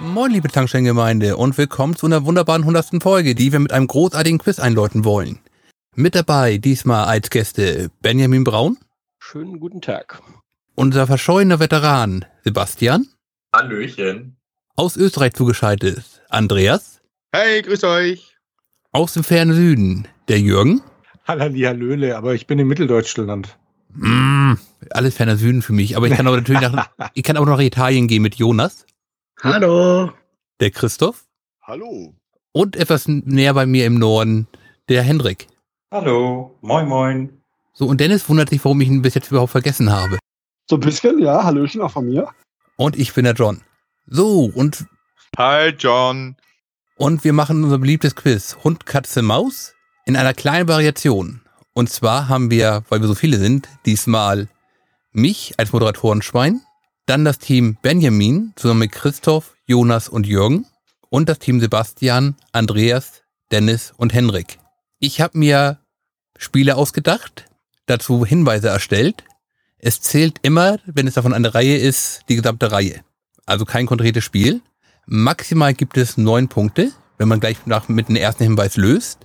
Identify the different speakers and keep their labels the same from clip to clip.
Speaker 1: Moin, liebe Tankstellengemeinde und willkommen zu einer wunderbaren 100. Folge, die wir mit einem großartigen Quiz einläuten wollen. Mit dabei diesmal als Gäste Benjamin Braun,
Speaker 2: Schönen guten Tag.
Speaker 1: unser verschollener Veteran Sebastian,
Speaker 3: Hallöchen.
Speaker 1: aus Österreich zugeschaltet Andreas,
Speaker 4: Hey, grüß euch.
Speaker 1: aus dem fernen Süden der Jürgen.
Speaker 5: Hallalöle, aber ich bin in Mitteldeutschland.
Speaker 1: Mm, alles ferner Süden für mich, aber ich kann aber natürlich nach, ich kann auch nach Italien gehen mit Jonas,
Speaker 6: Hallo.
Speaker 1: der Christoph
Speaker 4: Hallo.
Speaker 1: und etwas näher bei mir im Norden der Hendrik.
Speaker 7: Hallo, moin moin.
Speaker 1: So, und Dennis wundert sich, warum ich ihn bis jetzt überhaupt vergessen habe.
Speaker 6: So ein bisschen, ja. Hallöchen auch von mir.
Speaker 1: Und ich bin der John. So, und,
Speaker 4: Hi, John.
Speaker 1: und wir machen unser beliebtes Quiz Hund, Katze, Maus in einer kleinen Variation. Und zwar haben wir, weil wir so viele sind, diesmal mich als Moderatorenschwein, dann das Team Benjamin zusammen mit Christoph, Jonas und Jürgen und das Team Sebastian, Andreas, Dennis und Henrik. Ich habe mir Spiele ausgedacht, dazu Hinweise erstellt. Es zählt immer, wenn es davon eine Reihe ist, die gesamte Reihe. Also kein konkretes Spiel. Maximal gibt es neun Punkte, wenn man gleich nach, mit dem ersten Hinweis löst.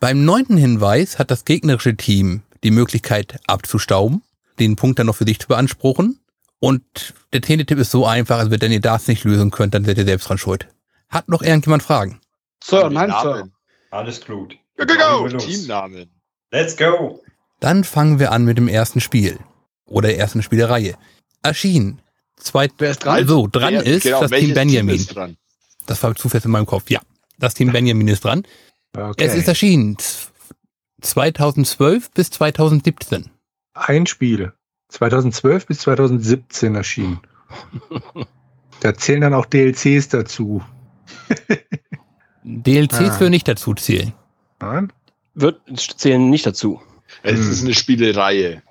Speaker 1: Beim neunten Hinweis hat das gegnerische Team die Möglichkeit abzustauben, den Punkt dann noch für sich zu beanspruchen. Und der zehnte Tipp ist so einfach, also wenn ihr das nicht lösen könnt, dann seid ihr selbst dran schuld. Hat noch irgendjemand Fragen?
Speaker 6: Sir, nein, Sir.
Speaker 7: Alles gut.
Speaker 4: Go,
Speaker 3: genau,
Speaker 4: go, go.
Speaker 7: Legen wir los.
Speaker 4: Teamnamen.
Speaker 7: Let's go.
Speaker 1: Dann fangen wir an mit dem ersten Spiel. Oder der ersten Spielereihe. Erschien. Zweit,
Speaker 4: Wer ist
Speaker 1: so, Also, dran
Speaker 4: Wer-
Speaker 1: ist
Speaker 4: genau,
Speaker 1: das
Speaker 4: welches
Speaker 1: Team Benjamin.
Speaker 4: ist dran?
Speaker 1: Das war zufällig in meinem Kopf. Ja, das Team Benjamin ist dran.
Speaker 5: Okay.
Speaker 1: Es ist erschienen z- 2012 bis 2017.
Speaker 5: ein Spiel. 2012 bis 2017 erschienen. da zählen dann auch DLCs dazu.
Speaker 1: DLCs
Speaker 5: Ah.
Speaker 1: für nicht dazu zählen.
Speaker 5: Nein?
Speaker 2: Wird zählen nicht dazu.
Speaker 4: Es
Speaker 5: Hm.
Speaker 4: ist eine Spielereihe.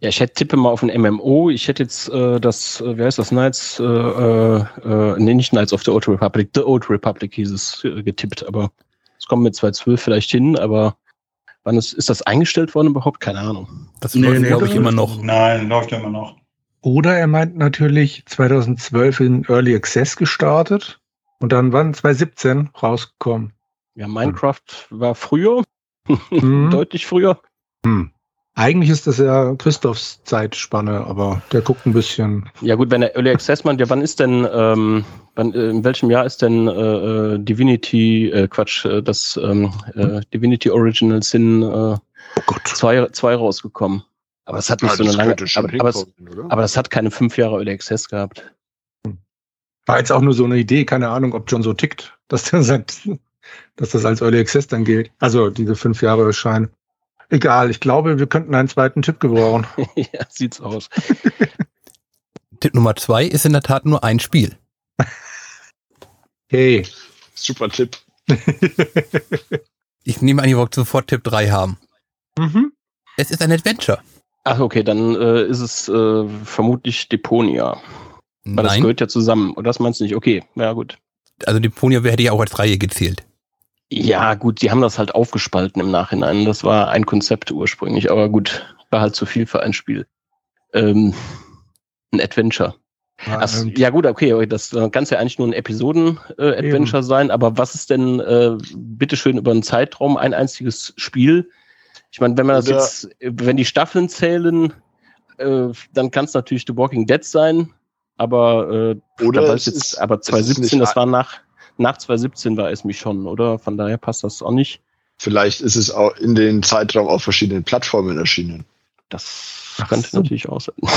Speaker 2: Ja, ich hätte tippe mal auf ein MMO. Ich hätte jetzt äh, das, äh, wie heißt das, Knights, äh, äh, äh, nee, nicht Knights of the Old Republic, The Old Republic hieß es äh, getippt, aber es kommen mit 2.12 vielleicht hin, aber wann ist, ist das eingestellt worden überhaupt? Keine Ahnung.
Speaker 1: Das
Speaker 6: Nee,
Speaker 1: läuft,
Speaker 6: nee,
Speaker 1: glaube
Speaker 6: das
Speaker 1: ich, immer noch.
Speaker 7: Nein, läuft immer noch.
Speaker 5: Oder er meint natürlich 2012 in Early Access gestartet und dann wann? 2017 rausgekommen.
Speaker 2: Ja, Minecraft war früher,
Speaker 5: Hm.
Speaker 2: deutlich früher.
Speaker 5: Hm. Eigentlich ist das ja Christophs Zeitspanne, aber der guckt ein bisschen.
Speaker 2: Ja gut, wenn der Early Access meint, ja wann ist denn, ähm, wann, äh, in welchem Jahr ist denn äh, äh, Divinity, äh, Quatsch, äh, das ähm, äh, Divinity Original Sin äh,
Speaker 5: Oh Gott.
Speaker 2: 2, 2 rausgekommen. Aber es hat nicht
Speaker 4: Ah,
Speaker 2: so eine
Speaker 4: das
Speaker 2: lange,
Speaker 4: könnte schon
Speaker 2: aber, aber, es,
Speaker 4: hinkommen, oder?
Speaker 2: aber das hat keine fünf Jahre Early Access gehabt.
Speaker 5: War jetzt auch nur so eine Idee, keine Ahnung, ob John so tickt, dass der sagt, dass das als Early Access dann gilt. Also diese fünf Jahre erscheinen. Egal, ich glaube, wir könnten einen zweiten Tipp gebrauchen.
Speaker 2: ja, sieht's aus.
Speaker 1: Tipp Nummer zwei ist in der Tat nur ein Spiel.
Speaker 5: Hey.
Speaker 4: Super Tipp.
Speaker 1: Ich nehme an, ihr wollt sofort Tipp drei haben.
Speaker 5: mhm.
Speaker 1: Es ist ein Adventure.
Speaker 2: Ach, okay, dann äh, ist es äh, vermutlich Deponia. Weil das
Speaker 1: Nein,
Speaker 2: gehört ja zusammen. Und das meinst du nicht? Okay, ja gut.
Speaker 1: also die Ponia hätte ich auch als Reihe gezählt.
Speaker 2: Ja, gut, die haben das halt aufgespalten im Nachhinein. Das war ein Konzept ursprünglich, aber gut, war halt zu viel für ein Spiel. Ähm, ein Adventure. Ach,
Speaker 5: Ähm,
Speaker 2: ja, gut, okay, okay, das äh, kann ja eigentlich nur ein Episoden-Adventure sein, aber was ist denn äh, bitteschön über einen Zeitraum ein einziges Spiel? Ich meine, wenn man das
Speaker 4: Oder-
Speaker 2: jetzt, äh, wenn die Staffeln zählen, äh, dann kann es natürlich The Walking Dead sein, aber äh,
Speaker 4: Oder
Speaker 2: da
Speaker 4: es
Speaker 2: weiß ich
Speaker 4: ist-
Speaker 2: jetzt, aber
Speaker 4: es ist nicht
Speaker 2: 2017, das
Speaker 4: ein-
Speaker 2: war nach, nach 2017 war es mich schon, oder? Von daher passt das auch nicht.
Speaker 4: Vielleicht ist es auch in den Zeitraum auf verschiedenen Plattformen erschienen.
Speaker 2: Das
Speaker 5: Ach
Speaker 2: könnte
Speaker 5: so.
Speaker 2: natürlich auch sein.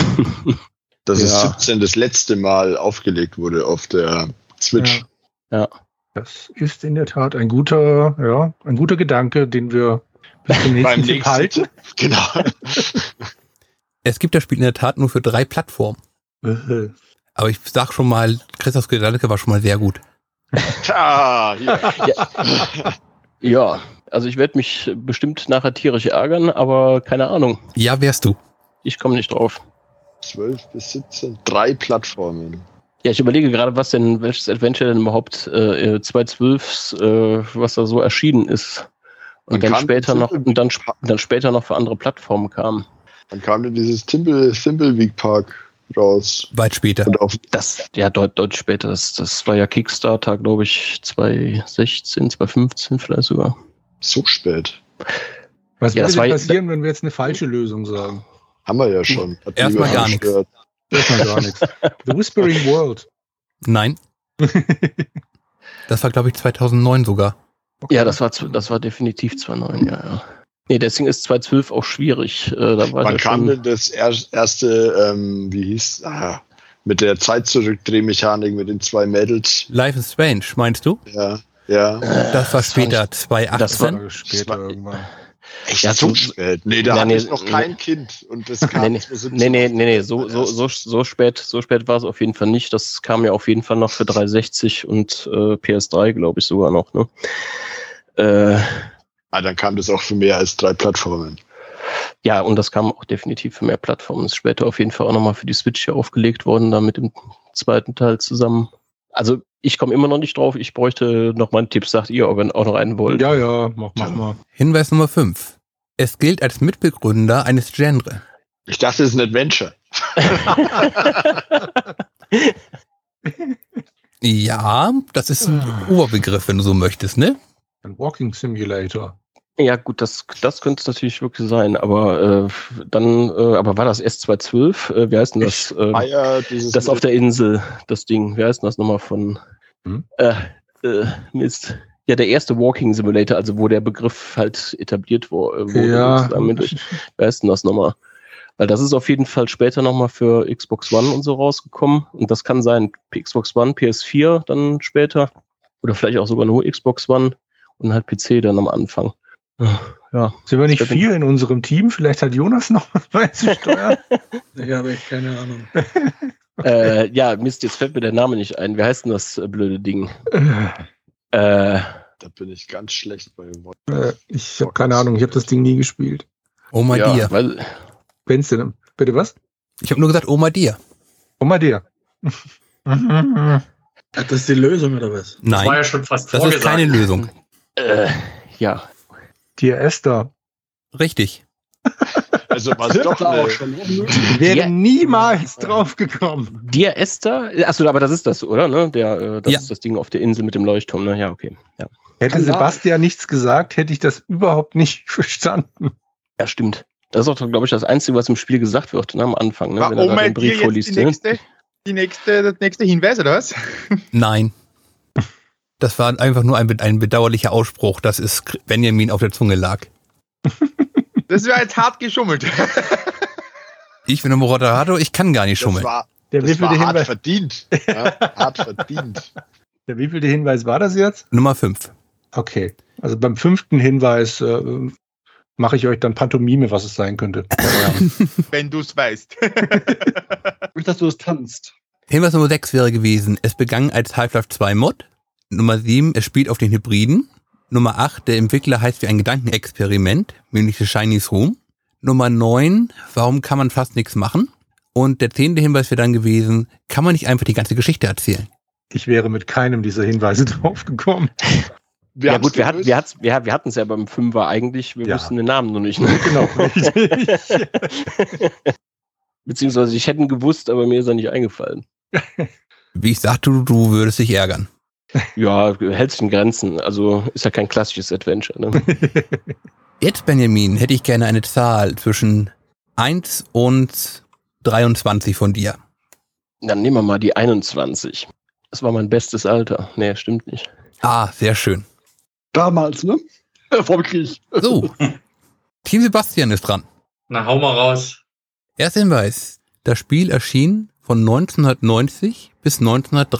Speaker 4: Dass es
Speaker 2: Ja.
Speaker 4: 17 das letzte Mal aufgelegt wurde auf der Switch.
Speaker 5: Ja.
Speaker 2: Ja.
Speaker 5: Das ist in der Tat ein guter, ja, ein guter Gedanke, den wir bis zum nächsten Tipp halten.
Speaker 4: Tipp. Genau.
Speaker 1: Es gibt das Spiel in der Tat nur für drei Plattformen.
Speaker 5: Äh,
Speaker 1: Aber ich sag schon mal, Christophs Gedanke war schon mal sehr gut.
Speaker 4: ah, hier.
Speaker 2: Ja, also ich werde mich bestimmt nachher tierisch ärgern, aber keine Ahnung.
Speaker 1: Ja, wärst du.
Speaker 2: Ich komme nicht drauf.
Speaker 4: 12 bis 17. Drei Plattformen.
Speaker 2: Ja, ich überlege gerade, was denn, welches Adventure denn überhaupt äh, äh, 2012, äh, was da so erschienen ist. Und
Speaker 4: Man
Speaker 2: dann
Speaker 4: kann-
Speaker 2: später noch und dann, sp- dann später noch für andere Plattformen kam.
Speaker 4: Dann kam dann dieses Timble, Thimbleweed Park raus.
Speaker 1: Weit später.
Speaker 4: Und auf
Speaker 2: Das, ja, deut deutlich später. Das, das war ja Kickstarter, glaube ich, 2016, 2015 vielleicht sogar.
Speaker 4: so spät.
Speaker 5: Was
Speaker 2: Ja, das
Speaker 5: würde
Speaker 2: war
Speaker 5: denn
Speaker 2: jetzt-
Speaker 5: passieren, wenn wir jetzt eine falsche Lösung sagen?
Speaker 4: Haben wir ja schon. Hat
Speaker 1: Erstmal
Speaker 4: Liebe
Speaker 1: gar
Speaker 4: zerstört.
Speaker 5: Erstmal gar nichts. The Whispering World.
Speaker 1: Nein. das war, glaube ich, 2009 sogar.
Speaker 2: Ja, das war, zu- das war definitiv 2009, ja, ja. Nee, deswegen ist 2012 auch schwierig. Äh, da war
Speaker 4: Wann
Speaker 2: der
Speaker 4: kam
Speaker 2: schon-
Speaker 4: denn das er- erste, ähm, wie hieß, ah, mit der Zeit zurück Drehmechanik mit den zwei Mädels?
Speaker 1: Life is Strange, meinst du?
Speaker 4: Ja, ja.
Speaker 1: Das war später,
Speaker 2: das war-
Speaker 1: 2018.
Speaker 5: Tage später irgendwann.
Speaker 4: Echt
Speaker 2: Ja,
Speaker 4: so
Speaker 2: so-
Speaker 4: spät? Nee, da
Speaker 2: Nee, äh,
Speaker 4: hatte
Speaker 2: nee,
Speaker 4: ich noch
Speaker 2: nee.
Speaker 4: kein Kind und das kam
Speaker 2: Nee, nee,
Speaker 4: 2017.
Speaker 2: Nee, nee, nee, nee, so, so, so, so spät, so spät war es auf jeden Fall nicht. Das kam ja auf jeden Fall noch für 360 und äh, PS3, glaube ich, sogar noch. Ne? Äh,
Speaker 4: Ah, dann kam das auch für mehr als drei Plattformen.
Speaker 2: ja, und das kam auch definitiv für mehr Plattformen. Ist später auf jeden Fall auch nochmal für die Switch hier aufgelegt worden, dann mit dem zweiten Teil zusammen. Also ich komme immer noch nicht drauf. Ich bräuchte noch mal einen Tipp, sagt ihr, ob ihr auch noch einen wollt.
Speaker 5: Ja, ja, mach, mach mal.
Speaker 1: Hinweis Nummer 5. Es gilt als Mitbegründer eines Genre.
Speaker 4: Ich dachte, es ist ein Adventure.
Speaker 1: Ja, das ist ein
Speaker 5: Ah.
Speaker 1: Oberbegriff, wenn du so möchtest, ne?
Speaker 5: Ein Walking Simulator.
Speaker 2: Ja, gut, das, das könnte es natürlich wirklich sein, aber äh, dann, äh, aber war das S212? Äh, wie heißt denn das? Ähm,
Speaker 4: Ah ja, dieses
Speaker 2: Das auf der Insel, das Ding. Wie heißt denn das nochmal von?
Speaker 5: Hm?
Speaker 2: Äh, äh, Mist. Ja, der erste Walking Simulator, also wo der Begriff halt etabliert wo- äh, wurde. sozusagen mit- Wie heißt denn das nochmal? Weil das ist auf jeden Fall später nochmal für Xbox One und so rausgekommen. Und das kann sein Xbox One, PS4 dann später. Oder vielleicht auch sogar nur Xbox One und halt PC dann am Anfang. Ja.
Speaker 5: Sind wir nicht
Speaker 2: Das-
Speaker 5: viel in unserem Team? Vielleicht hat Jonas noch was beizusteuern.
Speaker 6: Ich habe echt keine Ahnung.
Speaker 2: äh, ja, Mist, jetzt fällt mir der Name nicht ein. Wie heißt denn das äh, blöde Ding?
Speaker 5: Äh,
Speaker 2: Äh,
Speaker 4: da bin ich ganz schlecht bei dem Wort.
Speaker 6: Äh,
Speaker 5: Äh, ich habe keine Ahnung, ich habe das Ding nie gespielt.
Speaker 1: Oh my dear.
Speaker 2: weil,
Speaker 5: Wenn's denn, bitte was?
Speaker 1: Ich habe nur gesagt, oh my dear.
Speaker 5: Oh mal dir.
Speaker 2: Hm.
Speaker 6: Hat das die Lösung oder was?
Speaker 7: Das war
Speaker 1: Nein,
Speaker 7: ja schon fast
Speaker 1: das ist
Speaker 7: vorgesagt.
Speaker 1: keine Lösung.
Speaker 2: Äh, ja.
Speaker 5: Dear Esther.
Speaker 1: Richtig.
Speaker 4: Also war es doch
Speaker 6: auch
Speaker 4: eine-
Speaker 6: schon.
Speaker 5: Ich wäre
Speaker 2: Ja.
Speaker 5: niemals drauf gekommen.
Speaker 2: Dear Esther? Achso, aber das ist das, oder? Ne? Der, äh, das
Speaker 1: Ja.
Speaker 2: ist das Ding auf der Insel mit dem Leuchtturm, ne? Ja, okay. Ja,
Speaker 5: Hätte
Speaker 6: Kann
Speaker 5: Sebastian nichts gesagt, hätte ich das überhaupt nicht verstanden.
Speaker 2: ja stimmt. Das ist auch, glaube ich, das Einzige, was im Spiel gesagt wird, ne? am Anfang, ne?
Speaker 3: War
Speaker 2: wenn er
Speaker 3: oh
Speaker 2: da
Speaker 3: mein
Speaker 2: den
Speaker 3: Brief
Speaker 2: Brief
Speaker 3: Dear jetzt
Speaker 2: vorliest.
Speaker 3: die
Speaker 2: Ne?
Speaker 3: nächste, die nächste, das nächste Hinweis, oder was?
Speaker 1: Nein. Das war einfach nur ein, ein bedauerlicher Ausspruch, dass es Benjamin auf der Zunge lag.
Speaker 3: Das wäre jetzt hart geschummelt.
Speaker 1: Ich bin ein Moderado, ich kann gar nicht
Speaker 4: das
Speaker 1: schummeln.
Speaker 4: war,
Speaker 5: Der
Speaker 4: das
Speaker 5: wievielte
Speaker 4: war hart
Speaker 5: Hinweis,
Speaker 4: verdient. Ja, hart verdient.
Speaker 5: der wievielte Hinweis war das jetzt?
Speaker 1: Nummer 5.
Speaker 5: Okay. Also beim fünften Hinweis äh, mache ich euch dann Pantomime, was es sein könnte.
Speaker 3: Wenn du es weißt.
Speaker 6: Ich dass du es tanzt.
Speaker 1: Hinweis Nummer 6 wäre gewesen, es begann als Half-Life 2 Mod. Nummer 7, es spielt auf den Hybriden. Nummer 8, der Entwickler heißt wie ein Gedankenexperiment, nämlich The Shiny's Room. Nummer 9, warum kann man fast nichts machen? Und der zehnte Hinweis wäre dann gewesen, kann man nicht einfach die ganze Geschichte erzählen?
Speaker 5: Ich wäre mit keinem dieser Hinweise drauf gekommen.
Speaker 4: Wir
Speaker 2: Ja,
Speaker 4: haben's
Speaker 2: gut, wir, hatten,
Speaker 4: gelöst.
Speaker 2: wir, hatten's, wir, wir hatten es ja beim Fünfer eigentlich, wir
Speaker 5: Ja.
Speaker 2: wussten den Namen nur nicht. Ne?
Speaker 5: Genau. richtig.
Speaker 2: Beziehungsweise ich hätte ihn gewusst, aber mir ist er nicht eingefallen.
Speaker 1: Wie ich sagte, du, du würdest dich ärgern.
Speaker 2: Ja, hält sich in Grenzen. Also ist ja kein klassisches Adventure. Ne?
Speaker 1: Jetzt, Benjamin, hätte ich gerne eine Zahl zwischen 1 und 23 von dir.
Speaker 2: Dann nehmen wir mal die 21. Das war mein bestes Alter. Nee, stimmt nicht.
Speaker 1: Ah, sehr schön.
Speaker 6: Damals, ne? Erfolgreich.
Speaker 1: So, Team Sebastian ist dran.
Speaker 7: Na, hau mal raus.
Speaker 1: Erster Hinweis. Das Spiel erschien von 1990 bis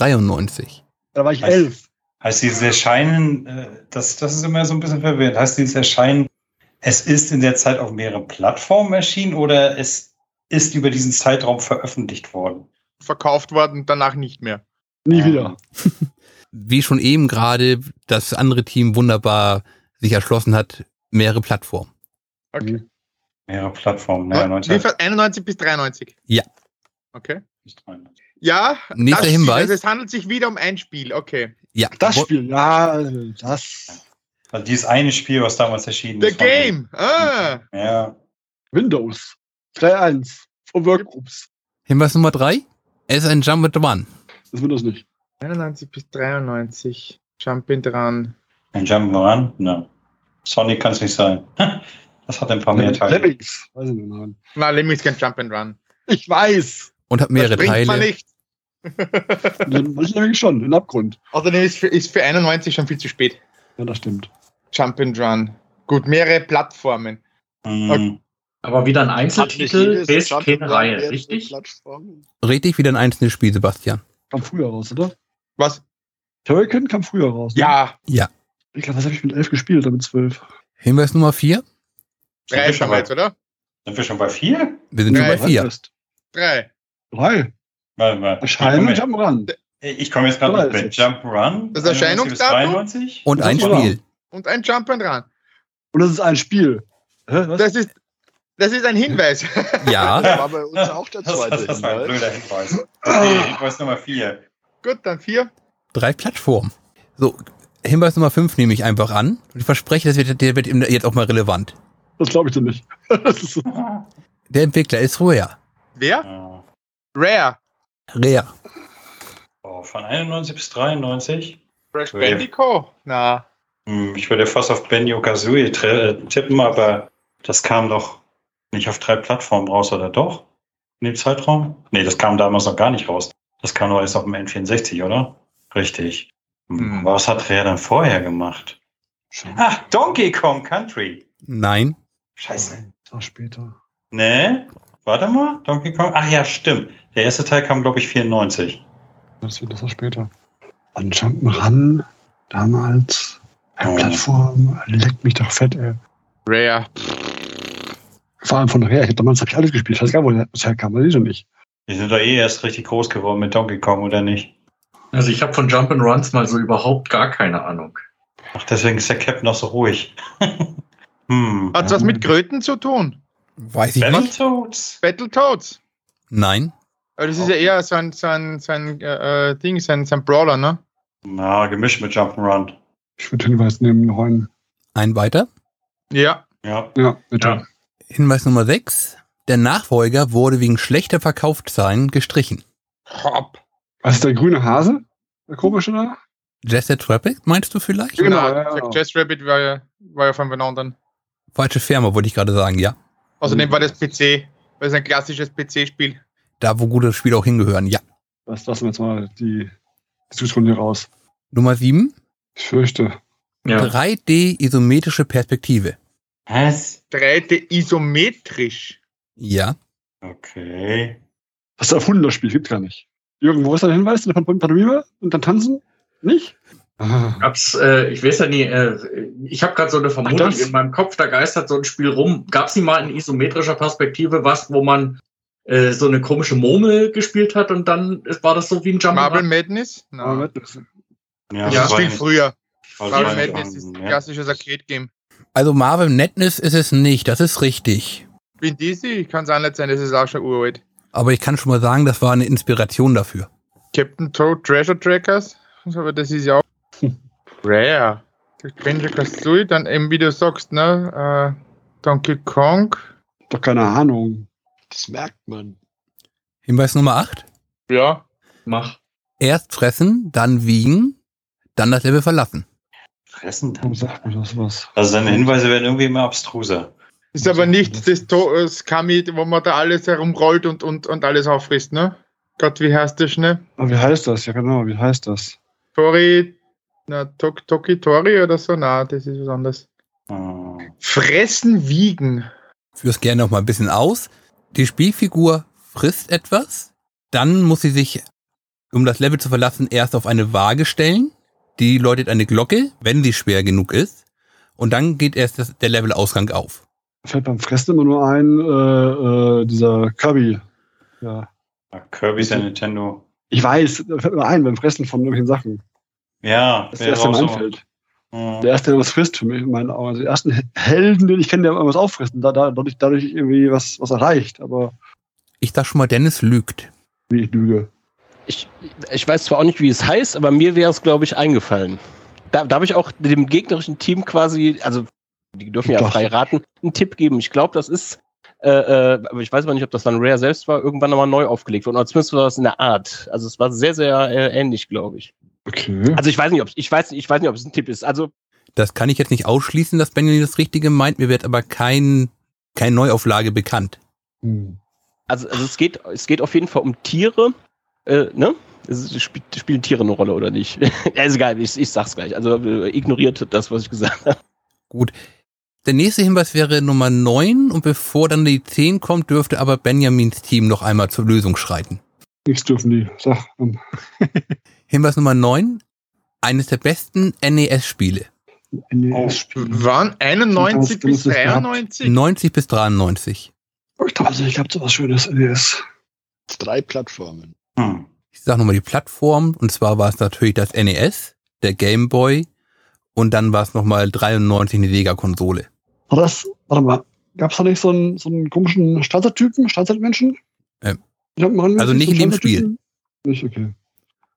Speaker 1: 1993.
Speaker 6: Da war ich
Speaker 7: Weiß-
Speaker 6: elf.
Speaker 7: Heißt dieses Erscheinen, äh, das, das ist immer so ein bisschen verwirrend. Heißt dieses Erscheinen, es ist in der Zeit auf mehreren Plattformen erschienen oder es ist über diesen Zeitraum veröffentlicht worden?
Speaker 3: Verkauft worden, danach nicht mehr.
Speaker 6: Nie wieder.
Speaker 1: Wie schon eben gerade das andere Team wunderbar sich erschlossen hat, mehrere Plattformen.
Speaker 3: Okay.
Speaker 6: Mhm.
Speaker 7: Mehrere Plattformen, ne?
Speaker 3: Ja,
Speaker 7: 1993.
Speaker 3: 91 bis 93.
Speaker 1: Ja.
Speaker 3: Okay.
Speaker 7: 93.
Speaker 3: Ja.
Speaker 1: Nächster
Speaker 3: das-
Speaker 1: Hinweis.
Speaker 3: Also es handelt sich wieder um ein Spiel. Okay.
Speaker 1: Ja,
Speaker 6: Das
Speaker 1: wo-
Speaker 6: Spiel, ja, das.
Speaker 7: Also dieses eine Spiel, was damals erschienen
Speaker 3: The
Speaker 7: ist. von denen.
Speaker 3: Game. Ah.
Speaker 7: Ja.
Speaker 6: Windows 3.1 von Workgroups.
Speaker 1: Hinweis Nummer drei. Es ist ein Jump with One.
Speaker 6: Das wird das nicht.
Speaker 3: 91 bis 93. Jumpin' dran.
Speaker 7: Ein Jump'n'Run? Nein. Sonic kann es nicht sein. Das hat ein paar mehr Teile.
Speaker 6: Lemmings. Weiß ich nicht, nein.
Speaker 3: Na, Lemmings kein Jumpin' Run.
Speaker 6: Ich weiß.
Speaker 1: Und hat
Speaker 3: Da
Speaker 1: mehrere
Speaker 3: springt Man
Speaker 1: Teile.
Speaker 3: nicht.
Speaker 6: Ich nämlich schon, in den Abgrund.
Speaker 3: Außerdem Also, ist für, ist für 91 schon viel zu spät.
Speaker 6: Ja, das stimmt.
Speaker 3: Jumpin' Run. Gut, mehrere Plattformen.
Speaker 7: Hm.
Speaker 8: Aber wieder ein
Speaker 4: Hat nicht
Speaker 8: Einzeltitel,
Speaker 4: jedes
Speaker 8: Best
Speaker 4: Jump'n'Run
Speaker 8: keine Reihe,
Speaker 4: mehrere
Speaker 8: richtig?
Speaker 4: Plattformen?
Speaker 1: Richtig wieder ein einzelnes Spiel, Sebastian.
Speaker 6: Kam früher raus, oder?
Speaker 3: Was?
Speaker 6: Turrican kam früher raus. ne?
Speaker 3: Ja,
Speaker 6: Ich glaube, das habe ich mit elf gespielt, damit zwölf.
Speaker 1: Hinweis Nummer vier.
Speaker 3: drei schon mal jetzt, oder?
Speaker 7: Sind wir schon bei vier?
Speaker 1: Wir sind schon
Speaker 3: Nein,
Speaker 1: bei vier.
Speaker 6: Fest.
Speaker 3: Drei.
Speaker 6: Drei.
Speaker 7: Warte mal. Ich
Speaker 6: Erscheinen
Speaker 7: komme
Speaker 6: und
Speaker 7: jetzt,
Speaker 6: haben ran.
Speaker 7: ich komme jetzt gerade
Speaker 6: Oder
Speaker 7: mit
Speaker 6: ist es-
Speaker 7: Jump'n'Run.
Speaker 3: Das Erscheinungsdatum?
Speaker 7: 91?
Speaker 1: Und ein
Speaker 6: Das war-
Speaker 1: Spiel.
Speaker 3: Und ein Jumpin' Run.
Speaker 6: Und das ist ein Spiel. Hä, was?
Speaker 3: Das ist, das ist ein Hinweis.
Speaker 1: Ja.
Speaker 4: Das war bei uns auch der
Speaker 7: Das,
Speaker 4: zweite
Speaker 7: das, das war ein
Speaker 4: Hinweis.
Speaker 7: blöder Hinweis. Okay, Hinweis Nummer vier.
Speaker 3: Gut, dann vier.
Speaker 1: Drei Plattformen. So, Hinweis Nummer fünf nehme ich einfach an. Und ich verspreche, das wird, der wird eben jetzt auch mal relevant.
Speaker 6: Das glaube ich dir nicht. Das ist so.
Speaker 1: Der Entwickler ist Rare.
Speaker 3: Wer?
Speaker 7: Ja.
Speaker 3: Rare.
Speaker 1: Rare.
Speaker 7: Oh, von 91 bis 93?
Speaker 3: Crash
Speaker 7: Rare.
Speaker 3: Bandicoot. Na,
Speaker 7: Hm, Ich würde fast auf Benjo Kazooie tre- äh, tippen, aber das kam doch nicht auf drei Plattformen raus, oder doch? In dem Zeitraum? Nee, das kam damals noch gar nicht raus. Das kam nur erst auf dem N64, oder? Richtig. Hm,
Speaker 3: Hm.
Speaker 7: Was hat Rare dann vorher gemacht? Ach, Donkey Kong Country.
Speaker 1: Nein.
Speaker 7: Scheiße.
Speaker 6: Ach, später.
Speaker 7: Nee? Warte mal, Donkey Kong. Ach ja, stimmt. Der erste Teil kam, glaube ich, 94.
Speaker 6: Das wird das war später. An Jump'n'Run, damals.
Speaker 7: Oh.
Speaker 6: Plattform, leck mich doch fett, ey.
Speaker 3: Rare.
Speaker 6: Vor allem von her, ich hab damals habe ich alles gespielt. Ich weiß gar nicht, wo das herkam, weiß ich noch nicht.
Speaker 7: Die sind doch eh erst richtig groß geworden mit Donkey Kong, oder nicht?
Speaker 8: Also ich habe von Jump'n'Runs mal so überhaupt gar keine Ahnung.
Speaker 7: Ach, deswegen ist der Captain noch so ruhig. hm.
Speaker 3: Hat was mit Kröten zu tun?
Speaker 1: Weiß ich nicht.
Speaker 7: Battletoads?
Speaker 3: Battletoads.
Speaker 1: Nein.
Speaker 3: Aber das ist ja eher so ein, so ein, so ein äh, äh, Ding, so ein, so ein Brawler, ne?
Speaker 7: Na, gemischt mit Jump'n'Run.
Speaker 6: Ich würde Hinweis nehmen, Heun.
Speaker 1: Ein weiter.
Speaker 3: Ja.
Speaker 7: Ja.
Speaker 6: Ja, bitte.
Speaker 8: Ja.
Speaker 1: Hinweis Nummer sechs. Der Nachfolger wurde wegen schlechter Verkaufszahlen gestrichen.
Speaker 3: Hopp.
Speaker 6: Was ist der grüne Hase? Der komische da?
Speaker 1: Jazz the Traffic, meinst du vielleicht?
Speaker 6: Genau,
Speaker 3: Genau.
Speaker 6: ja,
Speaker 3: Jack-
Speaker 6: genau.
Speaker 3: Jazz Rabbit war ja, war ja von den anderen.
Speaker 1: Falsche Firma, wollte ich gerade sagen, ja.
Speaker 6: Mhm.
Speaker 3: Außerdem war das PC. Das ist ein klassisches PC-Spiel.
Speaker 1: Da, wo gute Spiele auch hingehören, ja.
Speaker 6: Das lassen wir jetzt mal die Diskussion hier raus.
Speaker 1: Nummer sieben.
Speaker 6: Ich fürchte.
Speaker 8: Ja.
Speaker 1: 3D-isometrische Perspektive.
Speaker 7: Was?
Speaker 3: 3D isometrisch.
Speaker 1: Ja.
Speaker 7: Okay.
Speaker 6: Das ist ein erfundenes Spiel, gibt gar nicht. Irgendwo ist ein Hinweis, in der Pan- Pantomime und dann tanzen? Nicht? Ah,
Speaker 8: Gab's, äh, ich weiß ja nie, äh, ich habe gerade so eine Vermutung
Speaker 6: Ach, das-
Speaker 8: in meinem Kopf, da geistert so ein Spiel rum. Gab's nie mal in isometrischer Perspektive was, wo man äh, so eine komische Murmel gespielt hat und dann ist- war das so wie ein
Speaker 3: Marble
Speaker 8: Jump'n'Run?
Speaker 3: Madness?
Speaker 6: aber
Speaker 3: Nein.
Speaker 6: das-
Speaker 7: Ja,
Speaker 3: Das
Speaker 8: Ja.
Speaker 3: ist
Speaker 7: war
Speaker 3: viel
Speaker 7: nicht-
Speaker 3: früher.
Speaker 7: war
Speaker 3: Marble
Speaker 7: nicht
Speaker 3: Madness ist
Speaker 7: am-
Speaker 3: ein
Speaker 7: ja.
Speaker 3: klassisches Arcade-Game.
Speaker 1: Also Marvel Netness ist es nicht, das ist richtig.
Speaker 3: Bin Dizzy? Kann es auch nicht sein, das ist auch schon uralt.
Speaker 1: Aber ich kann schon mal sagen, das war eine Inspiration dafür.
Speaker 3: Captain Toad Treasure Trackers? Aber das ist ja auch. Rare. Banjo Kazooie, dann eben, wie du sagst, ne? Äh, Donkey Kong.
Speaker 6: Doch keine Ahnung.
Speaker 4: Das merkt man.
Speaker 1: Hinweis Nummer 8.
Speaker 3: Ja.
Speaker 8: Mach.
Speaker 1: Erst fressen, dann wiegen, dann das Level verlassen.
Speaker 7: Fressen dann.
Speaker 6: Warum sagt mir das was?
Speaker 7: Also seine Hinweise werden irgendwie immer abstruser.
Speaker 3: Ist aber nicht das, To- das Kami, wo man da alles herumrollt und, und, und alles auffrisst, ne? Gott, wie heißt das, ne?
Speaker 6: Aber wie heißt das? Ja, genau, wie heißt das?
Speaker 3: Tori, na, Tok, Toki Tori oder so? Na, das ist was anderes.
Speaker 7: Hm.
Speaker 3: Fressen, wiegen.
Speaker 1: Führ es gerne noch mal ein bisschen aus. Die Spielfigur frisst etwas, dann muss sie sich, um das Level zu verlassen, erst auf eine Waage stellen. Die läutet eine Glocke, wenn sie schwer genug ist. Und dann geht erst das, der Levelausgang auf.
Speaker 6: Fällt beim Fressen immer nur ein, äh, äh, dieser Kirby. Ja.
Speaker 7: Ja, Kirby ist ja Nintendo.
Speaker 6: Ich weiß, da fällt mir ein beim Fressen von irgendwelchen Sachen.
Speaker 7: Ja,
Speaker 6: Das ist der erste, der mir einfällt.
Speaker 7: Hm.
Speaker 6: Der erste, der was frisst für mich in meinen Augen. Also die ersten Helden, den ich kenne, der immer was auffressen. Da, da, dadurch, dadurch irgendwie was, was erreicht. Aber
Speaker 1: Ich sag schon mal, Dennis lügt.
Speaker 6: nee, ich lüge.
Speaker 2: Ich, ich weiß zwar auch nicht, wie es heißt, aber mir wäre es, glaube ich, eingefallen. Da, darf ich auch dem gegnerischen Team quasi, also die dürfen ja
Speaker 6: Doch.
Speaker 2: frei raten, einen Tipp geben. Ich glaube, das ist äh, äh, aber ich weiß aber nicht, ob das dann Rare selbst war, irgendwann nochmal neu aufgelegt wurde. Oder zumindest war das in der Art. Also es war sehr, sehr äh, ähnlich, glaube ich.
Speaker 4: Okay.
Speaker 2: Also ich weiß nicht, ob ich weiß, ich weiß nicht, ob es ein Tipp ist. Also
Speaker 1: Das kann ich jetzt nicht ausschließen, dass Benjamin das Richtige meint. Mir wird aber kein, keine Neuauflage bekannt.
Speaker 2: also, also es geht es geht auf jeden Fall um Tiere, äh, ne? Es ist- spielt, spielen Tiere eine Rolle oder nicht? ja, ist egal, ich, ich sag's gleich. Also äh, ignoriert das, was ich gesagt habe.
Speaker 1: Der nächste Hinweis wäre Nummer 9 und bevor dann die 10 kommt, dürfte aber Benjamins Team noch einmal zur Lösung schreiten.
Speaker 6: Nichts dürfen die. Sag, ähm,
Speaker 1: Hinweis Nummer 9, eines der besten E NES-Spiele.
Speaker 6: NES-Spiel.
Speaker 3: E Oh, Waren 91
Speaker 6: Du hast
Speaker 3: bis
Speaker 6: es gehabt.
Speaker 3: 93?
Speaker 1: 90 bis 93.
Speaker 6: Oh, Ich glaube, ich habe sowas Schönes. NES.
Speaker 4: Drei Plattformen.
Speaker 7: Hm.
Speaker 1: Ich sage nochmal die Plattform und zwar war es natürlich das NES, der Game Boy und dann war es nochmal 93 eine Sega-Konsole.
Speaker 6: War das, warte mal, gab es da nicht so einen, so einen komischen Stadttypen, Stadtmenschen?
Speaker 1: Ähm, also nicht in dem Spiel.
Speaker 6: Nicht, okay.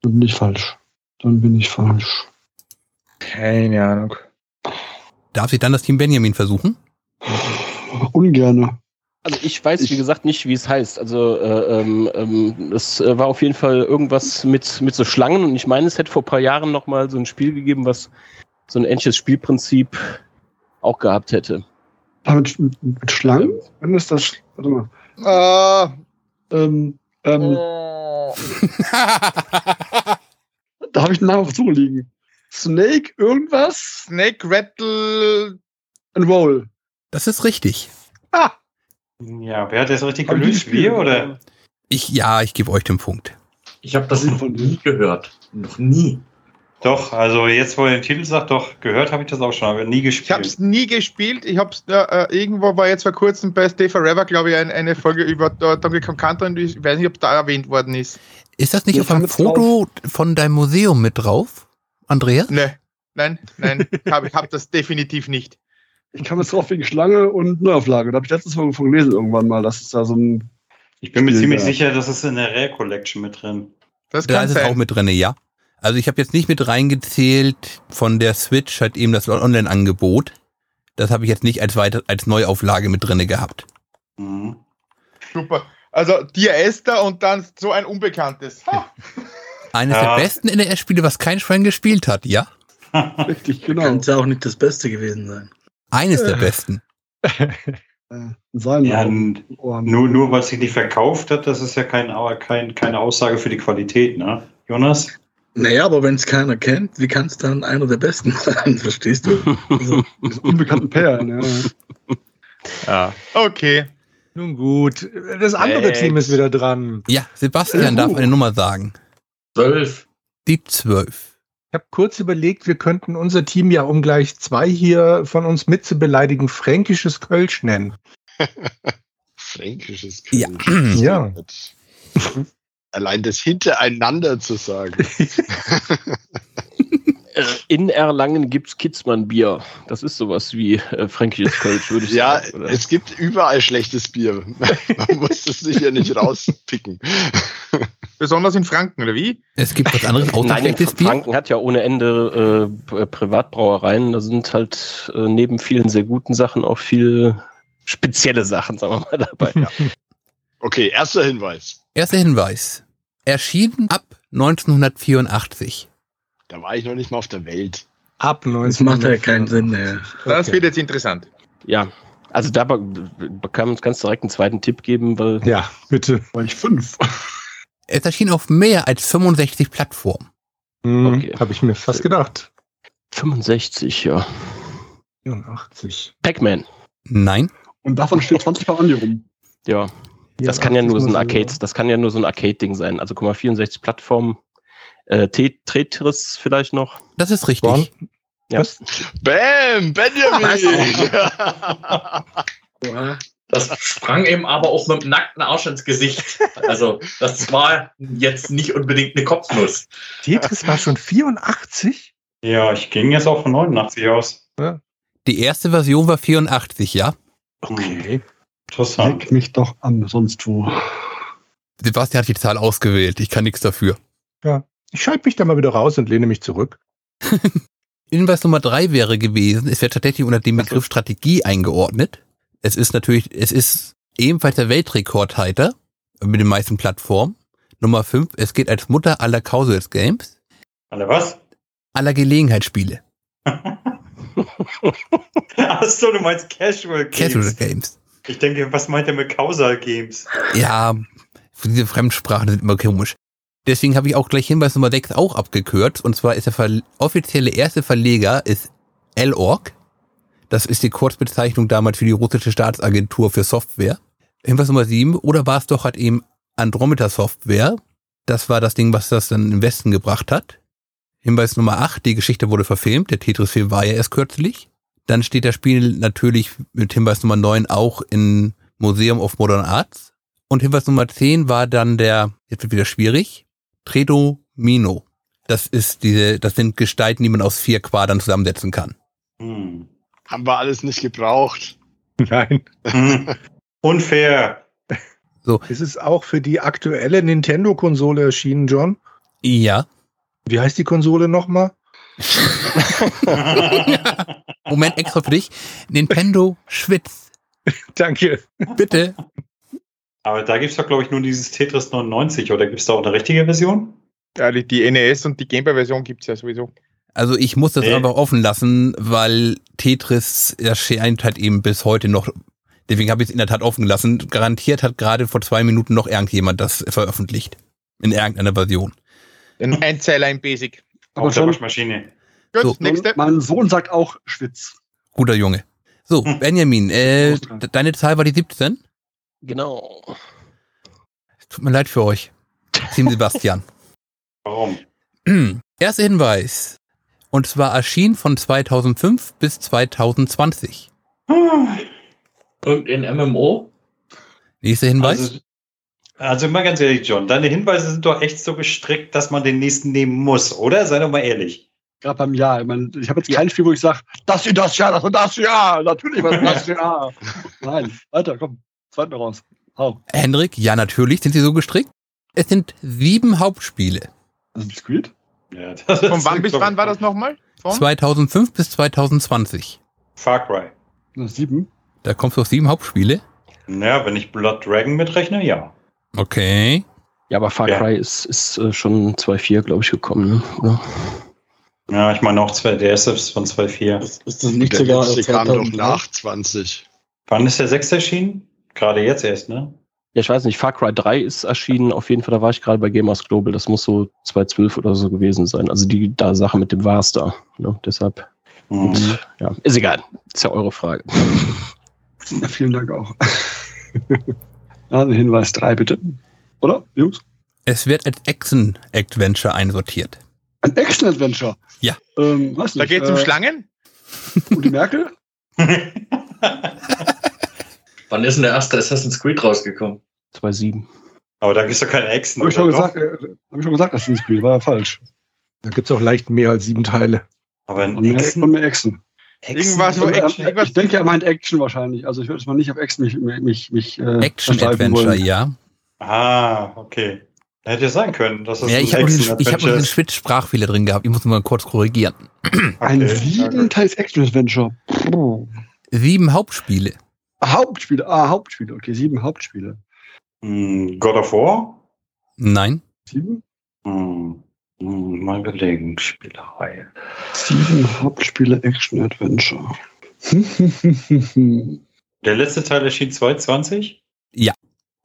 Speaker 6: Dann bin ich falsch. Dann bin ich falsch.
Speaker 3: Keine Ahnung.
Speaker 1: Darf sich dann das Team Benjamin versuchen?
Speaker 6: Ungerne.
Speaker 2: Also ich weiß, wie gesagt, nicht, wie es heißt. Also äh, ähm, ähm, es äh, war auf jeden Fall irgendwas mit, mit so Schlangen und ich meine, es hätte vor ein paar Jahren nochmal so ein Spiel gegeben, was so ein ähnliches Spielprinzip auch gehabt hätte.
Speaker 6: Damit, Ah, mit, mit Schlangen? Wann ist das? Warte mal.
Speaker 3: Ah,
Speaker 6: Ähm, ähm, Da habe ich einen Namen auf der Zunge liegen. Snake, irgendwas?
Speaker 3: Snake Rattle.
Speaker 6: And Roll.
Speaker 1: das ist richtig.
Speaker 7: Ja, wer hat das richtig
Speaker 6: Haben die
Speaker 7: gelöst?
Speaker 6: gespielt?
Speaker 7: Wir oder?
Speaker 1: Ich, ja, ich gebe euch den Punkt.
Speaker 8: Ich habe das noch nie gehört. Noch nie.
Speaker 7: Doch, also jetzt, wo ihr den Titel sagt, doch, gehört habe ich das auch schon, aber nie
Speaker 3: Ich hab's
Speaker 7: gespielt.
Speaker 3: nie gespielt. Ich hab's äh, äh, irgendwo war jetzt vor kurzem bei Stay Forever, glaube ich, ein, eine Folge über äh, Donkey Kong Country und ich weiß nicht, ob da erwähnt worden ist.
Speaker 1: Ist das nicht
Speaker 6: Wir
Speaker 1: auf einem
Speaker 6: fangen jetzt
Speaker 1: Foto von deinem Museum mit drauf, Andreas?
Speaker 3: Ne, nein, nein, hab, ich hab das definitiv nicht.
Speaker 6: Ich kam jetzt drauf wegen Schlange und Neuauflage. Da habe ich letztes Mal von gelesen irgendwann mal. Das ist da so ein.
Speaker 7: Ich bin mir
Speaker 6: Spiel,
Speaker 7: ziemlich
Speaker 6: ja.
Speaker 7: sicher, das ist in der Rare Collection mit drin.
Speaker 3: Das
Speaker 1: Da
Speaker 3: kann
Speaker 1: ist es auch
Speaker 3: sein.
Speaker 1: mit drin, ja. Also ich habe jetzt nicht mit reingezählt von der Switch, hat eben das Online-Angebot. Das habe ich jetzt nicht als, weiter, als Neuauflage mit drinne gehabt.
Speaker 7: Mhm.
Speaker 3: Super. Also dir Esther und dann so ein Unbekanntes. Ha.
Speaker 1: Eines
Speaker 7: Ja.
Speaker 1: der besten NES-Spiele, was kein Schwein gespielt hat, ja?
Speaker 6: Richtig,
Speaker 9: Kann
Speaker 6: genau.
Speaker 9: es ja auch nicht das Beste gewesen sein.
Speaker 1: Eines der besten.
Speaker 6: Äh, in seinen
Speaker 9: Oh,
Speaker 7: Ja,
Speaker 6: Augen.
Speaker 7: n-
Speaker 6: Ohren.
Speaker 7: nur, nur weil es sich nicht verkauft hat, das ist ja kein, aber kein, keine Aussage für die Qualität, ne? Jonas?
Speaker 9: Naja, aber wenn es keiner kennt, wie kann es dann einer der Besten sein? Verstehst du? Also,
Speaker 6: Diese unbekannten Perlen. Ja.
Speaker 3: Okay.
Speaker 5: Nun gut, das andere
Speaker 2: Sechs.
Speaker 5: Team ist wieder dran.
Speaker 1: Ja, Sebastian darf eine Nummer sagen.
Speaker 8: Zwölf.
Speaker 1: Die 12.
Speaker 5: Ich habe kurz überlegt, wir könnten unser Team ja, um gleich zwei hier von uns mit zu beleidigen, fränkisches Kölsch nennen.
Speaker 4: Fränkisches
Speaker 1: Ja.
Speaker 4: Kölsch.
Speaker 5: Ja.
Speaker 4: Allein das hintereinander zu sagen.
Speaker 2: Äh, in Erlangen gibt's Kitzmann-Bier. Das ist sowas wie äh, fränkisches Kölsch, würde ich
Speaker 4: Ja,
Speaker 2: sagen. oder?
Speaker 4: es gibt überall schlechtes Bier. Man muss es sicher nicht rauspicken.
Speaker 3: Besonders in Franken, oder wie?
Speaker 1: Es gibt was anderes außer
Speaker 2: Nein,
Speaker 1: schlechtes Bier.
Speaker 2: Franken hat ja ohne Ende äh, P- äh, Privatbrauereien. Da sind halt äh, neben vielen sehr guten Sachen auch viel spezielle Sachen, sagen wir mal, dabei.
Speaker 4: Okay, erster Hinweis.
Speaker 1: Erster Hinweis. Erschienen ab 1984.
Speaker 4: Da war ich noch nicht mal auf der Welt.
Speaker 5: Ab 19.
Speaker 9: das macht ja keinen Sinn. Ja.
Speaker 3: Das wird jetzt interessant.
Speaker 2: Ja, also da be- be- kann, kannst du direkt einen zweiten Tipp geben, weil
Speaker 5: Ja, bitte.
Speaker 6: War ich fünf.
Speaker 1: Es erschien auf mehr als 65 Plattformen.
Speaker 5: Hm,
Speaker 2: Okay.
Speaker 5: Habe ich mir fast gedacht.
Speaker 2: 65, ja.
Speaker 5: 84.
Speaker 2: Pac-Man,
Speaker 1: Nein,
Speaker 6: Und davon steht 20 Mal an dir rum.
Speaker 2: ja. Das kann ja nur so ein
Speaker 5: 84
Speaker 2: Arcade, das kann ja nur so ein Arcade-Ding sein. Also guck mal, 64 Plattformen. Äh, Te- Tetris vielleicht noch.
Speaker 1: das ist richtig.
Speaker 5: Born?
Speaker 2: Ja.
Speaker 5: Was?
Speaker 4: Bam! Benjamin!
Speaker 9: Oha.
Speaker 8: Das sprang ihm aber auch mit dem nackten Arsch ins Gesicht. Also, das war jetzt nicht unbedingt eine Kopfnuss.
Speaker 5: Tetris war schon 84?
Speaker 7: Ja, ich ging jetzt auch von 89 aus.
Speaker 1: Die erste Version war 84, ja?
Speaker 7: Okay. Interessant.
Speaker 6: Leck mich doch an, sonst wo.
Speaker 1: Sebastian hat die Zahl ausgewählt. Ich kann nichts dafür.
Speaker 5: Ich schalte mich da mal wieder raus und lehne mich zurück.
Speaker 1: Hinweis Nummer drei wäre gewesen, es wäre tatsächlich unter dem Begriff Strategie eingeordnet. Es ist natürlich, es ist ebenfalls der Weltrekordhalter mit den meisten Plattformen. Nummer 5, es geht als Mutter aller Casuals Games,
Speaker 7: Alle was?
Speaker 1: aller Gelegenheitsspiele.
Speaker 7: Achso, du meinst Casual Games.
Speaker 1: Casual Games.
Speaker 7: Ich denke, was meint er mit Causal Games?
Speaker 1: Ja, diese Fremdsprachen sind immer komisch. Deswegen habe ich auch gleich Hinweis Nummer 6 auch abgekürzt. Und zwar ist der Ver offizielle erste Verleger ist L.org. Das ist die Kurzbezeichnung damals für die russische Staatsagentur für Software. Hinweis Nummer 7. Oder war es doch halt eben Andromeda Software. Das war das Ding, was das dann im Westen gebracht hat. Hinweis Nummer 8. Die Geschichte wurde verfilmt. Der Tetris-Film war ja erst kürzlich. Dann steht das Spiel natürlich mit Hinweis Nummer 9 auch in Museum of Modern Arts. Und Hinweis Nummer 10 war dann der, jetzt wird wieder schwierig, Tredomino. Das ist diese, das sind Gestalten, die man aus vier Quadern zusammensetzen kann.
Speaker 7: Hm.
Speaker 4: Haben wir alles nicht gebraucht.
Speaker 5: Nein.
Speaker 7: Hm. Unfair.
Speaker 5: Es ist auch für die aktuelle Nintendo-Konsole erschienen, John.
Speaker 1: Ja.
Speaker 5: Wie heißt die Konsole nochmal?
Speaker 1: Moment extra für dich. Nintendo Schwitz.
Speaker 5: Danke.
Speaker 1: Bitte.
Speaker 7: Aber da gibt es doch, glaube ich, nur dieses Tetris 99 oder gibt es da auch eine richtige Version?
Speaker 3: Ja, die, die NES und die Gameboy-Version gibt's ja sowieso.
Speaker 1: Also ich muss das
Speaker 7: Nee.
Speaker 1: einfach offen lassen, weil Tetris erscheint halt eben bis heute noch. Deswegen habe ich es in der Tat offen gelassen. Garantiert hat gerade vor zwei Minuten noch irgendjemand das veröffentlicht. In irgendeiner Version.
Speaker 3: Ein Einzeiler im Basic.
Speaker 7: Auf
Speaker 6: Aber
Speaker 7: der
Speaker 6: schon,
Speaker 7: Waschmaschine.
Speaker 3: Gut,
Speaker 1: So.
Speaker 3: nächste.
Speaker 6: mein Sohn sagt auch Schwitz.
Speaker 1: Guter Junge. So,
Speaker 7: Hm.
Speaker 1: Benjamin, äh,
Speaker 6: Großteil.
Speaker 1: de- deine Zahl war die 17?
Speaker 2: Genau.
Speaker 1: Tut mir leid für euch. Team Sebastian.
Speaker 7: Warum?
Speaker 1: Erster Hinweis. Und zwar erschien von 2005 bis 2020.
Speaker 7: Ah,
Speaker 8: Irgendein MMO?
Speaker 1: Nächster Hinweis.
Speaker 7: Also, also mal ganz ehrlich, John, deine Hinweise sind doch echt so gestrickt, dass man den nächsten nehmen muss, oder? Sei doch mal ehrlich.
Speaker 6: Gerade beim Jahr. Ich, meine, ich habe jetzt kein Spiel, wo ich sage, das und das Jahr, das und das Jahr. Natürlich war das das Jahr. Nein, weiter, komm. Zweiten raus. Hau.
Speaker 1: Henrik, ja natürlich sind sie so gestrickt. Es sind sieben Hauptspiele.
Speaker 6: Das ist Squid.
Speaker 7: Ja, das
Speaker 3: Von
Speaker 7: ist-
Speaker 3: wann bis wann war das nochmal? Von?
Speaker 1: 2005 bis 2020.
Speaker 7: Far Cry.
Speaker 6: Das ist sieben.
Speaker 1: Da kommst du auf sieben Hauptspiele.
Speaker 7: Naja, wenn ich Blood Dragon mitrechne, ja.
Speaker 1: Okay.
Speaker 2: Ja, aber Far
Speaker 7: Ja.
Speaker 2: Cry ist, ist äh, schon 2.4, glaube ich, gekommen, ne? oder?
Speaker 7: Ja, ich meine auch zwei, der erste ist von 2.4.
Speaker 9: Ist, ist das nicht
Speaker 4: der
Speaker 9: sogar ne?
Speaker 4: letzte kam doch
Speaker 9: 2003?
Speaker 4: nach 20.
Speaker 7: Wann ist der sechste erschienen? Gerade jetzt erst, ne?
Speaker 2: Ja, ich weiß nicht, Far Cry 3 ist erschienen, auf jeden Fall, da war ich gerade bei Gamers Global, das muss so 2.12 oder so gewesen sein. Also die da Sache mit dem war es da. Ne? Deshalb,
Speaker 7: Hm.
Speaker 2: ja, ist egal. Ist ja eure Frage.
Speaker 6: Ja, vielen Dank auch. also Hinweis drei bitte. Oder, Jungs?
Speaker 1: Es wird als Action-Adventure einsortiert.
Speaker 6: Ein Action-Adventure.
Speaker 1: Ja.
Speaker 6: Ähm, weiß
Speaker 3: Da
Speaker 6: nicht,
Speaker 3: geht's um
Speaker 6: äh,
Speaker 3: Schlangen?
Speaker 6: Uli Merkel?
Speaker 8: Wann ist denn der erste Assassin's Creed rausgekommen?
Speaker 2: 2.7.
Speaker 7: Aber da gibt's doch keine Echsen.
Speaker 6: Habe ich, schon
Speaker 7: oder doch?
Speaker 6: gesagt, äh, hab ich schon gesagt, das ist ein Spiel. War ja falsch.
Speaker 5: Da gibt es auch leicht mehr als sieben Teile.
Speaker 7: Aber
Speaker 6: Und
Speaker 7: ein
Speaker 6: mehr, und
Speaker 7: Echsen.
Speaker 6: mehr Action.
Speaker 3: Irgendwas, wo
Speaker 6: Also, ähm,
Speaker 3: Action, irgendwas
Speaker 6: ich denke, er meint Action wahrscheinlich. Also ich würde jetzt mal nicht auf Action mich, mich, mich äh, versteifen
Speaker 1: Action-Adventure,
Speaker 6: wollen.
Speaker 1: ja.
Speaker 7: Ah, okay. Hätte ja sein können, dass das
Speaker 1: ja
Speaker 7: ein
Speaker 1: ich habe
Speaker 7: Echsen-
Speaker 1: ich hab noch
Speaker 7: Adventure
Speaker 1: einen
Speaker 7: ist.
Speaker 1: Switch-Sprachfehler drin gehabt. Ich muss mal kurz korrigieren.
Speaker 6: Ein
Speaker 7: Okay.
Speaker 6: siebenteils Action-Adventure. Puh.
Speaker 1: Sieben Hauptspiele.
Speaker 6: Hauptspiele. Ah, Hauptspiele. Okay, sieben Hauptspiele.
Speaker 7: Hm, God of War?
Speaker 1: Nein.
Speaker 6: Sieben?
Speaker 7: Hm. Hm, mal überlegen, Spielerei.
Speaker 6: Sieben Hauptspiele Action-Adventure. Hm, hm, hm, hm, hm.
Speaker 7: Der letzte Teil erschien 2020?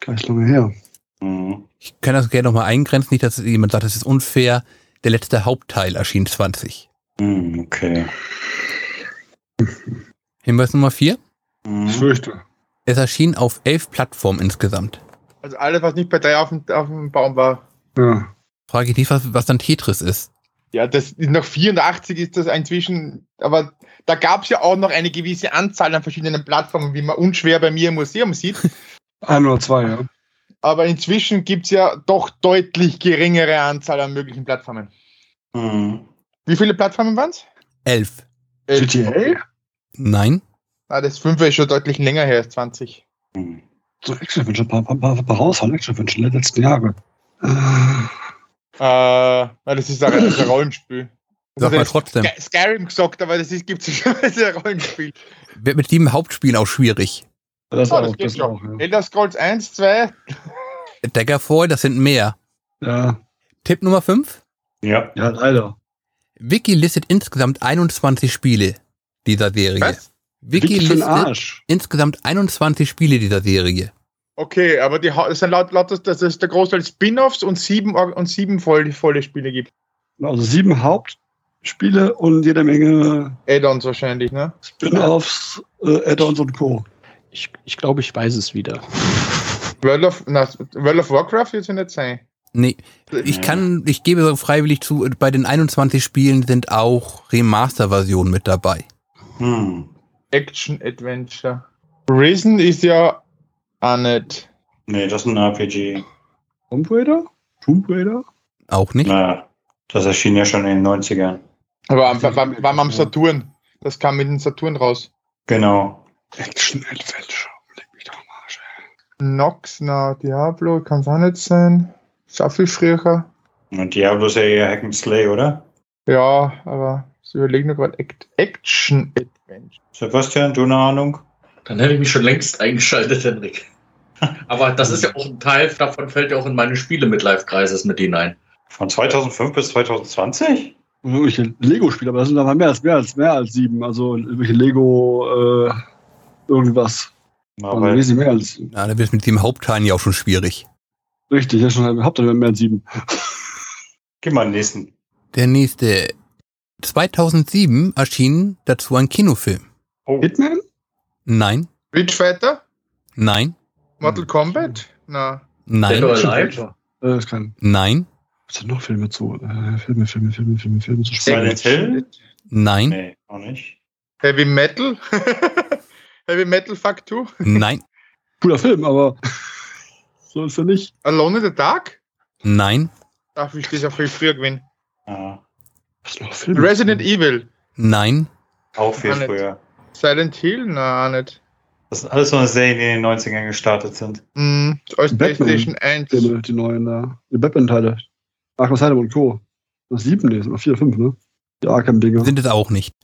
Speaker 6: Gar nicht lange her.
Speaker 7: Hm.
Speaker 1: Ich kann das gerne nochmal eingrenzen, nicht, dass jemand sagt, das ist unfair. Der letzte Hauptteil erschien 20.
Speaker 7: Hm, okay.
Speaker 1: Hinweis Nummer 4.
Speaker 7: Hm.
Speaker 5: Ich fürchte.
Speaker 1: Es erschien auf elf Plattformen insgesamt.
Speaker 3: Also alles, was nicht bei drei auf dem, auf dem Baum war.
Speaker 6: Ja.
Speaker 1: Frage ich nicht, was, was dann Tetris ist.
Speaker 3: Ja, das ist nach 84 ist das inzwischen, aber da gab es ja auch noch eine gewisse Anzahl an verschiedenen Plattformen, wie man unschwer bei mir im Museum sieht.
Speaker 6: Ein oder zwei, ja.
Speaker 3: Aber inzwischen gibt es ja doch deutlich geringere Anzahl an möglichen Plattformen.
Speaker 7: Hm.
Speaker 3: Wie viele Plattformen waren es?
Speaker 1: Elf.
Speaker 6: GTA?
Speaker 1: Nein.
Speaker 3: Ah, das 5 ist schon deutlich länger her als 20.
Speaker 7: Hm.
Speaker 6: So Action-Adventure, paar, paar, paar, paar Haushalte Action-Adventure der letzten Jahre. Äh,
Speaker 3: Äh, na, das ist ein, das ist ein Rollenspiel.
Speaker 1: Sag mal trotzdem.
Speaker 3: Sky- Skyrim gesagt, aber das gibt es schon, das ist ein Rollenspiel.
Speaker 1: Wird mit sieben Hauptspielen auch schwierig.
Speaker 6: Das,
Speaker 3: Oh,
Speaker 6: auch,
Speaker 3: das geht
Speaker 6: das
Speaker 3: schon.
Speaker 6: auch. Ja.
Speaker 3: Elder Scrolls 1, 2.
Speaker 1: Daggerfall, das sind mehr.
Speaker 6: Ja,
Speaker 1: Tipp Nummer 5.
Speaker 7: Ja,
Speaker 6: ja, leider.
Speaker 1: Wiki listet insgesamt 21 Spiele dieser Serie.
Speaker 3: Was?
Speaker 1: Wiki,
Speaker 6: Wiki für'n
Speaker 1: listet
Speaker 6: Arsch.
Speaker 1: insgesamt 21 Spiele dieser Serie.
Speaker 3: Okay, aber die, hau- es sind laut, laut das, das ist der Großteil Spin-offs und sieben, Or- und sieben voll, volle Spiele gibt.
Speaker 6: Also sieben Hauptspiele und jede Menge
Speaker 3: Add-ons wahrscheinlich, ne?
Speaker 6: Spin-offs, äh, Add-ons und Co.
Speaker 2: Ich, ich glaube, ich weiß es wieder.
Speaker 3: World of, na, World of Warcraft wird es ja nicht sein.
Speaker 1: Nee, ich kann, ich gebe so freiwillig zu, bei den 21 Spielen sind auch Remaster-Versionen mit dabei.
Speaker 7: Hm.
Speaker 3: Action-Adventure. Risen ist ja auch nicht.
Speaker 7: Nee, das ist ein RPG.
Speaker 6: Tomb Raider? Tomb Raider?
Speaker 1: Auch nicht?
Speaker 7: Naja, das erschien ja schon in den 90ern.
Speaker 3: Aber am, beim, beim am Saturn. Das kam mit dem Saturn raus.
Speaker 7: Genau.
Speaker 6: Action Adventure. Leg mich doch am Arsch.
Speaker 3: Nox, na, Diablo, kann es auch nicht sein. Ist auch viel früher.
Speaker 7: Und Diablo ist ja eher Hack and Slay, oder?
Speaker 3: Ja, aber ich überlege nur gerade Act Action-Adventure.
Speaker 7: Sebastian, du eine Ahnung?
Speaker 8: Dann hätte ich mich schon längst eingeschaltet, Henrik. Aber das ist ja auch ein Teil, davon fällt ja auch in meine Spiele mit Live-Kreises mit hinein.
Speaker 7: Von 2005 bis 2020?
Speaker 6: Und Irgendwelche Lego-Spiele, aber das sind aber mehr als, mehr als, mehr als sieben. Also irgendwelche Lego, äh, irgendwas. Also
Speaker 7: Aber
Speaker 6: wesentlich mehr als.
Speaker 1: Na, da wird mit dem Hauptteilen ja auch schon schwierig.
Speaker 6: Richtig, ja schon, habt ihr mehr als sieben.
Speaker 7: gib mal den nächsten.
Speaker 1: Der nächste. 2007 erschien dazu ein Kinofilm.
Speaker 7: Oh,
Speaker 6: Hitman?
Speaker 1: Nein,
Speaker 3: Street Fighter?
Speaker 1: nein,
Speaker 3: Mortal
Speaker 7: Hm.
Speaker 3: Kombat? Na.
Speaker 1: nein,
Speaker 8: Dead or
Speaker 6: Action
Speaker 8: Alive?
Speaker 6: Adventure. Äh, das kann.
Speaker 1: nein,
Speaker 6: Was sind noch Filme zu? Äh, Filme, Filme, Filme, Filme, Filme zu spielen.
Speaker 7: Silent Hill?
Speaker 1: nein,
Speaker 7: Nee, auch nicht.
Speaker 3: Heavy Metal? Heavy Metal Fuck 2?
Speaker 1: nein,
Speaker 6: Cooler Film, aber so ist er nicht.
Speaker 3: Alone in the Dark?
Speaker 1: nein,
Speaker 3: Ach, ich das ja viel früher gewinnen.
Speaker 7: Ah,
Speaker 6: Was sind noch Filme?
Speaker 3: Resident Evil?
Speaker 1: nein,
Speaker 7: auch viel
Speaker 3: Gar nicht.
Speaker 7: früher.
Speaker 3: Silent Hill? Na, auch nicht.
Speaker 7: Das sind alles so eine Serien, die in den 90ern gestartet sind.
Speaker 3: Hm, als
Speaker 6: Batman.
Speaker 3: PlayStation 1.
Speaker 6: Filme, die neuen da. Die Batman-Teile. Arkham Asylum und Co. Das sieben, nee, sind noch vier, fünf, ne? Die Arkham-Dinger.
Speaker 1: sind es auch nicht.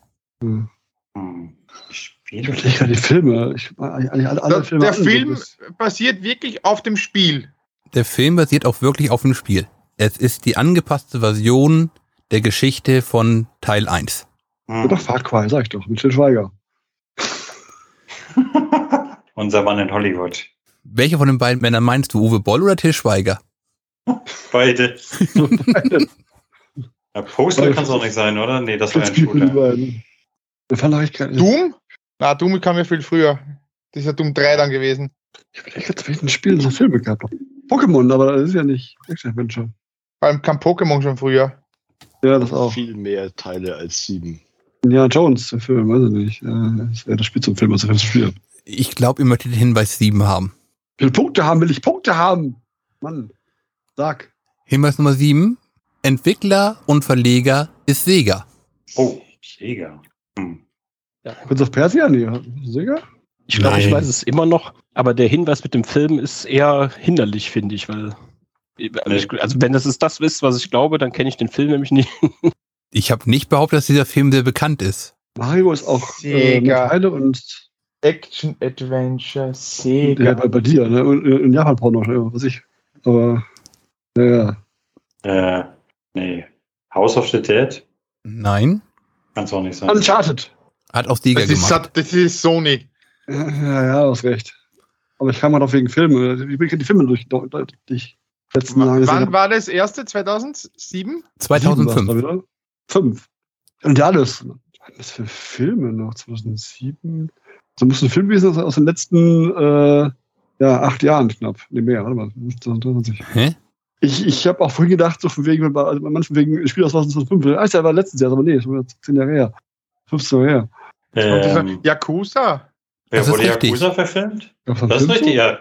Speaker 6: Hm.
Speaker 7: Hm. Ich
Speaker 6: Ich
Speaker 7: spiele
Speaker 6: überlege gerade die Filme. Ich eigentlich eigentlich alle, alle
Speaker 3: Der,
Speaker 6: Filme.
Speaker 3: der
Speaker 6: hatten
Speaker 3: Film
Speaker 6: das.
Speaker 3: basiert wirklich auf dem Spiel.
Speaker 1: Der Film basiert auch wirklich auf dem Spiel. Es ist die angepasste Version der Geschichte von Teil 1.
Speaker 7: Hm.
Speaker 6: Ja, Doch, Far Cry, sag ich doch. Mit Phil Schweiger.
Speaker 7: Unser Mann in Hollywood.
Speaker 1: Welche von den beiden Männern meinst du, Uwe Boll oder Till Schweiger?
Speaker 7: Beide.
Speaker 6: So beide.
Speaker 7: Ja, Postal kann es auch nicht sein, oder? Nee, das war ein
Speaker 6: Jetzt bieten die
Speaker 7: Shooter.
Speaker 6: beiden. Mir fallen noch echt keine.
Speaker 3: Doom? Na, Doom kam ja viel früher. Das ist ja Doom 3 dann gewesen.
Speaker 6: Ich überlege gerade, zu welchen Spielen so Filme gab. Pokémon, aber das ist ja nicht Action Adventure.
Speaker 3: Vor allem kam Pokémon schon früher.
Speaker 6: Ja, das auch.
Speaker 4: Viel mehr Teile als sieben.
Speaker 6: Indiana Jones, der Film, weiß ich nicht. Äh, Das wäre das Spiel zum Film, also das Spiel.
Speaker 1: Ich glaube, ihr möchtet den Hinweis 7 haben.
Speaker 6: Ich will Punkte haben, will ich Punkte haben. Mann, sag.
Speaker 1: Hinweis Nummer 7. Entwickler und Verleger ist Sega.
Speaker 7: Oh, Sega. Hm.
Speaker 6: Prince of Persia? Nee, Sega?
Speaker 2: Ich glaube, ich
Speaker 1: Nein.
Speaker 2: weiß es immer noch, aber der Hinweis mit dem Film ist eher hinderlich, finde ich, weil. Also, ich, also wenn das ist das ist, was ich glaube, dann kenne ich den Film nämlich nicht.
Speaker 1: Ich habe nicht behauptet, dass dieser Film sehr bekannt ist.
Speaker 6: Mario ist auch äh, mit
Speaker 3: Sega.
Speaker 6: Teile und
Speaker 3: Action Adventure,
Speaker 6: ja,
Speaker 3: Sega.
Speaker 6: bei, bei dir, ne? Und, äh, in Japan braucht noch, ja, was ich. Aber, naja.
Speaker 7: Äh, nee. House of the Dead?
Speaker 1: Nein.
Speaker 7: Kann es auch nicht sein.
Speaker 6: Uncharted.
Speaker 1: Hat auch Sega
Speaker 3: Also, Das ist,
Speaker 1: gemacht.
Speaker 3: Sat- das ist Sony.
Speaker 6: Ja, ja, ja, du hast recht. Aber ich kam mal drauf wegen Filme. Ich bin die Filme durch, durch, durch die ich letzten Jahre
Speaker 3: W-
Speaker 6: gesehen
Speaker 3: Wann
Speaker 6: habe.
Speaker 3: war das erste? 2007?
Speaker 6: Sieben war's
Speaker 1: 2005.
Speaker 6: da wieder. Fünf. Und ja, alles. Was für Filme noch? 2007? So muss ein Film gewesen sein aus den letzten äh, ja, acht Jahren knapp. Nee, mehr, warte mal. 2020.
Speaker 1: Hä?
Speaker 6: Ich, ich habe auch vorhin gedacht, so von wegen, bei, also bei manchen wegen Spiel aus 2005. Ah, ist ja aber letztes Jahr, aber nee, ist schon zehn Jahre her. 15 Jahre her.
Speaker 3: Und das war
Speaker 7: Ähm,
Speaker 3: Yakuza?
Speaker 1: Das
Speaker 7: wer
Speaker 1: ist
Speaker 7: wurde
Speaker 1: richtig.
Speaker 7: Yakuza verfilmt?
Speaker 6: Gab's da einen
Speaker 7: Das ist
Speaker 6: Film zu?
Speaker 7: richtig, ja.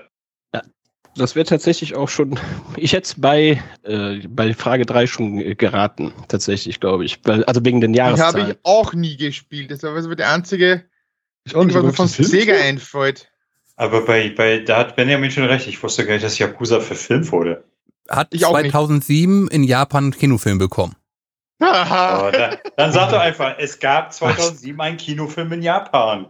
Speaker 2: Das wäre tatsächlich auch schon. Ich hätte es bei, äh, bei Frage 3 schon äh, geraten, tatsächlich, glaube ich. Weil, also wegen den
Speaker 3: Die habe
Speaker 7: halt-
Speaker 2: Jahreszahlen.
Speaker 3: ich auch nie gespielt. Das war so der einzige,
Speaker 6: Ich auch nicht,
Speaker 3: was
Speaker 6: aber
Speaker 3: mir
Speaker 6: gab's
Speaker 3: von
Speaker 6: einen Film
Speaker 3: Sega
Speaker 6: zu?
Speaker 3: einfällt.
Speaker 7: Aber bei, bei, da hat Benjamin schon recht. Ich wusste gar nicht, dass Yakuza verfilmt wurde.
Speaker 1: Hat
Speaker 3: Ich auch nicht.
Speaker 1: 2007 in Japan einen Kinofilm bekommen.
Speaker 3: Haha.
Speaker 7: Oh, Aber da, dann sag doch einfach, es gab 2007 einen Kinofilm in Japan.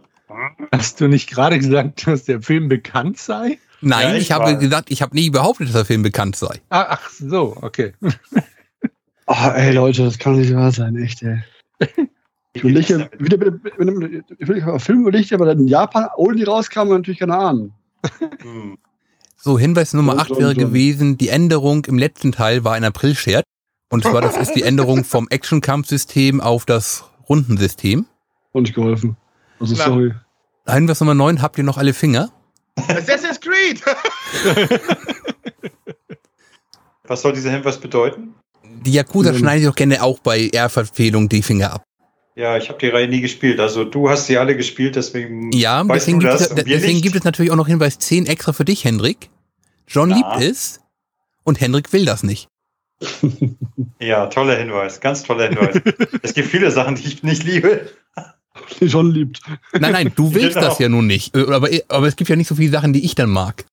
Speaker 5: Hast du nicht gerade gesagt, dass der Film bekannt sei?
Speaker 1: Nein,
Speaker 7: Ja, ich
Speaker 1: ich, habe
Speaker 7: war-
Speaker 1: gesagt, ich habe nie behauptet, dass der Film bekannt sei.
Speaker 5: Ah, ach so, okay.
Speaker 6: Ah, ey, Leute, das kann nicht wahr sein, echt, ey. Ich will nicht, wieder, wieder, wieder, ich will nicht auf Film überlegt, aber dann in Japan, ohne die rauskamen, natürlich keine Ahnung.
Speaker 7: Hm.
Speaker 1: So, Hinweis Nummer
Speaker 6: Dun,
Speaker 1: 8
Speaker 6: dun,
Speaker 1: wäre
Speaker 6: dun.
Speaker 1: gewesen, die Änderung im letzten Teil war ein April-Scherz. Und zwar, das ist die Änderung vom Action-Kampfsystem auf das Rundensystem.
Speaker 6: Und nicht geholfen. Also,
Speaker 3: Klar.
Speaker 6: sorry.
Speaker 1: Hinweis Nummer 9, habt ihr noch alle Finger?
Speaker 3: Assassin's Creed!
Speaker 7: Was soll dieser Hinweis bedeuten?
Speaker 1: Die Yakuza
Speaker 6: Mhm.
Speaker 1: schneiden sich doch gerne auch bei Ehrverfehlung die Finger ab.
Speaker 7: Ja, ich habe die Reihe nie gespielt. Also du hast sie alle gespielt, deswegen.
Speaker 1: Ja,
Speaker 7: Weißt
Speaker 1: deswegen,
Speaker 7: du
Speaker 1: gibt
Speaker 7: das
Speaker 1: es,
Speaker 7: und wir
Speaker 1: deswegen
Speaker 7: nicht?
Speaker 1: gibt es natürlich auch noch Hinweis 10 extra für dich, Hendrik. John
Speaker 7: Ja.
Speaker 1: liebt es und Hendrik will das nicht.
Speaker 7: Ja, toller Hinweis, ganz toller Hinweis. es gibt viele Sachen, die ich nicht liebe.
Speaker 6: Die schon liebt.
Speaker 1: Nein, nein, du willst
Speaker 7: Genau.
Speaker 1: das ja nun nicht. Äh, Aber, aber es gibt ja nicht so viele Sachen, die ich dann mag.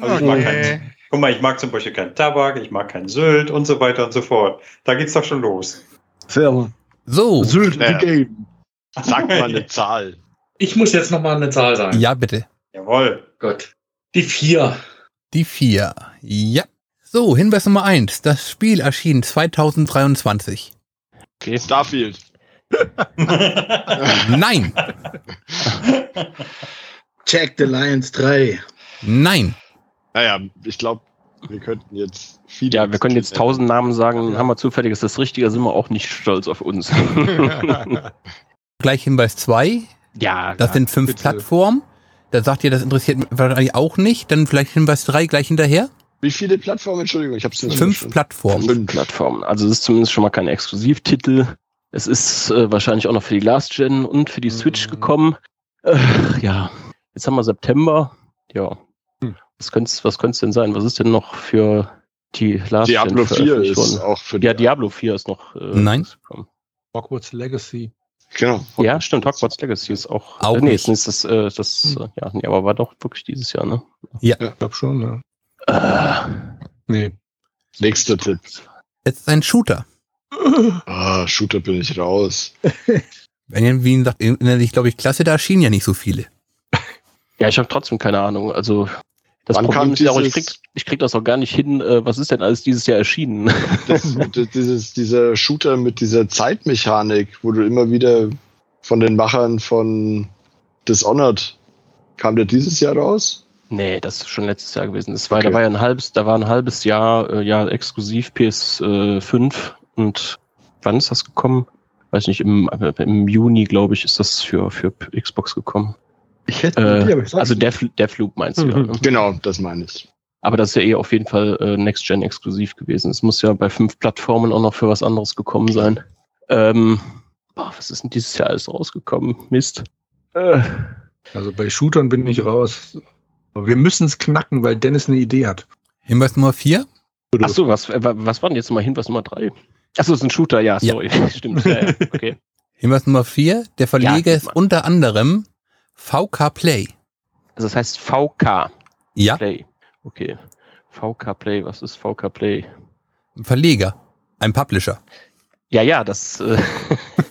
Speaker 7: Also ich
Speaker 4: Oh
Speaker 7: mag keinen, guck mal, ich mag zum Beispiel keinen Tabak, ich mag keinen Sylt und so weiter und so fort. Da geht's doch schon los.
Speaker 6: Fair.
Speaker 1: So,
Speaker 6: Sylt,
Speaker 4: Ja.
Speaker 6: the game.
Speaker 4: Sag mal eine Zahl.
Speaker 8: Ich muss jetzt nochmal eine Zahl sagen.
Speaker 1: ja bitte.
Speaker 7: Jawohl.
Speaker 8: Gott. Die vier.
Speaker 1: Die 4. Ja. So, Hinweis Nummer 1. Das Spiel erschien 2023.
Speaker 4: Starfield.
Speaker 1: Nein,
Speaker 9: Jack the Lions 3.
Speaker 1: nein.
Speaker 4: Naja, ich glaube, wir könnten jetzt viele.
Speaker 2: Ja, wir können jetzt tausend Namen sagen, haben wir zufällig, ist das Richtige, sind wir auch nicht stolz auf uns.
Speaker 1: Gleich Hinweis 2.
Speaker 2: ja,
Speaker 1: Das sind fünf
Speaker 5: bitte.
Speaker 1: Plattformen. Da sagt ihr, das interessiert mich wahrscheinlich auch nicht. Dann vielleicht Hinweis 3 gleich hinterher.
Speaker 4: Wie viele Plattformen? Entschuldigung, ich habe es nicht
Speaker 1: Fünf
Speaker 4: verstanden.
Speaker 1: Plattformen.
Speaker 4: Fünf.
Speaker 2: Plattformen. Also es ist zumindest schon mal kein Exklusivtitel. Es ist äh, wahrscheinlich auch noch für die Last Gen und für die Switch
Speaker 5: Mhm.
Speaker 2: gekommen. Äh, ja, jetzt haben wir September. Ja.
Speaker 5: Hm.
Speaker 2: Was könnte es was könnt's denn sein? Was ist denn noch für die Last
Speaker 4: Diablo
Speaker 2: Gen
Speaker 4: 4
Speaker 2: veröffentlicht
Speaker 4: ist
Speaker 2: worden?
Speaker 4: auch für die.
Speaker 2: Ja, Diablo 4 ist noch. äh,
Speaker 1: Nein.
Speaker 2: rausgekommen.
Speaker 5: Hogwarts Legacy.
Speaker 4: Genau.
Speaker 2: Ja, stimmt. Hogwarts Legacy ist auch.
Speaker 1: Auch
Speaker 2: äh, nee, ist
Speaker 1: nicht.
Speaker 2: nicht das, äh, das äh, ja, nee, aber war doch wirklich dieses Jahr, ne?
Speaker 5: Ich glaube schon, Hm. ja.
Speaker 2: Äh,
Speaker 5: Nee.
Speaker 4: Nächster Tipp.
Speaker 1: Es ist ein Shooter.
Speaker 4: Ah, Shooter bin ich raus.
Speaker 1: Benjamin sagt, erinnere dich, glaube ich, klasse, da erschienen ja nicht so viele.
Speaker 2: Ja, ich habe trotzdem keine Ahnung. Also das
Speaker 4: Wann
Speaker 2: Problem
Speaker 4: kam
Speaker 2: ist ja auch, ich krieg,
Speaker 4: dieses-
Speaker 2: ich krieg das auch gar nicht hin, äh, was ist denn alles dieses Jahr erschienen?
Speaker 4: Das, das, dieses, dieser Shooter mit dieser Zeitmechanik, wo du immer wieder von den Machern von Dishonored kam der dieses Jahr raus?
Speaker 2: nee, das ist schon letztes Jahr gewesen. Das war, da
Speaker 4: Okay.
Speaker 2: war ja ein halbes, da war ein halbes Jahr, äh, ja, exklusiv PS5 und wann ist das gekommen? Weiß nicht, im, äh, im Juni, glaube ich, ist das für, für P- Xbox gekommen.
Speaker 6: Ich hätte
Speaker 2: Äh,
Speaker 6: die, aber ich sag's
Speaker 2: Also
Speaker 6: nicht.
Speaker 2: Death, Deathloop meinst du, ja,
Speaker 5: Mhm.
Speaker 2: ne?
Speaker 4: Genau, das meine ich.
Speaker 2: Aber das ist ja eh auf jeden Fall äh, Next-Gen exklusiv gewesen. Es muss ja bei fünf Plattformen auch noch für was anderes gekommen sein. Ähm, boah, was ist denn dieses Jahr alles rausgekommen? Mist. Äh,
Speaker 5: Also bei Shootern bin ich raus. Aber wir müssen es knacken, weil Dennis eine Idee hat.
Speaker 1: Hinweis Nummer 4.
Speaker 2: achso, was, äh, wa- was war denn jetzt mal Hinweis Nummer drei? Achso, es ist ein Shooter, ja, sorry. Stimmt. Ja, ja, okay.
Speaker 1: Hinweis Nummer 4. Der Verleger
Speaker 2: Ja,
Speaker 1: ist unter anderem VK Play.
Speaker 2: Also das heißt VK
Speaker 1: Ja,
Speaker 2: Play. Okay. VK Play, was ist VK Play?
Speaker 1: ein Verleger. Ein Publisher.
Speaker 2: Ja, ja, das. Äh,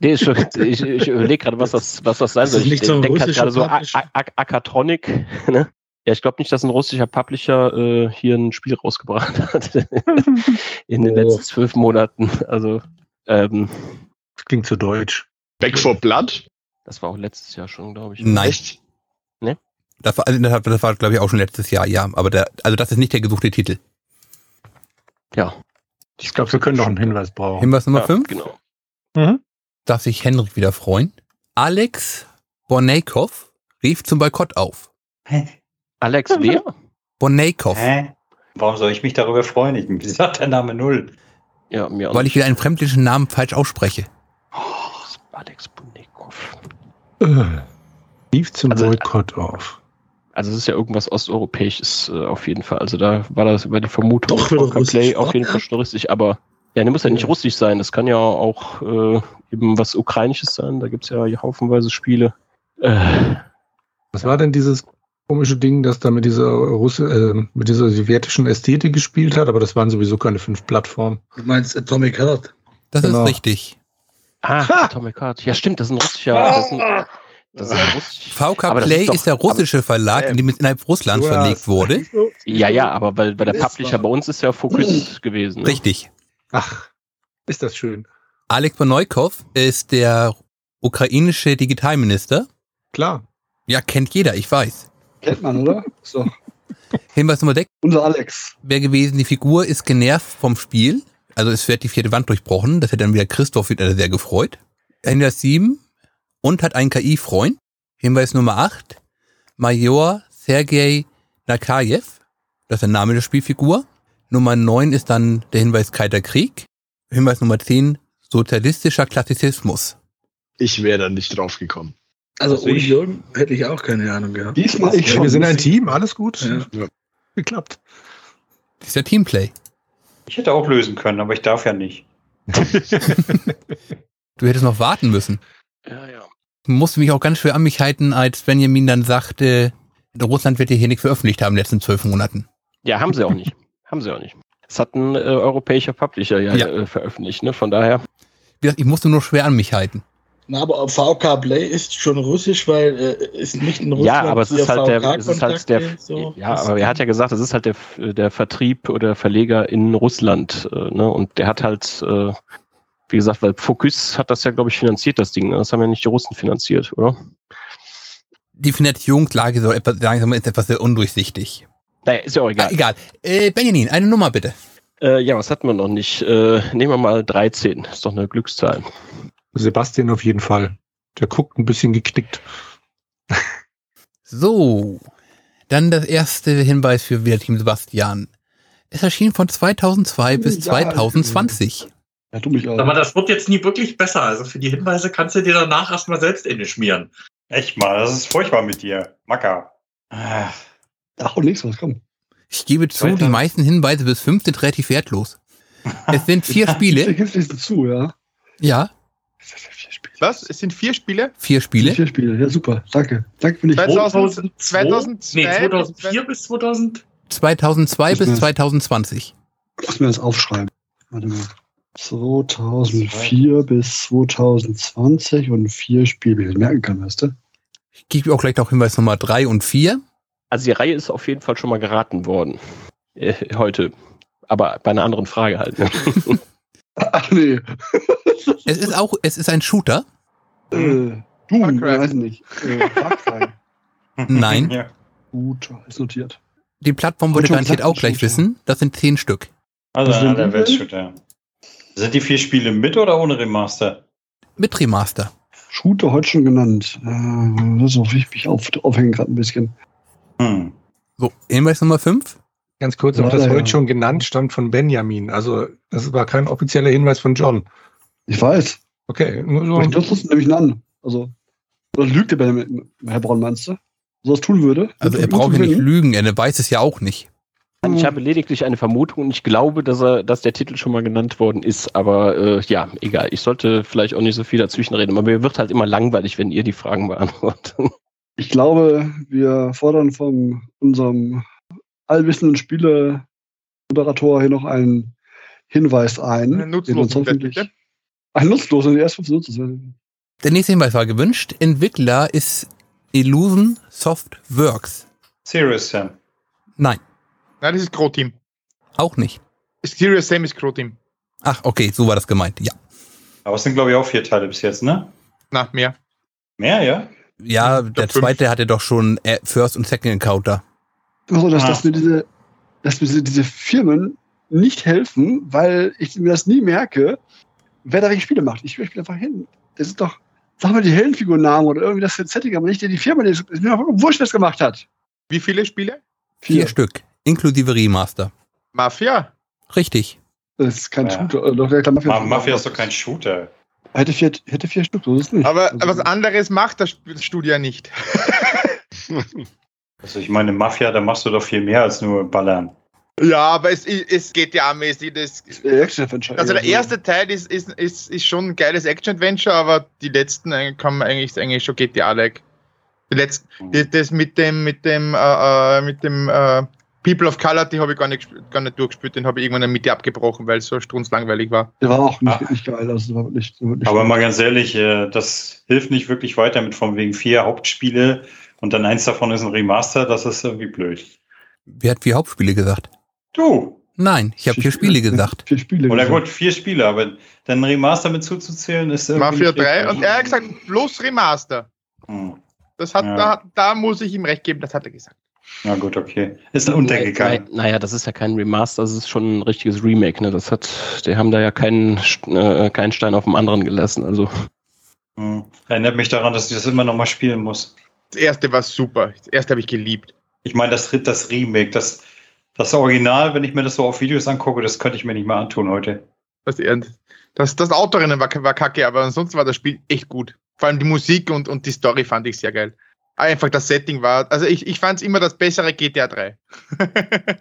Speaker 2: nee, ist schon, ich, ich überlege gerade, was das, was das sein
Speaker 9: Das
Speaker 2: soll.
Speaker 9: ist
Speaker 2: Ich
Speaker 9: nicht so ein
Speaker 2: denk grad
Speaker 9: russischer
Speaker 2: gerade so ah, A-
Speaker 9: Publisher.
Speaker 2: A- A- Akatronic. Ne? Ja, ich glaube nicht, dass ein russischer Publisher äh, hier ein Spiel rausgebracht hat in den
Speaker 5: Oh.
Speaker 2: letzten zwölf Monaten. Also, ähm,
Speaker 5: Das klingt zu deutsch.
Speaker 4: Back for Blood?
Speaker 2: das war auch letztes Jahr schon, glaube ich.
Speaker 1: Nein.
Speaker 4: Echt?
Speaker 1: Das war, also das war- das war glaube ich, auch schon letztes Jahr, ja. Aber der, also das ist nicht der gesuchte Titel.
Speaker 2: Ja.
Speaker 5: Ich glaube, wir können noch einen Hinweis brauchen.
Speaker 1: Hinweis Nummer
Speaker 2: ja,
Speaker 1: 5.
Speaker 2: Genau.
Speaker 6: Mhm.
Speaker 1: Darf sich Henrik wieder freuen. Alex Borneikow rief zum Boykott auf.
Speaker 2: Alex, wer?
Speaker 1: Borneikow,
Speaker 7: Hä? Warum soll ich mich darüber freuen? Ich, mir sagt der Name null.
Speaker 2: Ja, mir auch
Speaker 1: weil
Speaker 2: nicht.
Speaker 1: ich wieder einen fremdlichen Namen falsch ausspreche.
Speaker 2: Oh, Alex Bunikow.
Speaker 5: Äh, Lief zum
Speaker 2: Also-
Speaker 5: Boykott auf.
Speaker 2: Also es ist ja irgendwas Osteuropäisches äh, auf jeden Fall. Also da war das über die Vermutung
Speaker 9: Doch, wieder
Speaker 2: Poker
Speaker 9: russisch,
Speaker 2: Play
Speaker 9: oder?
Speaker 2: auf jeden Fall schon richtig. Aber ja, der muss ja nicht russisch sein. Das kann ja auch äh, eben was Ukrainisches sein. Da gibt's ja haufenweise Spiele. Äh,
Speaker 5: Was war denn dieses komische Ding, das da mit dieser Russe, äh, mit dieser sowjetischen Ästhetik gespielt hat? Aber das waren sowieso keine fünf Plattformen.
Speaker 9: Du meinst Atomic Heart.
Speaker 1: Das
Speaker 5: Genau.
Speaker 1: ist richtig.
Speaker 2: ah, Atomic Heart. Ja, stimmt, das ist ein russischer. Das ist ein, Das ist ja russisch.
Speaker 1: VK
Speaker 2: Aber das
Speaker 1: Play
Speaker 2: ist
Speaker 1: ist,
Speaker 2: doch- Äh,
Speaker 1: der russische Verlag, in dem es innerhalb Russlands
Speaker 5: Ja.
Speaker 1: verlegt wurde.
Speaker 2: Ja, ja, aber bei, bei der
Speaker 6: Das war-
Speaker 2: Publisher bei uns ist ja Fokus gewesen. Ne?
Speaker 1: Richtig.
Speaker 5: Ach, ist das schön.
Speaker 1: Alex Bonoykov ist der ukrainische Digitalminister.
Speaker 5: Klar.
Speaker 1: Ja, kennt jeder, ich weiß.
Speaker 6: Kennt man, oder? Ist doch
Speaker 1: Hinweis Nummer 6
Speaker 6: unser Alex.
Speaker 1: wäre gewesen, die Figur ist genervt vom Spiel. Also es wird die vierte Wand durchbrochen. Das hätte dann wieder Christoph wieder sehr gefreut. Hinweis 7 und hat einen KI-Freund. Hinweis Nummer 8, Major Sergei Nakajew. Das ist der Name der Spielfigur. Nummer 9 ist dann der Hinweis Kalter Krieg. Hinweis Nummer 10, sozialistischer Klassizismus.
Speaker 4: Ich wäre da nicht drauf gekommen.
Speaker 9: Also
Speaker 7: Also
Speaker 9: ohne
Speaker 7: ich-
Speaker 9: Jürgen hätte ich auch keine Ahnung gehabt.
Speaker 6: Diesmal ich
Speaker 5: Hey, wir sind ein Team, alles gut.
Speaker 9: Ja.
Speaker 5: Geklappt.
Speaker 1: Das ist ja Teamplay.
Speaker 7: Ich hätte auch lösen können, aber ich darf ja nicht.
Speaker 1: Du hättest noch warten müssen.
Speaker 2: Ja, ja.
Speaker 1: Ich musste mich auch ganz schwer an mich halten, als Benjamin dann sagte, Russland wird ja hier nichts veröffentlicht haben in den letzten zwölf Monaten.
Speaker 2: Ja, haben sie auch nicht. haben sie auch nicht. Das hat ein äh, europäischer Publisher ja,
Speaker 1: Ja.
Speaker 2: Äh, veröffentlicht, ne? Von daher.
Speaker 1: Wie gesagt, ich musste nur schwer an mich halten.
Speaker 9: Na, aber VK Play ist schon russisch, weil äh, ist nicht in
Speaker 2: Ja,
Speaker 9: Russland.
Speaker 2: aber es ist
Speaker 9: ihr
Speaker 2: halt der,
Speaker 9: VK
Speaker 2: es ist halt der,
Speaker 9: Kontakte, so.
Speaker 2: ja, aber er hat ja gesagt, es ist halt der, der Vertrieb oder Verleger in Russland, äh, ne? Und der hat halt, äh, wie gesagt, weil Focus hat das ja, glaube ich, finanziert, das Ding. ne? Das haben ja nicht die Russen finanziert, oder?
Speaker 1: Die Finanzierungslage soll etwas, sagen wir mal, ist etwas sehr undurchsichtig.
Speaker 2: Naja, ist ja auch
Speaker 1: Ja.
Speaker 2: egal.
Speaker 1: egal. Äh, Benjamin, eine Nummer bitte.
Speaker 2: Äh, ja, was hatten wir noch nicht? Äh, nehmen wir mal 13. Ist doch eine Glückszahl.
Speaker 5: Sebastian auf jeden Fall. Der guckt ein bisschen geknickt.
Speaker 1: So, dann das erste Hinweis für wieder Team Sebastian. Es erschien von 2002 bis
Speaker 6: Ja.
Speaker 1: 2020.
Speaker 6: Ja, du mich
Speaker 8: Aber
Speaker 6: auch.
Speaker 8: das wird jetzt nie wirklich besser. Also für die Hinweise kannst du dir danach erstmal selbst in den schmieren.
Speaker 7: Echt mal, das ist furchtbar mit dir. Macker. Ah,
Speaker 6: Ach, und nichts, was kommt.
Speaker 1: Ich gebe zu,
Speaker 7: Weiter.
Speaker 1: die meisten Hinweise bis fünf sind relativ wertlos. Es sind vier
Speaker 6: Ich
Speaker 1: Spiele.
Speaker 6: gebe es zu, ja.
Speaker 1: Ja,
Speaker 3: Was? Es sind vier Spiele?
Speaker 1: vier Spiele.
Speaker 6: Vier Spiele, ja, super. Danke. Danke für dich.
Speaker 3: 2000, 2002
Speaker 8: 2002? Nee,
Speaker 3: bis
Speaker 8: 2004 bis 2000.
Speaker 1: 2002
Speaker 6: Ich
Speaker 1: bis
Speaker 6: weiß.
Speaker 1: 2020.
Speaker 6: Ich muss mir das aufschreiben. Warte mal. 2004 bis 2020 und vier Spiele, die ich merken kann, weißt du?
Speaker 1: Ich gebe auch gleich noch Hinweis Nummer 3 und 4.
Speaker 2: Also die Reihe ist auf jeden Fall schon mal geraten worden. Äh, heute. Aber bei einer anderen Frage halt. Ne?
Speaker 6: Ach nee.
Speaker 1: Es ist auch, es ist ein Shooter.
Speaker 6: Äh, du, ich weiß nicht. Äh, Darkrai.
Speaker 1: Nein.
Speaker 7: ja.
Speaker 6: Gut, ist notiert.
Speaker 1: Die Plattform wollte
Speaker 6: Schon
Speaker 1: garantiert
Speaker 6: gesagt,
Speaker 1: auch gleich
Speaker 6: Shooter.
Speaker 1: wissen. Das sind zehn Stück.
Speaker 7: Also
Speaker 6: Was
Speaker 7: ein
Speaker 6: sind die
Speaker 7: Allerweltshooter. Sind die vier Spiele mit oder ohne Remaster?
Speaker 1: Mit Remaster.
Speaker 6: Shooter heute schon genannt. Äh, das ist auch mich auf, aufhängen gerade ein bisschen.
Speaker 7: Hm.
Speaker 1: So, Hinweis Nummer 5.
Speaker 5: Ganz kurz,
Speaker 6: Ja,
Speaker 5: auch das
Speaker 6: ja.
Speaker 5: heute schon genannt stand von Benjamin. Also das war kein offizieller Hinweis von John.
Speaker 6: Ich weiß.
Speaker 5: Okay, nur so.
Speaker 6: Aber ich glaube, das nehme ich ihn an. Also, oder lügt der Benjamin, Herr Braun, meinst du? So was tun würde?
Speaker 1: Also er
Speaker 6: Gut
Speaker 1: braucht
Speaker 6: zu
Speaker 1: ja nicht
Speaker 6: finden?
Speaker 1: lügen, er weiß es ja auch nicht.
Speaker 2: Ich habe lediglich eine Vermutung und ich glaube, dass, er, dass der Titel schon mal genannt worden ist. Aber äh, ja, egal. Ich sollte vielleicht auch nicht so viel dazwischen reden. Aber mir wird halt immer langweilig, wenn ihr die Fragen beantwortet.
Speaker 6: Ich glaube, wir fordern von unserem allwissenden Spieler-Moderator hier noch einen Hinweis ein.
Speaker 3: Einen nutzlosen
Speaker 6: den uns hoffentlich-
Speaker 3: vielleicht,
Speaker 6: Einen nutzlosen, der erst nutzlos.
Speaker 1: Der nächste Hinweis war gewünscht. Entwickler ist Illusion Softworks.
Speaker 7: Serious Sam.
Speaker 1: Nein,
Speaker 3: Nein, das ist Groteam.
Speaker 1: auch nicht.
Speaker 3: Serious Sam ist Groteam.
Speaker 1: Ach, okay, so war das gemeint. Ja.
Speaker 7: Aber es sind, glaube ich, auch vier Teile bis jetzt, ne?
Speaker 3: Na, mehr.
Speaker 7: Mehr, ja?
Speaker 1: Ja, der
Speaker 3: fünf.
Speaker 1: zweite hatte doch schon äh, First und Second Encounter.
Speaker 6: Also, dass,
Speaker 7: Ah.
Speaker 6: dass mir diese, dass mir diese, diese Firmen nicht helfen, weil ich mir das nie merke, wer da welche Spiele macht. Ich spiele einfach hin. Das ist doch, sag mal die Heldenfigurnamen oder irgendwie das für ein Setting, aber nicht die, die Firma, die ist mir doch wurscht, wer es gemacht hat.
Speaker 3: Wie viele Spiele?
Speaker 1: Vier Stück, inklusive Remaster.
Speaker 3: Mafia?
Speaker 1: Richtig.
Speaker 6: Das ist kein
Speaker 7: Ja.
Speaker 6: Shooter. Äh, doch, der kleine Mafia.
Speaker 7: Ma Mafia ist doch kein Shooter.
Speaker 6: hätte vier, hätte vier Stück, so ist es nicht.
Speaker 3: Aber
Speaker 6: Also,
Speaker 3: was anderes macht das Stu- Studio ja nicht.
Speaker 7: Also ich meine, Mafia, da machst du doch viel mehr als nur ballern.
Speaker 3: Ja, aber es, es geht ja mäßig. Das,
Speaker 6: der Action-Adventure.
Speaker 3: also der
Speaker 6: Ja,
Speaker 3: erste Teil ist, ist, ist, ist schon ein geiles Action-Adventure, aber die letzten äh, kann man eigentlich, ist eigentlich schon
Speaker 6: Mhm.
Speaker 3: GTA-like. Die letzten, die- das mit dem, mit dem, äh, äh, mit dem äh, People of Color, die habe ich gar nicht, gesp- gar nicht durchgespielt, den habe ich irgendwann in der Mitte abgebrochen, weil es so strunzlangweilig war.
Speaker 6: Der war auch nicht,
Speaker 7: Ah.
Speaker 6: nicht geil. Also, der war nicht, der war nicht
Speaker 7: Aber mal ganz ehrlich, äh, das hilft nicht wirklich weiter mit von wegen vier Hauptspiele und dann eins davon ist ein Remaster, das ist irgendwie blöd.
Speaker 1: Wer hat vier Hauptspiele gesagt?
Speaker 7: Du!
Speaker 1: Nein, ich habe vier Spiele gesagt.
Speaker 6: Vier Spiele.
Speaker 7: Oder
Speaker 6: gesagt.
Speaker 7: gut, vier Spiele, aber dann ein Remaster mit zuzuzählen ist irgendwie.
Speaker 3: Mafia
Speaker 7: schlecht.
Speaker 3: 3 und er hat gesagt, bloß Remaster.
Speaker 6: Mhm.
Speaker 7: Hm.
Speaker 3: Das hat,
Speaker 7: Ja.
Speaker 3: da, da muss ich ihm recht geben, das hat er gesagt.
Speaker 7: Na gut, okay. Ist untergegangen.
Speaker 2: Nein, Naja, das ist ja kein Remaster, das ist schon ein richtiges Remake. Ne? Das hat, die haben da ja keinen, St- äh, keinen Stein auf dem anderen gelassen. Also
Speaker 7: Hm. Erinnert mich daran, dass ich das immer nochmal spielen muss.
Speaker 3: Das erste war super. Das erste habe ich geliebt.
Speaker 7: Ich meine, das, das Remake, das, das Original, wenn ich mir das so auf Videos angucke, das könnte ich mir nicht mehr antun heute.
Speaker 3: Das, das, das Autorennen war, war kacke, aber ansonsten war das Spiel echt gut. Vor allem die Musik und, und die Story fand ich sehr geil. Einfach das Setting war, also ich, ich fand es immer das bessere GTA 3.
Speaker 6: Das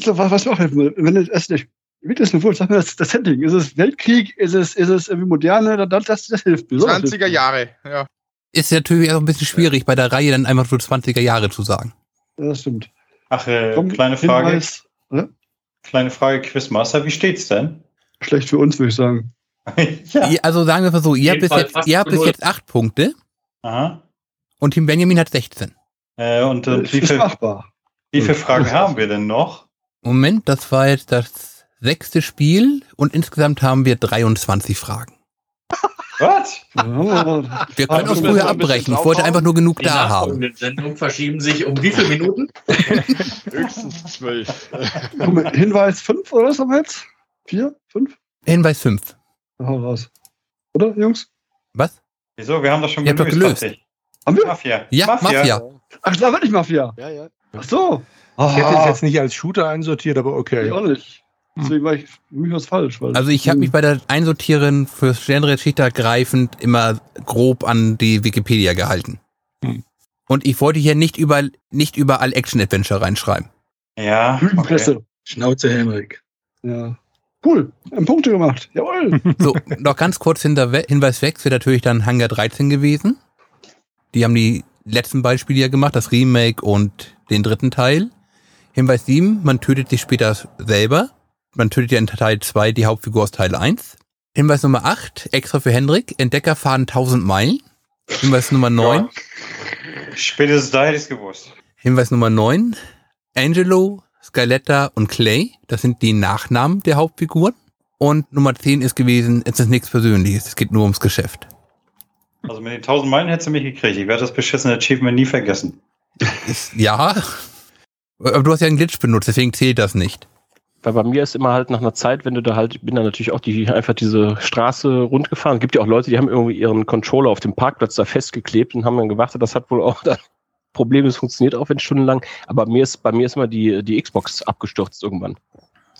Speaker 6: ist doch Also, was, was mir auch helfen würde. Wenn das erst nicht. Mir ist mir wohl, sag mir das, das Setting. Ist es Weltkrieg? Ist es, ist es irgendwie moderne? Da- Das, das, das hilft mir. Sowas hilft
Speaker 3: 20er
Speaker 6: mir.
Speaker 3: Jahre, ja.
Speaker 1: Ist natürlich auch ein bisschen schwierig, bei der Reihe dann einfach nur 20er Jahre zu sagen.
Speaker 6: Ja, das stimmt.
Speaker 7: Ach, äh,
Speaker 6: Komm,
Speaker 7: kleine Frage,
Speaker 6: Hinweis, ne?
Speaker 7: kleine Frage, Quizmaster, wie steht's denn?
Speaker 6: schlecht für uns, würde ich sagen.
Speaker 7: ja.
Speaker 1: Ihr- Also sagen wir mal so, ihr habt bis
Speaker 8: Jedenfalls
Speaker 1: jetzt,
Speaker 8: fast
Speaker 1: ihr habt bis
Speaker 8: null.
Speaker 1: jetzt acht Punkte
Speaker 7: Aha.
Speaker 1: und Team Benjamin hat 16.
Speaker 7: Äh, und
Speaker 6: Das
Speaker 7: und wie,
Speaker 6: ist
Speaker 7: viel,
Speaker 6: machbar.
Speaker 7: wie viele Fragen haben wir denn noch?
Speaker 1: Moment, das war jetzt das sechste Spiel und insgesamt haben wir 23 Fragen.
Speaker 7: Was?
Speaker 6: Ja,
Speaker 1: Wir können
Speaker 6: Ah,
Speaker 1: auch
Speaker 6: müssen wir
Speaker 1: früher
Speaker 6: so ein bisschen
Speaker 1: abbrechen. Ich wollte
Speaker 6: draufhauen?
Speaker 1: einfach nur genug
Speaker 8: Die
Speaker 1: da haben.
Speaker 8: nachfolgenden Sendungen verschieben sich um wie viele Minuten? Um
Speaker 4: Höchstens zwölf.
Speaker 6: guck mal, Hinweis 5 oder was haben wir jetzt? 4? 5?
Speaker 1: Hinweis 5.
Speaker 6: Hau raus. Oder, Jungs?
Speaker 1: Was?
Speaker 7: Wieso? Wir haben das schon
Speaker 1: Ihr habt doch gelöst.
Speaker 7: dachte
Speaker 6: Haben
Speaker 7: ich.
Speaker 6: wir?
Speaker 7: Mafia.
Speaker 1: Ja, Mafia.
Speaker 6: Ach, da war nicht Mafia.
Speaker 4: Ja, ja.
Speaker 6: Ach so.
Speaker 5: Ich hätte es
Speaker 6: Ah,
Speaker 5: jetzt nicht als Shooter einsortiert, aber
Speaker 6: ich
Speaker 5: okay.
Speaker 6: auch nicht. Ah. Deswegen war ich für mich was falsch. Weil hm.
Speaker 1: Also ich habe mich bei der Einsortieren für Sternrechtschichter greifend immer grob an die Wikipedia gehalten.
Speaker 5: Hm.
Speaker 1: Und ich wollte hier nicht überall, nicht überall Action-Adventure reinschreiben.
Speaker 7: Ja. Okay.
Speaker 6: Lügenpresse.
Speaker 9: Schnauze Henrik.
Speaker 6: Ja. Cool. Haben Punkte gemacht. Jawohl.
Speaker 1: So, noch ganz kurz hinter Hinweis weg, es wäre natürlich dann Hangar 13 gewesen. Die haben die letzten Beispiele ja gemacht, das Remake und den dritten Teil. Hinweis 7, man tötet sich später selber. Man tötet ja in Teil 2 die Hauptfigur aus Teil 1. Hinweis Nummer 8, extra für Hendrik, Entdecker fahren 1000 Meilen. Hinweis Nummer 9,
Speaker 7: Spätestens da hätte ich es gewusst.
Speaker 1: Hinweis Nummer 9, Angelo, Scaletta und Clay, das sind die Nachnamen der Hauptfiguren. Und Nummer 10 ist gewesen, es ist nichts Persönliches, es geht nur ums Geschäft.
Speaker 7: Also mit den 1000 Meilen hättest du mich gekriegt. Ich werde das beschissene Achievement nie vergessen.
Speaker 1: Ist, ja. Aber du hast ja einen Glitch benutzt, deswegen zählt das nicht.
Speaker 2: Weil bei mir ist immer halt nach einer Zeit, wenn du da halt, ich bin da natürlich auch die, einfach diese Straße rundgefahren. Es gibt ja auch Leute, die haben irgendwie ihren Controller auf dem Parkplatz da festgeklebt und haben dann gewartet. Das hat wohl auch das Problem, es funktioniert auch wenn stundenlang. Aber mir ist, bei mir ist immer die, die Xbox abgestürzt irgendwann.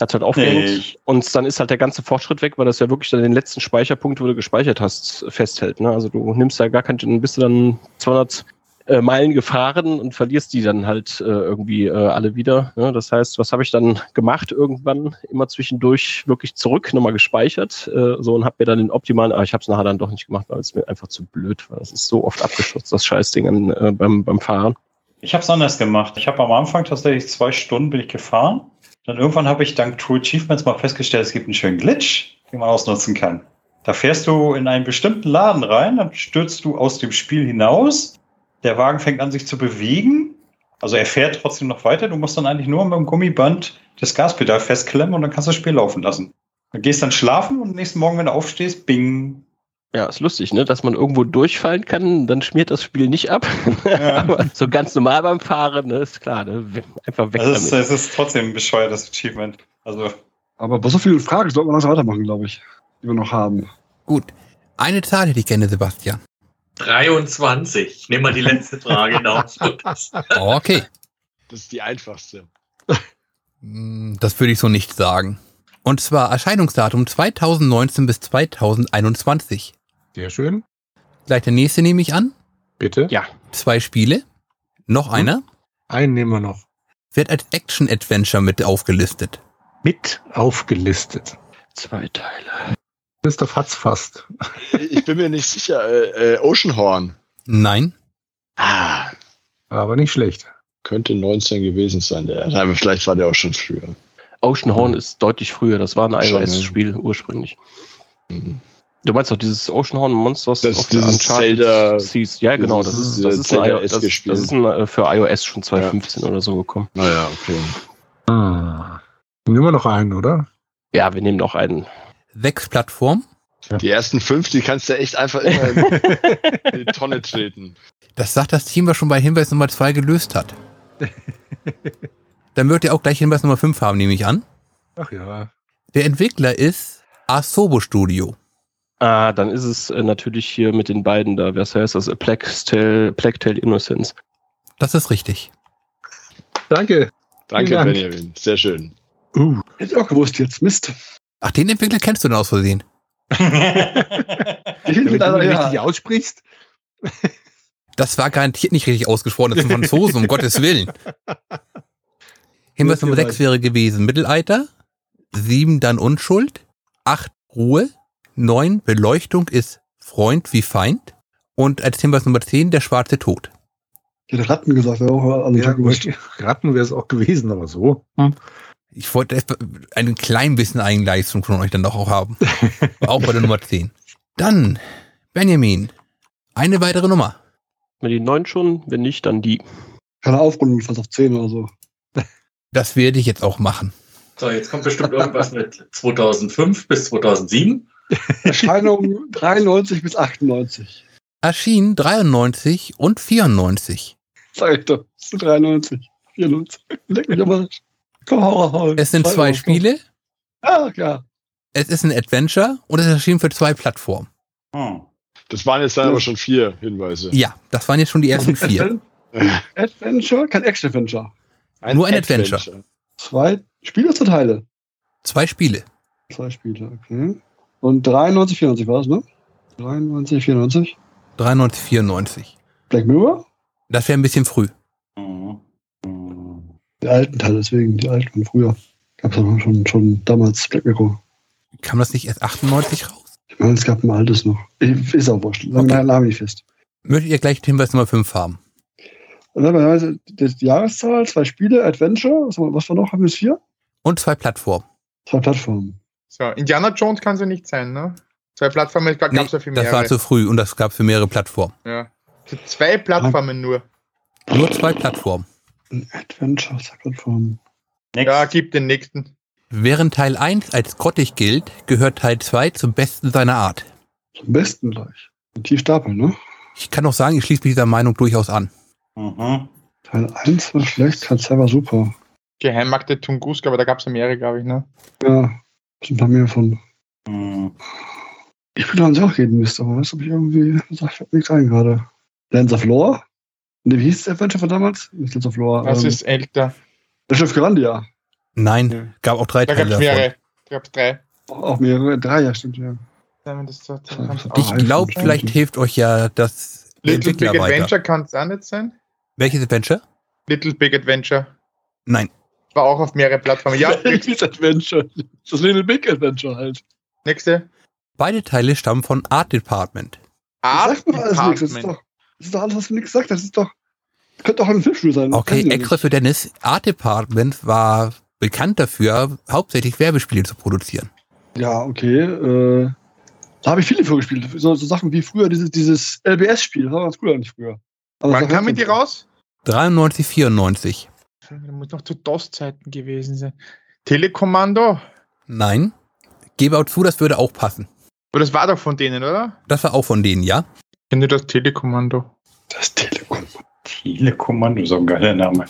Speaker 2: Hat halt aufgehängt
Speaker 7: Nee, ich-
Speaker 2: und dann ist halt der ganze Fortschritt weg, weil das ja wirklich dann den letzten Speicherpunkt, wo du gespeichert hast, festhält. Ne? Also du nimmst ja gar keinen, dann bist du dann 200 äh, Meilen gefahren und verlierst die dann halt äh, irgendwie äh, alle wieder. Ne? Das heißt, was habe ich dann gemacht irgendwann? Immer zwischendurch wirklich zurück, nochmal gespeichert. Äh, so und habe mir dann den optimalen, aber ich habe es nachher dann doch nicht gemacht, weil es mir einfach zu blöd war. Das ist so oft abgestürzt, das Scheißding an, äh, beim, beim Fahren.
Speaker 7: Ich habe es anders gemacht. Ich habe am Anfang tatsächlich zwei Stunden bin ich gefahren. Dann irgendwann habe ich dank True Achievements mal festgestellt, es gibt einen schönen Glitch, den man ausnutzen kann. Da fährst du in einen bestimmten Laden rein, dann stürzt du aus dem Spiel hinaus. Der Wagen fängt an, sich zu bewegen. Also er fährt trotzdem noch weiter. Du musst dann eigentlich nur mit dem Gummiband das Gaspedal festklemmen und dann kannst du das Spiel laufen lassen. Du gehst dann schlafen und nächsten Morgen, wenn du aufstehst, bing.
Speaker 2: Ja, ist lustig, ne? Dass man irgendwo durchfallen kann, dann schmiert das Spiel nicht ab.
Speaker 7: Ja.
Speaker 2: aber so ganz normal beim Fahren, ne? Ist klar, ne? Einfach weg
Speaker 7: Also es, ist-
Speaker 5: Ähm,
Speaker 2: damit.
Speaker 7: es ist trotzdem ein bescheuertes Achievement. Also
Speaker 6: Aber bei so vielen Fragen sollten wir langsam weitermachen, glaube ich. Die wir noch haben.
Speaker 1: Gut. Eine Zahl hätte ich gerne, Sebastian.
Speaker 8: 23. Nehmen wir die letzte Frage. Genau.
Speaker 1: Okay.
Speaker 4: Das ist die einfachste.
Speaker 1: Hm, Das würde ich so nicht sagen. Und zwar Erscheinungsdatum 2019 bis 2021.
Speaker 5: Sehr schön.
Speaker 1: Gleich der nächste nehme ich an.
Speaker 5: Bitte.
Speaker 2: Ja.
Speaker 1: Zwei Spiele. Noch einer.
Speaker 5: Einen nehmen wir noch.
Speaker 1: Wird als Action-Adventure mit aufgelistet.
Speaker 5: Mit aufgelistet.
Speaker 2: Zwei Teile.
Speaker 5: Christoph hat's fast.
Speaker 4: Ich bin mir nicht sicher. Äh, äh, Oceanhorn.
Speaker 1: Nein.
Speaker 4: Ah,
Speaker 5: Aber nicht schlecht.
Speaker 4: Könnte 19 gewesen sein, der. Aber vielleicht war der auch schon früher.
Speaker 2: Ocean Horn ist deutlich früher. Das war ein
Speaker 4: Schon, ja.
Speaker 2: iOS-Spiel ursprünglich.
Speaker 4: Mhm.
Speaker 2: Du meinst doch dieses Ocean Horn Monsters
Speaker 4: Das
Speaker 2: of
Speaker 4: ist dieses
Speaker 2: Uncharted
Speaker 4: Zelda-
Speaker 2: Seas. Ja, genau. Das ist, das
Speaker 4: dieses
Speaker 2: ist, ein,
Speaker 4: Zelda
Speaker 2: iOS das,
Speaker 4: SG-Spiel.
Speaker 2: das ist ein, äh, für iOS schon 2015 oder so gekommen.
Speaker 4: Naja, okay.
Speaker 5: Ah. Nehmen wir noch einen, oder?
Speaker 2: Ja, wir nehmen noch einen.
Speaker 1: Sechs Plattformen.
Speaker 4: Die ersten fünf, die kannst du echt einfach immer in die Tonne treten.
Speaker 1: Das sagt das Team, was schon bei Hinweis Nummer 2 gelöst hat. Dann wird ihr auch gleich Hinweis Nummer 5 haben, nehme ich an.
Speaker 5: Ach ja.
Speaker 1: Der Entwickler ist Asobo Studio.
Speaker 2: Ah, dann ist es äh, natürlich hier mit den beiden da. Was heißt das? A Plague Tale, Plague Tale Innocence.
Speaker 1: Das ist richtig.
Speaker 5: Danke.
Speaker 4: Danke,
Speaker 5: Vielen Dank.
Speaker 4: Benjamin. Sehr schön.
Speaker 5: Uh,
Speaker 6: Hätte ich auch gewusst jetzt. Mist.
Speaker 1: Ach, den Entwickler kennst du denn aus Versehen.
Speaker 6: Die Hilfe
Speaker 5: wenn
Speaker 6: mit
Speaker 5: du
Speaker 6: einer,
Speaker 5: ihn
Speaker 6: ja.
Speaker 5: richtig aussprichst.
Speaker 1: Das war garantiert nicht richtig ausgesprochen, das sind Franzosen, um Gottes Willen. Hinweis
Speaker 5: Gut
Speaker 1: Nummer 6 wäre gewesen Mittelalter, 7 dann Unschuld, 8 Ruhe, 9 Beleuchtung ist Freund wie Feind und als Hinweis Nummer 10 der schwarze Tod.
Speaker 6: Ich hätte Ratten gesagt, wäre auch anders
Speaker 5: Ja,
Speaker 6: gewusst.
Speaker 5: Ratten wäre es auch gewesen, aber so.
Speaker 1: Hm. Ich wollte erst einen kleinen bisschen Eigenleistung von euch dann doch auch haben. auch bei der Nummer 10. Dann, Benjamin, eine weitere Nummer.
Speaker 2: Haben wir die neun schon? Wenn nicht, dann die.
Speaker 6: Keine Aufrundung, fast auf 10 oder so.
Speaker 1: Das werde ich jetzt auch machen.
Speaker 8: So, jetzt kommt bestimmt irgendwas mit 2005 bis 2007.
Speaker 6: Erscheinung 93 bis 98.
Speaker 1: Erschien 93 und 94.
Speaker 6: Sag ich doch. Das sind 93, 94. Leck mich aber. Komm, hau, hau, hau.
Speaker 1: Es sind zwei
Speaker 6: Komm.
Speaker 1: Spiele,
Speaker 6: Ja, klar.
Speaker 1: es ist ein Adventure und es erschien für zwei Plattformen.
Speaker 7: Hm.
Speaker 4: Das waren jetzt dann aber schon vier Hinweise.
Speaker 1: Ja, das waren jetzt schon die ersten vier.
Speaker 6: Adventure, kein Action-Adventure.
Speaker 1: Nur ein Adventure.
Speaker 6: Zwei Spiele oder zwei Teile?
Speaker 1: Zwei Spiele.
Speaker 6: Zwei Spiele, okay. Und 93, 94 war es, ne? 93, 94.
Speaker 1: 93, 94.
Speaker 6: Black Mirror?
Speaker 1: Das wäre ein bisschen früh.
Speaker 7: Hm. Hm.
Speaker 6: Die alten Teile, deswegen, die alten von früher. Gab es schon, schon damals Black Mirror.
Speaker 1: Kam das nicht erst 98 raus?
Speaker 6: Ich meine, es gab ein altes noch. Ich- Ist auch wurscht. Lange
Speaker 1: Okay.
Speaker 6: okay. Name nicht fest.
Speaker 1: Möchtet ihr gleich Hinweis Nummer 5 haben?
Speaker 6: Und dann war das- das- die Jahreszahl, zwei Spiele, Adventure, was war, was war noch? Haben wir es vier?
Speaker 1: Und zwei Plattformen.
Speaker 6: Zwei Plattformen.
Speaker 3: So, Indiana Jones kann es ja nicht sein, ne? Zwei Plattformen, es gab
Speaker 1: Nee,
Speaker 3: es ja viel
Speaker 1: das war
Speaker 3: mehr.
Speaker 1: zu früh und das gab für mehrere Plattformen.
Speaker 3: Ja. Zwei Plattformen nur.
Speaker 1: Nur zwei Plattformen.
Speaker 6: Ein Adventure, zwei Plattformen.
Speaker 3: Ja,
Speaker 7: Nächstes.
Speaker 3: gib den nächsten.
Speaker 1: Während Teil 1 als grottig gilt, gehört Teil 2 zum besten seiner Art.
Speaker 6: Zum besten gleich. Und die Stapel, ne?
Speaker 1: Ich kann auch sagen, ich schließe mich dieser Meinung durchaus an.
Speaker 7: Mhm.
Speaker 6: Teil 1 war schlecht, Teil 2 war super.
Speaker 3: Geheimmarkt der Tunguska, aber da gab es ja mehrere, glaube ich, ne?
Speaker 6: Ja, sind da mehr von.
Speaker 7: Hm.
Speaker 6: Ich bin an sich auch reden müsste, aber weißt du, ob ich irgendwie. Ich fällt nichts ein gerade. Lands of Lore? Ne, wie hieß das Adventure von damals? Nicht Lands of Lore.
Speaker 3: Das
Speaker 6: ähm,
Speaker 3: ist älter.
Speaker 6: Der Schiff Grandia.
Speaker 1: Nein,
Speaker 3: Ja.
Speaker 1: gab auch drei
Speaker 3: Da gab es mehrere. Da gab es drei.
Speaker 6: Auch, auch mehrere. Drei, ja, stimmt, ja.
Speaker 3: Ja, wenn das so- so
Speaker 6: Ah,
Speaker 3: kann's
Speaker 6: ich
Speaker 3: auch-
Speaker 6: glaub,
Speaker 1: Ich glaube, vielleicht hilft euch ja das der
Speaker 3: Little Big
Speaker 1: Entwickler weiter.
Speaker 3: Adventure kann es auch nicht sein.
Speaker 1: Welches Adventure?
Speaker 3: Little Big Adventure.
Speaker 1: Nein.
Speaker 3: War auch auf mehrere Plattformen. Ja,
Speaker 6: Big Adventure. Das Little Big Adventure halt.
Speaker 3: nächste.
Speaker 1: Beide Teile stammen von Art Department.
Speaker 6: Das sagt mir alles nichts. Das ist,
Speaker 3: Department.
Speaker 6: doch, das ist doch alles, was mir nichts sagt. Das ist doch. Das könnte auch ein Filmstuhl sein.
Speaker 1: Okay,
Speaker 6: Kennen wir
Speaker 1: extra
Speaker 6: nicht.
Speaker 1: für Dennis. Art Department war bekannt dafür, hauptsächlich Werbespiele zu produzieren.
Speaker 6: Ja, okay. Äh, da habe ich viele für gespielt. So, so Sachen wie früher dieses, dieses LBS-Spiel. Das war ganz cool eigentlich früher. Aber
Speaker 3: Wann
Speaker 6: das
Speaker 3: kamen
Speaker 6: heißt
Speaker 3: die
Speaker 6: nicht.
Speaker 3: raus?
Speaker 1: 93, 94.
Speaker 3: Da muss noch zu DOS-Zeiten gewesen sein. Telekommando.
Speaker 1: Nein. Gebe auch zu, das würde auch passen.
Speaker 3: Aber das war doch von denen, oder?
Speaker 1: Das war auch von denen, ja?
Speaker 3: Ich kenne das Telekommando.
Speaker 6: Das Telekom.
Speaker 7: Telekommando, so ein geiler Name.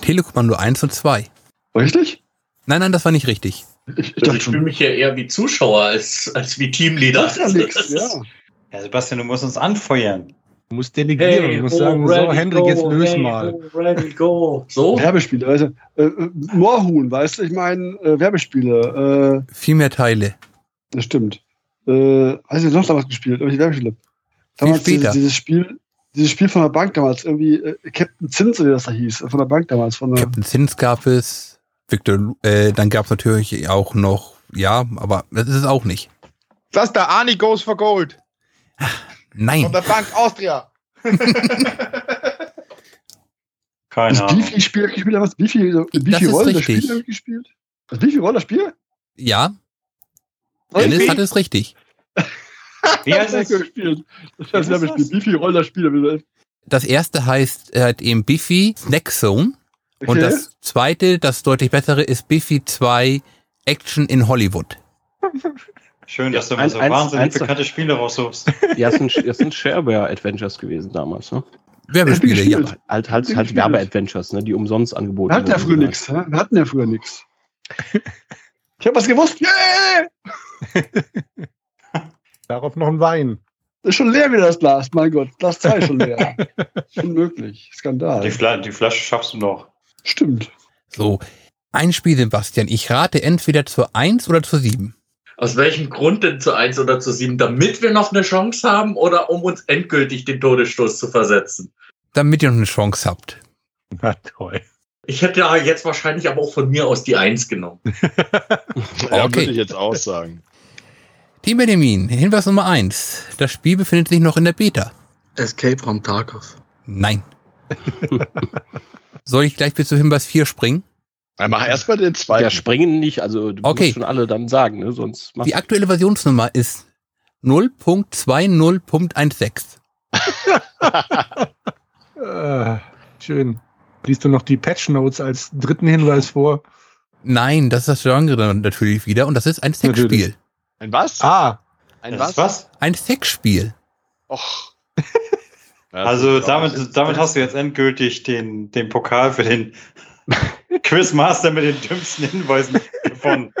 Speaker 1: Telekommando 1 und 2.
Speaker 6: Richtig?
Speaker 1: Nein, nein, das war nicht richtig.
Speaker 6: Ich, ich
Speaker 8: Also
Speaker 6: dachte
Speaker 8: ich fühle
Speaker 6: schon.
Speaker 8: mich ja eher wie Zuschauer als, als wie Teamleader.
Speaker 6: Das ist ja nichts.
Speaker 8: ist-
Speaker 6: Ja.
Speaker 7: Ja, Sebastian, du musst uns anfeuern.
Speaker 5: Du musst delegieren. du musst sagen, so,
Speaker 8: already
Speaker 5: Hendrik,
Speaker 8: oh, go,
Speaker 5: jetzt lös
Speaker 8: hey,
Speaker 5: mal.
Speaker 8: oh, Ready, go. So?
Speaker 6: Werbespiele. Weißt du, äh, äh, Moorhuhn, weißt du, ich meine, äh, Werbespiele. Äh,
Speaker 1: Viel mehr Teile.
Speaker 6: das stimmt. Äh, weiß ich noch damals gespielt, irgendwelche Werbespiele. Damals
Speaker 1: später.
Speaker 6: Dieses, dieses Spiel. Dieses Spiel von der Bank damals, irgendwie äh, Captain Zins, oder wie das da hieß, von der Bank damals. Von der,
Speaker 1: Captain Sins gab es. Victor, Lu- äh, dann gab es natürlich auch noch, ja, aber das ist es auch nicht.
Speaker 3: Das ist der Arnie Goes for Gold.
Speaker 1: Nein.
Speaker 3: Von der Bank Austria.
Speaker 7: Keine
Speaker 6: Das
Speaker 7: Ahnung.
Speaker 6: Beefy-Spiel gespielt damals? Beefy, so-
Speaker 1: Das
Speaker 6: Beefy
Speaker 1: ist
Speaker 6: Roller
Speaker 1: richtig.
Speaker 6: Spiel habe ich gespielt? Das Beefy Roller Spiel?
Speaker 1: Ja,
Speaker 6: Hab ich
Speaker 1: Dennis
Speaker 6: gespielt.
Speaker 1: hat es richtig.
Speaker 7: Wie heißt
Speaker 6: das
Speaker 7: es?
Speaker 6: hab ich gespielt. Das
Speaker 7: Wie
Speaker 6: habe
Speaker 7: heißt
Speaker 6: ich gespielt. Beefy Roller Spiel.
Speaker 1: Das erste heißt äh, eben Biffy Snack Zone und das zweite, das deutlich bessere, ist Biffy 2 Action in Hollywood.
Speaker 7: Schön, dass du
Speaker 2: Ein-
Speaker 7: mal so
Speaker 2: eins-
Speaker 7: wahnsinnig
Speaker 2: eins-
Speaker 7: bekannte Spiele raussuchst.
Speaker 2: Ja, es sind, es sind Shareware-Adventures gewesen damals, ne?
Speaker 1: Werbespiele, ja.
Speaker 6: gespielt.
Speaker 2: Halt, halt, halt Werbe-Adventures, ne? Die umsonst
Speaker 1: Oh,
Speaker 2: angeboten
Speaker 6: Wir hatten ja
Speaker 2: wurden
Speaker 6: früher
Speaker 2: damals.
Speaker 6: nichts. Wir hatten ja früher nichts. Ich habe was gewusst. Yeah!
Speaker 5: Darauf noch ein Wein.
Speaker 6: Das ist schon leer wieder das Glas. Mein Gott, Glas 2 ist schon leer. Unmöglich.
Speaker 7: Die,
Speaker 6: Skandal.
Speaker 7: Fla die Flasche schaffst du noch.
Speaker 6: Stimmt.
Speaker 1: So, ein Spiel, Sebastian. Ich rate entweder zur 1 oder zur 7.
Speaker 8: Aus welchem Grund denn zu 1 oder zu 7? Damit wir noch eine Chance haben oder um uns endgültig den Todesstoß zu versetzen?
Speaker 1: Damit ihr noch eine Chance habt.
Speaker 5: Na toll.
Speaker 8: Ich hätte ja jetzt wahrscheinlich aber auch von mir aus die 1 genommen.
Speaker 4: Ja,
Speaker 1: Okay.
Speaker 4: würde ich jetzt auch sagen.
Speaker 1: Team Benjamin, Hinweis Nummer 1. Das Spiel befindet sich noch in der Beta.
Speaker 9: Escape from Tarkov.
Speaker 1: Nein. Soll ich gleich bis zu Hinweis 4 springen?
Speaker 4: Ja, mach erstmal den
Speaker 2: Ja,
Speaker 4: zweiten.
Speaker 2: springen nicht, also du
Speaker 1: Okay.
Speaker 2: musst schon alle dann sagen, ne? Sonst
Speaker 1: Die aktuelle Versionsnummer ist 0.20.16.
Speaker 5: Äh, schön. Liest du noch die Patch Notes als dritten Hinweis vor?
Speaker 1: Nein, das ist das Genre dann natürlich wieder und das ist ein Sexspiel.
Speaker 4: Ein was?
Speaker 5: Ah,
Speaker 4: Ein
Speaker 7: Das ist was?
Speaker 1: Ein Sexspiel.
Speaker 4: Och.
Speaker 7: Also damit, damit hast du jetzt endgültig den, den Pokal für den Quizmaster mit den dümmsten Hinweisen gewonnen.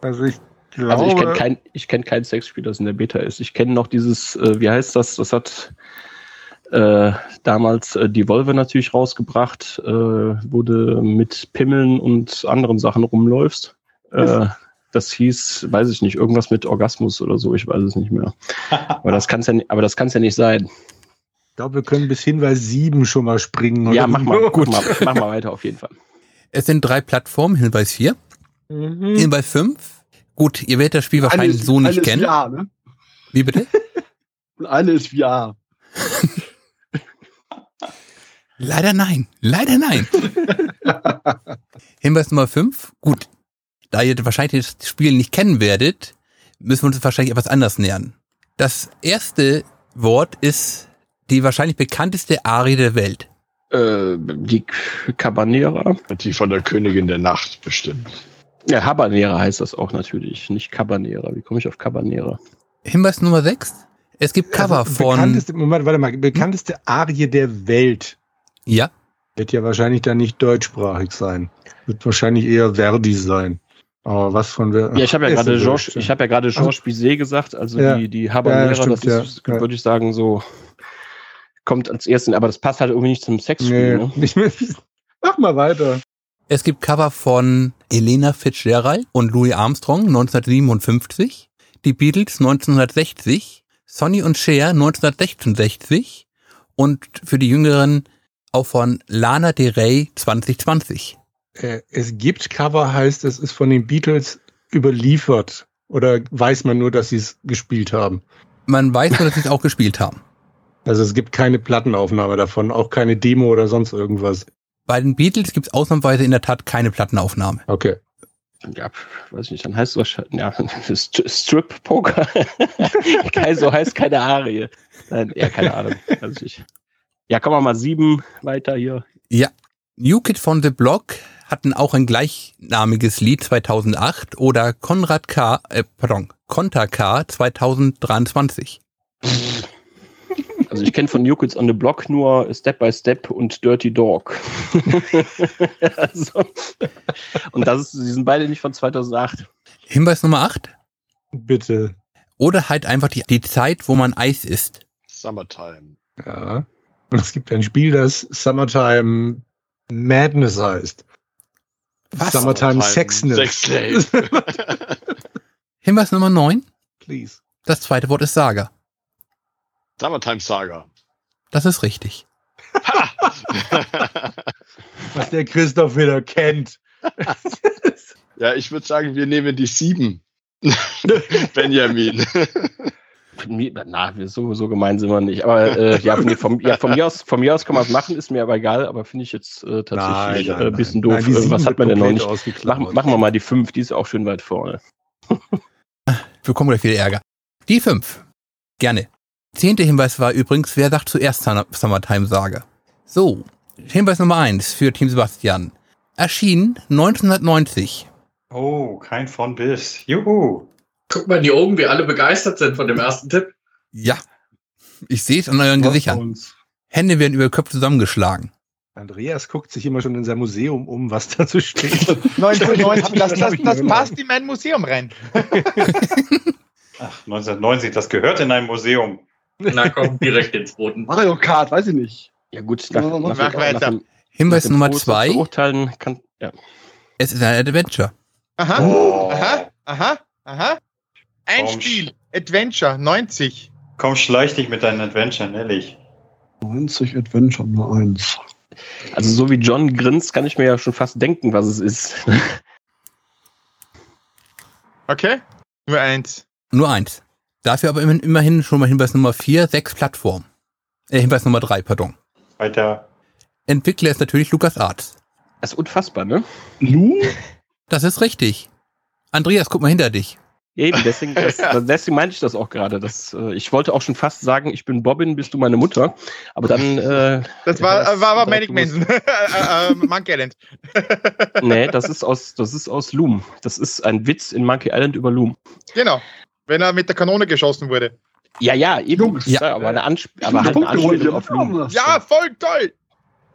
Speaker 5: also ich glaube.
Speaker 2: Also ich kenne kein, ich kenn kein Sexspiel, das in der Beta ist. Ich kenne noch dieses, äh, wie heißt das? Das hat äh, damals äh, Devolver natürlich rausgebracht, äh, wo du mit Pimmeln und anderen Sachen rumläufst. Äh, das hieß, weiß ich nicht, irgendwas mit Orgasmus oder so, ich weiß es nicht mehr. Aber das kann's ja, ni- aber das kann's ja nicht sein.
Speaker 5: Ich glaube, wir können bis Hinweis 7 schon mal springen. oder?
Speaker 2: Ja, mach mal, gut. Mach, mal, mach mal weiter auf jeden Fall.
Speaker 1: Es sind drei Plattformen, Hinweis 4.
Speaker 5: Mhm.
Speaker 1: Hinweis 5. Gut, ihr werdet das Spiel wahrscheinlich
Speaker 6: ist-
Speaker 1: so
Speaker 6: eine
Speaker 1: nicht
Speaker 6: ist
Speaker 1: kennen.
Speaker 6: VR, ne?
Speaker 1: Wie bitte?
Speaker 6: Und eine ist VR.
Speaker 1: Leider nein. Leider nein. Hinweis Nummer 5. Gut. Da ihr wahrscheinlich das Spiel nicht kennen werdet, müssen wir uns wahrscheinlich etwas anders nähern. Das erste Wort ist die wahrscheinlich bekannteste Arie der Welt.
Speaker 2: Äh, die K- Cabanera.
Speaker 4: Die von der Königin der Nacht bestimmt.
Speaker 2: Ja, Habanera heißt das auch natürlich, nicht Cabanera. Wie komme ich auf Cabanera?
Speaker 1: Hinweis Nummer 6. Es gibt Cover
Speaker 5: Also,
Speaker 1: von.
Speaker 5: Bekannteste, Moment, warte mal. Bekannteste Arie der Welt.
Speaker 1: Ja,
Speaker 5: Wird ja wahrscheinlich dann nicht deutschsprachig sein. Wird wahrscheinlich eher Verdi sein. Aber was von wer?
Speaker 2: Ja, ich habe ja
Speaker 5: Ist
Speaker 2: gerade
Speaker 5: so
Speaker 2: Georges,
Speaker 5: bestimmt.
Speaker 2: ich habe ja gerade Georges
Speaker 5: Also-
Speaker 2: Bizet gesagt, also
Speaker 5: Ja.
Speaker 2: die die Habanera,
Speaker 5: Ja, stimmt,
Speaker 2: das ist,
Speaker 5: ja, ja.
Speaker 2: würde ich sagen, so kommt als ersten, aber das passt halt irgendwie nicht zum Sexspiel.
Speaker 5: nee,
Speaker 2: Ne?
Speaker 5: nicht mehr. Mach mal weiter.
Speaker 1: Es gibt Cover von Elena Fitzgerald und Louis Armstrong 1957, die Beatles 1960, Sonny und Cher 1966 und für die Jüngeren auch von Lana Del Rey 2020.
Speaker 5: Äh, es gibt Cover, heißt es ist von den Beatles überliefert. Oder weiß man nur, dass sie es gespielt haben?
Speaker 1: Man weiß nur, dass sie es auch gespielt haben.
Speaker 5: Also es gibt keine Plattenaufnahme davon, auch keine Demo oder sonst irgendwas.
Speaker 1: Bei den Beatles gibt es ausnahmsweise in der Tat keine Plattenaufnahme.
Speaker 5: Okay.
Speaker 2: Ja, weiß ich nicht, dann heißt es wahrscheinlich ja, St- Strip Poker. Kein- so heißt keine Arie. Nein, ja, keine Ahnung, weiß ich nicht. Ja, kommen wir mal sieben weiter hier.
Speaker 1: New Kid von The Block hatten auch ein gleichnamiges Lied 2008 oder Konrad K., äh, pardon, Konter K 2023.
Speaker 2: Also ich kenne von New Kids on the Block nur Step by Step und Dirty Dog. also, und das ist, die sind beide nicht von 2008.
Speaker 1: Hinweis Nummer 8.
Speaker 5: Bitte.
Speaker 1: Oder halt einfach die, die Zeit, wo man Eis isst.
Speaker 4: Summertime.
Speaker 5: Ja. Und es gibt ein Spiel, das Summertime Madness heißt.
Speaker 1: Was?
Speaker 5: Summertime Sexness.
Speaker 4: Sexness.
Speaker 1: Hinweis Nummer 9.
Speaker 5: Please.
Speaker 1: Das zweite Wort ist Saga.
Speaker 4: Summertime Saga.
Speaker 1: Das ist richtig.
Speaker 5: Was der Christoph wieder kennt.
Speaker 4: ja, ich würde sagen, wir nehmen die sieben. Benjamin.
Speaker 2: von mir, na, wir- so, so gemein sind wir nicht. Aber äh, ja, nee, vom, ja, von mir aus, von mir aus kann man es machen, ist mir aber egal, aber finde ich jetzt äh, tatsächlich äh, ein bisschen doof.
Speaker 5: die
Speaker 2: Äh, was
Speaker 5: sieben
Speaker 2: hat man denn noch
Speaker 5: wird
Speaker 2: nicht?
Speaker 5: komplett
Speaker 2: Machen,
Speaker 5: ausgeklammert.
Speaker 2: machen wir mal die 5, die ist auch schön weit vorne.
Speaker 1: Wir bekommen gleich wieder Ärger. Die fünf. Gerne. Zehnter Hinweis war übrigens, wer sagt zuerst Summer- Summertime Saga? So, Hinweis Nummer eins für Team Sebastian. Erschien 1990.
Speaker 7: Oh, kein von bis. Juhu.
Speaker 8: Guck mal in die Augen, wie alle begeistert sind von dem ersten Tipp.
Speaker 1: Ja. Ich sehe es an euren Gesichern.
Speaker 7: Uns.
Speaker 1: Hände werden über den Kopf zusammengeschlagen.
Speaker 5: Andreas guckt sich immer schon in sein Museum um, was dazu steht.
Speaker 3: 1990, das, das,
Speaker 5: Hab ich
Speaker 3: das
Speaker 5: mir
Speaker 3: passt in mein Museum rein.
Speaker 7: Ach, 1990, das gehört in ein Museum.
Speaker 8: Na komm, direkt ins Boden.
Speaker 6: Mario Kart, weiß ich nicht.
Speaker 2: Ja, gut,
Speaker 6: Mach
Speaker 3: weiter.
Speaker 2: dem-
Speaker 1: Hinweis
Speaker 2: dem
Speaker 1: Nummer
Speaker 2: Poster
Speaker 1: zwei.
Speaker 2: Verurteilen kann, ja.
Speaker 1: Es ist ein Adventure.
Speaker 3: Aha,
Speaker 7: Oh.
Speaker 3: aha, aha, aha. Ein
Speaker 7: Komm.
Speaker 3: Spiel, Adventure, 90.
Speaker 7: Komm, schleich dich mit deinen Adventuren, ehrlich.
Speaker 6: 90 Adventure nur eins.
Speaker 2: Also so wie John grinst, kann ich mir ja schon fast denken, was es ist.
Speaker 3: Okay, nur eins.
Speaker 1: Nur eins. Dafür aber immerhin- immerhin schon mal Hinweis Nummer vier, sechs Plattformen. Äh, Hinweis Nummer drei, pardon.
Speaker 7: Weiter.
Speaker 1: Entwickler ist natürlich Lukas Arts.
Speaker 2: Das ist unfassbar, ne?
Speaker 6: Loom?
Speaker 1: Das ist richtig. Andreas, guck mal hinter dich.
Speaker 2: Eben, deswegen, das, deswegen meinte ich das auch gerade. dass, Äh, ich wollte auch schon fast sagen, ich bin Bobbin, bist du meine Mutter. Aber dann, äh,
Speaker 3: Das
Speaker 2: Ja,
Speaker 3: war,
Speaker 2: das-
Speaker 3: war, war
Speaker 2: das-
Speaker 3: Manic Manson. äh, äh, äh, Monkey Island.
Speaker 2: nee, das ist, aus, das ist aus Loom. Das ist ein Witz in Monkey Island über Loom.
Speaker 3: Genau. Wenn er mit der Kanone geschossen wurde.
Speaker 2: Ja, ja, eben.
Speaker 6: Jungs,
Speaker 2: ja, aber eine, Ansp aber halt eine
Speaker 6: Punkte holen,
Speaker 2: Anspielung auf
Speaker 6: wir
Speaker 2: Loom.
Speaker 6: haben das.
Speaker 3: Ja, voll toll!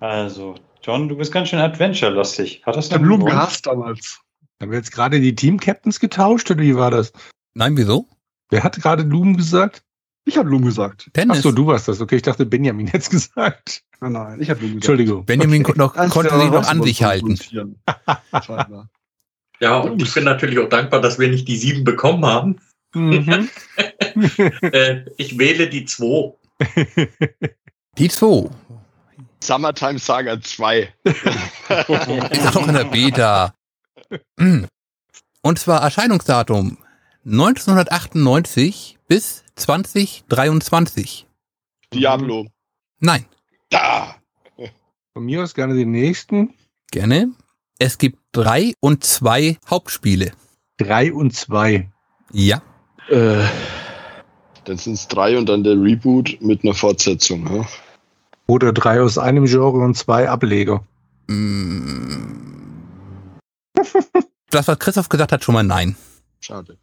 Speaker 7: Also, John, du bist ganz schön adventure-lastig. Hat das
Speaker 6: Ich hab
Speaker 7: noch
Speaker 6: Loom
Speaker 7: gewonnen?
Speaker 6: gehasst damals.
Speaker 5: Haben wir jetzt gerade die Team-Captains getauscht oder wie war das?
Speaker 1: Nein, wieso?
Speaker 5: Wer hat gerade Loom gesagt?
Speaker 6: Ich hab Loom gesagt.
Speaker 1: Dennis.
Speaker 5: Ach so, du warst das. Okay, ich dachte, Benjamin hätte es gesagt.
Speaker 6: Nein, nein, ich hab Loom gesagt.
Speaker 5: Entschuldigung.
Speaker 1: Benjamin kon- noch,
Speaker 6: Kannst
Speaker 1: konnte
Speaker 6: du
Speaker 1: sich
Speaker 6: aber
Speaker 1: noch an sich halten.
Speaker 6: konfrontieren.
Speaker 4: Ah,
Speaker 6: Scheinbar.
Speaker 8: Ja, und ich bin natürlich auch dankbar, dass wir nicht die sieben bekommen haben.
Speaker 5: Mhm.
Speaker 8: Äh, ich wähle die zwei.
Speaker 1: Die zwei.
Speaker 4: Summertime Saga 2.
Speaker 1: Ist doch noch in der Beta. Hm. Und zwar Erscheinungsdatum 1998 bis 2023.
Speaker 4: Diablo.
Speaker 1: Nein,
Speaker 4: Da!
Speaker 5: Von mir aus gerne den nächsten.
Speaker 1: gerne. Es gibt drei und zwei Hauptspiele.
Speaker 5: Drei und zwei.
Speaker 1: Ja,
Speaker 2: Äh,
Speaker 4: Dann sind es drei und dann der Reboot mit einer Fortsetzung. Ja?
Speaker 5: Oder drei aus einem Genre und zwei Ableger.
Speaker 1: Mm. Das, was Christoph gesagt hat, schon mal nein.
Speaker 4: Schade.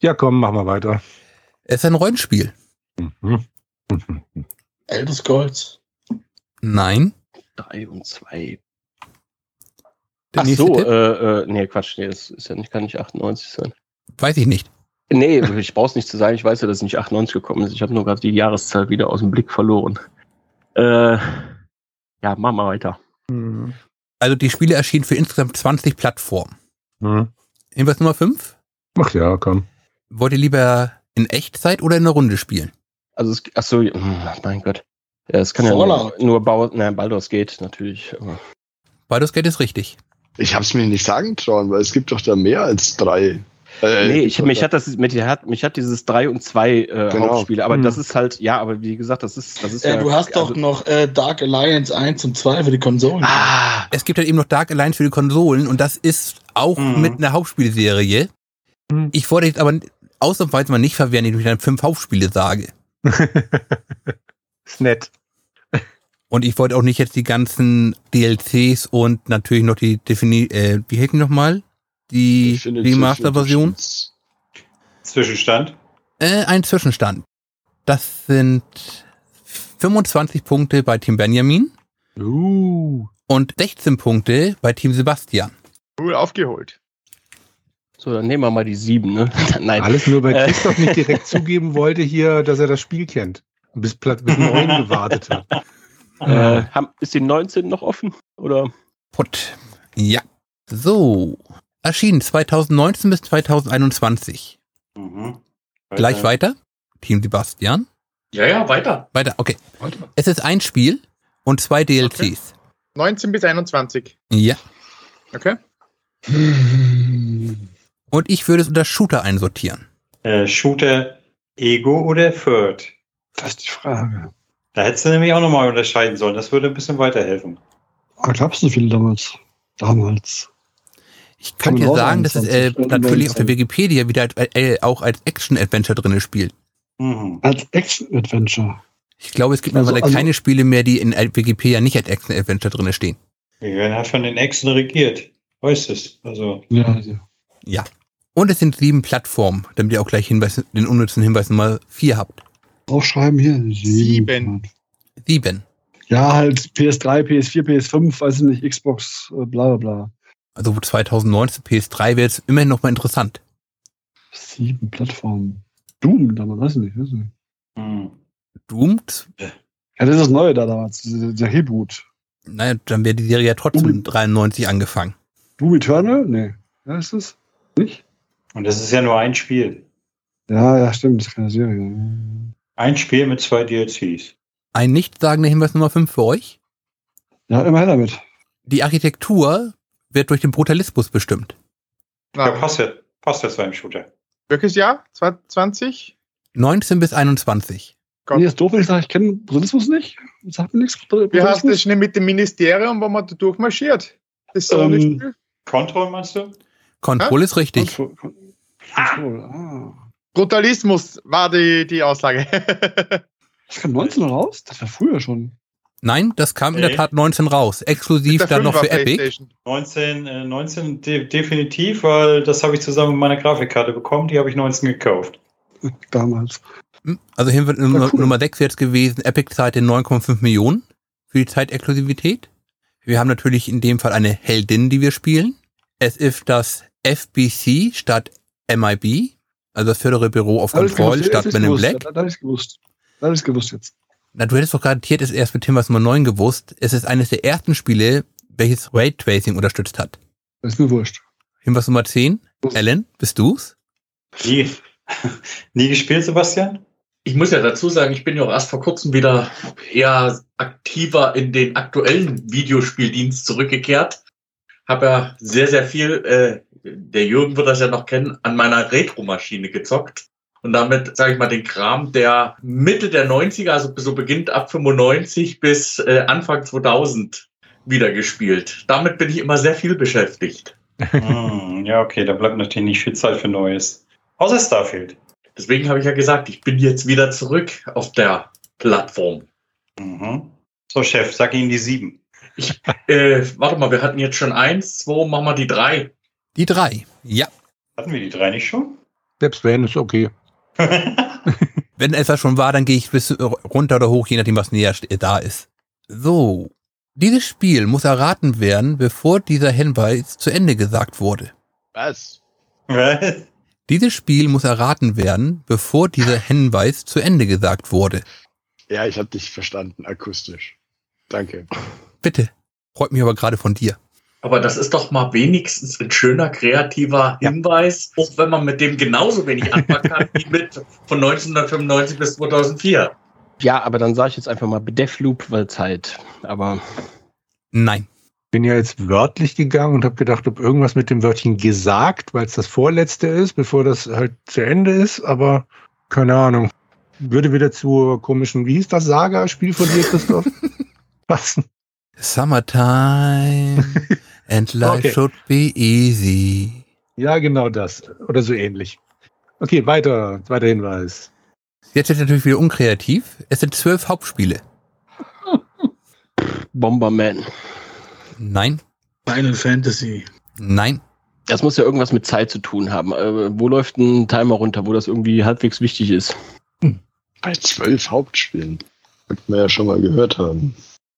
Speaker 5: Ja, komm, machen wir weiter.
Speaker 1: Es ist ein Rollenspiel.
Speaker 5: Mhm.
Speaker 9: Elder Scrolls.
Speaker 1: Nein.
Speaker 2: drei und zwei.
Speaker 1: Der
Speaker 2: Ach
Speaker 1: nächste
Speaker 2: so,
Speaker 1: Tipp?
Speaker 2: äh, äh, nee, Quatsch, nee, das ist ja nicht, kann nicht 98 sein.
Speaker 1: Weiß ich nicht.
Speaker 2: Nee, ich brauch's nicht zu sagen, ich weiß ja, dass es nicht 98 gekommen ist. Ich habe nur gerade die Jahreszahl wieder aus dem Blick verloren. Äh, ja, machen wir weiter.
Speaker 5: Mhm.
Speaker 1: Also die Spiele erschienen für insgesamt 20 Plattformen.
Speaker 5: Mhm.
Speaker 1: Hinweis Nummer 5.
Speaker 5: Ach ja, komm.
Speaker 1: Wollt ihr lieber in Echtzeit oder in einer Runde spielen?
Speaker 2: Also, es, ach so, mh, mein Gott. Ja, es kann
Speaker 9: Fallout.
Speaker 2: ja nur, nur Bau, nein, Baldur's Gate natürlich. aber-
Speaker 1: Baldur's Gate ist richtig.
Speaker 4: Ich hab's mir nicht sagen trauen, weil es gibt doch da mehr als drei. Äh,
Speaker 2: Nee, ich, mich hat das mit hat, mich hat dieses 3 und 2 äh,
Speaker 4: Genau.
Speaker 2: Hauptspiele, aber
Speaker 5: Hm.
Speaker 2: das ist halt, ja, aber wie gesagt, das ist, das ist
Speaker 9: Äh,
Speaker 2: ja.
Speaker 9: du hast doch
Speaker 2: also-
Speaker 9: noch äh, Dark Alliance 1 und 2 für die Konsolen.
Speaker 2: Ah,
Speaker 1: Es gibt halt eben noch Dark Alliance für die Konsolen und das ist auch
Speaker 7: Mhm.
Speaker 1: mit einer Hauptspielserie.
Speaker 5: Mhm.
Speaker 1: Ich wollte jetzt aber ausnahmsweise mal nicht verwehren, indem ich dann fünf Hauptspiele sage.
Speaker 5: Ist nett.
Speaker 1: Und ich wollte auch nicht jetzt die ganzen DLCs und natürlich noch die Defini äh, wie hätten noch mal? Die Remaster-Version.
Speaker 7: Zwischenstand.
Speaker 1: Äh, ein Zwischenstand. Das sind 25 Punkte bei Team Benjamin
Speaker 5: Uh.
Speaker 1: und 16 Punkte bei Team Sebastian.
Speaker 3: Cool aufgeholt.
Speaker 2: so, dann nehmen wir mal die 7, ne? nein.
Speaker 5: Alles nur, weil
Speaker 2: Äh.
Speaker 5: Christoph nicht direkt zugeben wollte hier, dass er das Spiel kennt. Und Bis Platz bis neun gewartet hat.
Speaker 2: Äh, haben, ist die 19 noch offen? Oder?
Speaker 1: Put. Ja. So. Erschienen 2019 bis 2021.
Speaker 7: Mhm.
Speaker 1: Gleich weiter. Team Sebastian.
Speaker 8: Ja, ja, weiter.
Speaker 1: Weiter. Okay.
Speaker 9: Weiter.
Speaker 1: Es ist ein Spiel und zwei DLCs.
Speaker 3: 19 bis 21.
Speaker 1: Ja.
Speaker 3: Okay?
Speaker 1: Und ich würde es unter Shooter einsortieren.
Speaker 7: Äh, Shooter Ego oder Third?
Speaker 4: Das ist die Frage.
Speaker 7: Da hättest du nämlich auch nochmal unterscheiden sollen. Das würde ein bisschen weiterhelfen.
Speaker 4: Aber gab es so viele damals? Damals.
Speaker 1: Ich kann dir sagen, dass es äh,
Speaker 4: 29,
Speaker 1: natürlich auf der
Speaker 4: 29.
Speaker 1: Wikipedia wieder als, äh, auch als Action-Adventure drinne spielt.
Speaker 7: Mhm.
Speaker 4: Als Action-Adventure.
Speaker 1: Ich glaube, es gibt
Speaker 4: Also-
Speaker 1: mittlerweile
Speaker 4: also-
Speaker 1: keine Spiele mehr, die in äh, Wikipedia nicht als Action-Adventure drinne stehen.
Speaker 7: Wir werden halt von den Echsen regiert. Weißt es. Also,
Speaker 4: Ja, ja.
Speaker 1: Und es sind sieben Plattformen, damit ihr auch gleich Hinweis, den unnützen Hinweis Nummer vier habt.
Speaker 4: Aufschreiben hier.
Speaker 3: Sieben.
Speaker 1: Sieben.
Speaker 6: Ja, halt PS3, PS4, PS5, weiß ich nicht, Xbox, äh, bla bla bla.
Speaker 1: Also 2019 PS3 wäre jetzt immerhin nochmal interessant.
Speaker 6: Sieben Plattformen. Doom damals, weiß ich nicht, weiß ich nicht.
Speaker 9: Mhm.
Speaker 7: mh.
Speaker 1: Doomed?
Speaker 6: Ja, das ist das Neue da damals, dieser dieser Reboot.
Speaker 1: Naja, dann wäre die Serie ja trotzdem
Speaker 6: Doom.
Speaker 1: 93 angefangen.
Speaker 6: Doom Eternal? Nee. Ja, ist das? Nicht?
Speaker 7: Und das ist ja nur ein Spiel.
Speaker 6: Ja, ja, stimmt, das ist keine Serie. ne?
Speaker 7: Ein Spiel mit zwei DLCs.
Speaker 1: Ein nichtssagender Hinweis Nummer fünf für euch.
Speaker 6: Ja, immerhin damit.
Speaker 1: Die Architektur wird durch den Brutalismus bestimmt.
Speaker 7: Ja,
Speaker 3: Na,
Speaker 7: passt ja, passt ja zu einem Shooter.
Speaker 3: welches Jahr? 20?
Speaker 1: 19 bis 21.
Speaker 3: Gott.
Speaker 6: Nee, ist doof, wenn ich sage, ich kenne Brutalismus nicht. Sagt mir nichts.
Speaker 3: Wie
Speaker 6: Brutalismus?
Speaker 3: heißt das schnell mit dem Ministerium, wo man da durchmarschiert? Das
Speaker 6: Ähm,
Speaker 3: Sony-Spiel?
Speaker 7: Control meinst du?
Speaker 1: Control ist richtig.
Speaker 6: Control, Con- Control. Ah.
Speaker 3: Brutalismus war die, die Aussage.
Speaker 6: Das kam 19 raus? Das war früher schon.
Speaker 1: Nein, das kam in der
Speaker 7: Nee.
Speaker 1: Tat 19 raus. Exklusiv
Speaker 3: Der
Speaker 1: dann noch
Speaker 3: Fünfer
Speaker 1: für Epic.
Speaker 3: PlayStation.
Speaker 7: 19, äh, 19 de definitiv, weil das habe ich zusammen mit meiner Grafikkarte bekommen. Die habe ich 19 gekauft.
Speaker 6: Damals.
Speaker 1: Hm, Also Hinweis Nummer,
Speaker 6: cool.
Speaker 1: Nummer 6 jetzt gewesen. Epic zahlt den 9,5 Millionen für die Zeitexklusivität. Wir haben natürlich in dem Fall eine Heldin, die wir spielen. Es ist das FBC statt MIB, also das fördere Büro auf
Speaker 6: Da hab ich's
Speaker 1: Control
Speaker 6: gewusst,
Speaker 1: statt
Speaker 6: jetzt
Speaker 1: Men in
Speaker 6: ich's
Speaker 1: Black.
Speaker 6: gewusst, Da, da hab ich's gewusst. Da hab ich's gewusst jetzt.
Speaker 1: Na, du hättest doch garantiert es erst mit Hinweis Nummer 9 gewusst. Es ist eines der ersten Spiele, welches Raytracing unterstützt hat.
Speaker 6: Das ist mir wurscht.
Speaker 1: Hinweis Nummer 10. Ellen, bist du's?
Speaker 7: Nie, nie gespielt, Sebastian?
Speaker 8: Ich muss ja dazu sagen, ich bin ja auch erst vor kurzem wieder eher aktiver in den aktuellen Videospieldienst zurückgekehrt. Habe ja sehr, sehr viel, äh, der Jürgen wird das ja noch kennen, an meiner Retro-Maschine gezockt. Und damit, sage ich mal, den Kram der Mitte der 90er, also so beginnt ab 95 bis äh, Anfang 2000 wieder gespielt. Damit bin ich immer sehr viel beschäftigt.
Speaker 7: Hm, ja, okay, da bleibt natürlich nicht viel Zeit für Neues. Außer Starfield.
Speaker 8: Deswegen habe ich ja gesagt, ich bin jetzt wieder zurück auf der Plattform.
Speaker 7: Mhm. So, Chef, sag Ihnen die sieben.
Speaker 8: Äh, warte mal, wir hatten jetzt schon eins, zwei, machen wir die drei.
Speaker 1: Die drei. Ja.
Speaker 7: Hatten wir die drei nicht schon?
Speaker 5: Selbst wenn, ist okay.
Speaker 1: Wenn es das schon war, dann gehe ich bis äh, runter oder hoch, je nachdem, was näher st- äh, da ist. So. Dieses Spiel muss erraten werden, bevor dieser Hinweis zu Ende gesagt wurde.
Speaker 4: Was?
Speaker 7: Was?
Speaker 1: Dieses Spiel muss erraten werden, bevor dieser Hinweis zu Ende gesagt wurde.
Speaker 2: halt-
Speaker 4: Ja, ich habe dich verstanden, akustisch. Danke.
Speaker 1: Bitte. Freut mich aber gerade von dir.
Speaker 8: Aber das ist doch mal wenigstens ein schöner kreativer
Speaker 1: Ja.
Speaker 8: Hinweis, auch wenn man mit dem genauso wenig anpacken kann wie mit von 1995 bis 2004.
Speaker 2: Ja, aber dann sage ich jetzt einfach mal Deathloop, weil Zeit. Aber
Speaker 1: Nein.
Speaker 5: Bin ja jetzt wörtlich gegangen und habe gedacht, ob irgendwas mit dem Wörtchen gesagt, weil es das vorletzte ist, bevor das halt zu Ende ist, aber keine Ahnung. Würde wieder zur komischen, wie hieß das Saga-Spiel von dir, Christoph? passen.
Speaker 1: Summertime and life
Speaker 5: Okay.
Speaker 1: should be easy.
Speaker 5: Ja, genau das. Oder so ähnlich. Okay, weiter, zweiter Hinweis.
Speaker 1: Jetzt ist es natürlich wieder unkreativ. Es sind zwölf Hauptspiele.
Speaker 2: Bomberman.
Speaker 1: Nein,
Speaker 9: Final Fantasy.
Speaker 1: nein,
Speaker 2: Das muss ja irgendwas mit Zeit zu tun haben. Äh, wo läuft ein Timer runter, wo das irgendwie halbwegs wichtig ist?
Speaker 4: Hm. Bei zwölf Hauptspielen. Wird man ja schon mal gehört haben.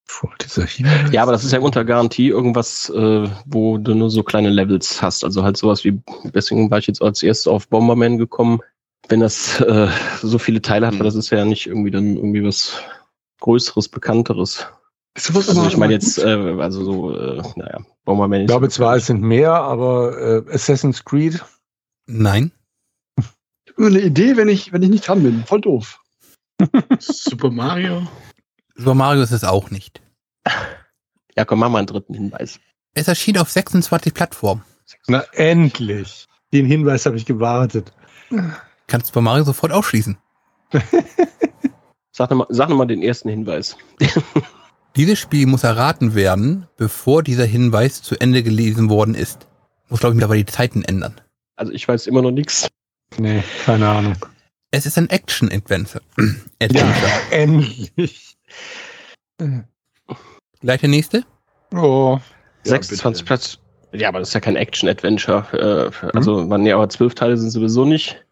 Speaker 5: Vor dieser Hinweis.
Speaker 2: Ja, aber das ist ja unter Garantie irgendwas, äh, wo du nur so kleine Levels hast. Also halt sowas wie, deswegen war ich jetzt als erstes auf Bomberman gekommen. Wenn das äh, so viele Teile hat,
Speaker 4: Hm.
Speaker 2: das ist ja nicht irgendwie dann irgendwie was Größeres, Bekannteres.
Speaker 6: Ist sowas
Speaker 2: Also
Speaker 6: immer-
Speaker 2: ich meine jetzt, äh, also so, äh, naja, Bomberman
Speaker 5: Ich
Speaker 2: ist.
Speaker 5: glaube zwar, es sind mehr, aber äh, Assassin's Creed,
Speaker 1: nein.
Speaker 6: Immer eine Idee, wenn ich, wenn ich nicht dran bin. Voll doof.
Speaker 9: Super Mario.
Speaker 1: Super Mario ist es auch nicht.
Speaker 2: ja, komm, mach mal einen dritten Hinweis.
Speaker 1: Es erschien auf 26 Plattformen.
Speaker 5: na endlich. Den Hinweis habe ich gewartet.
Speaker 1: Kannst Super Mario sofort ausschließen.
Speaker 2: Sag nochmal sag noch mal den ersten Hinweis.
Speaker 1: Dieses Spiel muss erraten werden, bevor dieser Hinweis zu Ende gelesen worden ist. Muss, glaube ich, mir aber die Zeiten ändern.
Speaker 2: Also ich weiß immer noch nichts.
Speaker 5: Nee, keine Ahnung.
Speaker 1: Es ist ein Action-Adventure.
Speaker 5: Ja,
Speaker 1: Adventure.
Speaker 5: endlich.
Speaker 1: Gleich der nächste?
Speaker 5: Oh,
Speaker 2: 26 Platz. Ja, aber das ist ja kein Action-Adventure.
Speaker 5: Mhm.
Speaker 2: Äh, also, man, ja, aber zwölf Teile sind sowieso nicht.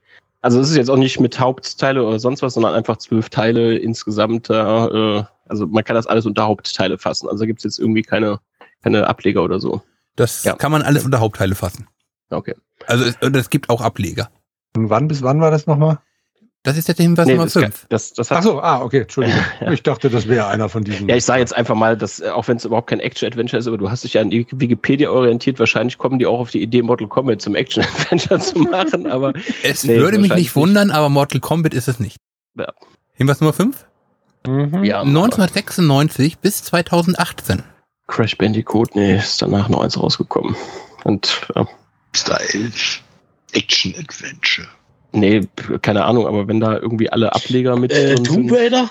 Speaker 2: Also, es ist jetzt auch nicht mit Hauptteile oder sonst was, sondern einfach zwölf Teile insgesamt. Äh, äh, also, man kann das alles unter Hauptteile fassen. Also, da gibt's jetzt irgendwie keine, keine Ableger oder so.
Speaker 1: Das
Speaker 2: Ja.
Speaker 1: kann man alles unter Hauptteile fassen.
Speaker 2: Okay.
Speaker 1: Also es, und es gibt auch Ableger.
Speaker 5: von wann bis wann war das nochmal?
Speaker 1: Das ist jetzt der Hinweis
Speaker 2: Nee,
Speaker 1: Nummer
Speaker 2: das, kann-
Speaker 1: 5.
Speaker 2: das, das hat,
Speaker 5: Achso, ah, okay, Entschuldigung.
Speaker 2: Ja.
Speaker 5: Ich dachte, das wäre einer von diesen.
Speaker 2: ja, ich sage jetzt einfach mal, dass, äh, auch wenn es überhaupt kein Action-Adventure ist, aber du hast dich ja an die Wikipedia orientiert, wahrscheinlich kommen die auch auf die Idee, Mortal Kombat zum Action-Adventure zu machen, aber
Speaker 1: Es
Speaker 2: Nee,
Speaker 1: würde mich
Speaker 2: wahrscheinlich
Speaker 1: nicht wundern, aber Mortal Kombat ist es nicht.
Speaker 2: Ja.
Speaker 1: Hinweis Nummer 5?
Speaker 5: Mhm.
Speaker 2: ja.
Speaker 1: 1996 bis 2018.
Speaker 2: Crash Bandicoot, nee, ist danach noch eins rausgekommen. Und äh,
Speaker 4: Style. Action Adventure.
Speaker 2: nee, p- keine Ahnung, aber wenn da irgendwie alle Ableger mit
Speaker 9: Äh,
Speaker 2: drin
Speaker 9: Tomb
Speaker 2: sind-
Speaker 9: Raider?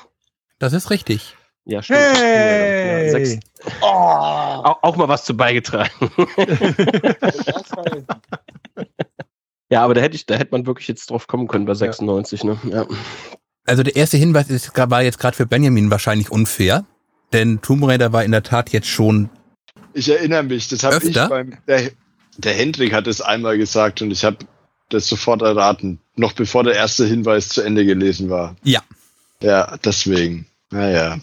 Speaker 1: Das ist richtig.
Speaker 2: ja, stimmt. Tomb Raider,
Speaker 5: Hey!
Speaker 2: Ja, sechs,
Speaker 9: Oh,
Speaker 2: auch, auch mal was zu beigetragen. ja, aber da hätte ich, da hätte man wirklich jetzt drauf kommen können bei 96, ne? Ja.
Speaker 1: Also der erste Hinweis ist, war jetzt gerade für Benjamin wahrscheinlich unfair, denn Tomb Raider war in der Tat jetzt schon.
Speaker 4: Ich erinnere mich, das habe ich
Speaker 1: Öfter?
Speaker 4: beim. Der, der Hendrik hat es einmal gesagt und ich habe das sofort erraten, noch bevor der erste Hinweis zu Ende gelesen war.
Speaker 1: Ja.
Speaker 4: Ja, deswegen. Naja.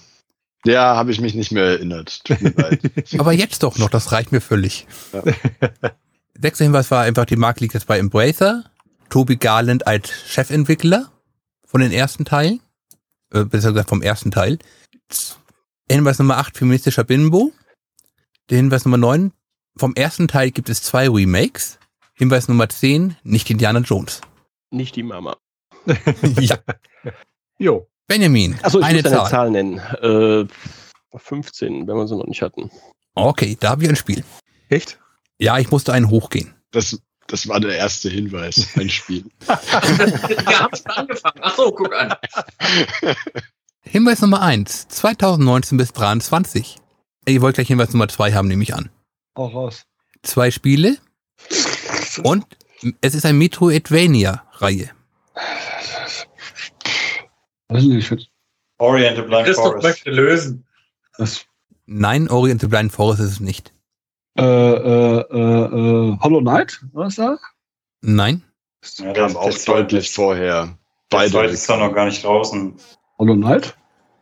Speaker 4: Ja, habe ich mich nicht mehr erinnert. Tut mir leid.
Speaker 1: Aber jetzt doch noch, das reicht mir völlig.
Speaker 4: Ja.
Speaker 1: Sechster Hinweis war einfach, die Marke liegt jetzt bei Embracer. Toby Garland als Chefentwickler von den ersten Teilen. Äh, besser gesagt vom ersten Teil. Z- Hinweis Nummer 8, feministischer Bimbo. Der Hinweis Nummer 9, vom ersten Teil gibt es zwei Remakes. Hinweis Nummer 10, nicht Indiana Jones.
Speaker 2: Nicht die Mama.
Speaker 1: ja.
Speaker 5: Jo.
Speaker 1: Benjamin,
Speaker 2: Achso, ich
Speaker 1: eine
Speaker 2: muss eine
Speaker 1: Zahl.
Speaker 2: Zahl nennen. Äh, 15, wenn wir sie noch nicht hatten.
Speaker 1: Okay, da habe ich ein Spiel.
Speaker 5: Echt?
Speaker 1: Ja, ich musste einen hochgehen.
Speaker 4: Das, das war der erste Hinweis, ein Spiel.
Speaker 8: ja, hab schon angefangen. Ach so, guck an.
Speaker 1: Hinweis Nummer 1, 2019 bis 23. Ihr wollt gleich Hinweis Nummer 2 haben, nehme ich an.
Speaker 6: Auch raus.
Speaker 1: Zwei Spiele und es ist ein Metroidvania-Reihe.
Speaker 6: Was ist denn das für-
Speaker 7: Orient the Blind
Speaker 8: Christoph
Speaker 7: Forest.
Speaker 8: möchte lösen.
Speaker 6: das?
Speaker 1: Nein, Orient the Blind Forest ist es nicht.
Speaker 6: Äh, äh, äh, äh, Hollow Knight? Was da?
Speaker 1: Nein,
Speaker 7: Ja,
Speaker 4: Kam
Speaker 7: das- das
Speaker 4: auch
Speaker 7: zweite
Speaker 4: deutlich
Speaker 7: ist-
Speaker 4: vorher.
Speaker 7: Der
Speaker 4: Beide.
Speaker 7: zweite ist doch noch gar nicht draußen.
Speaker 6: Hollow Knight?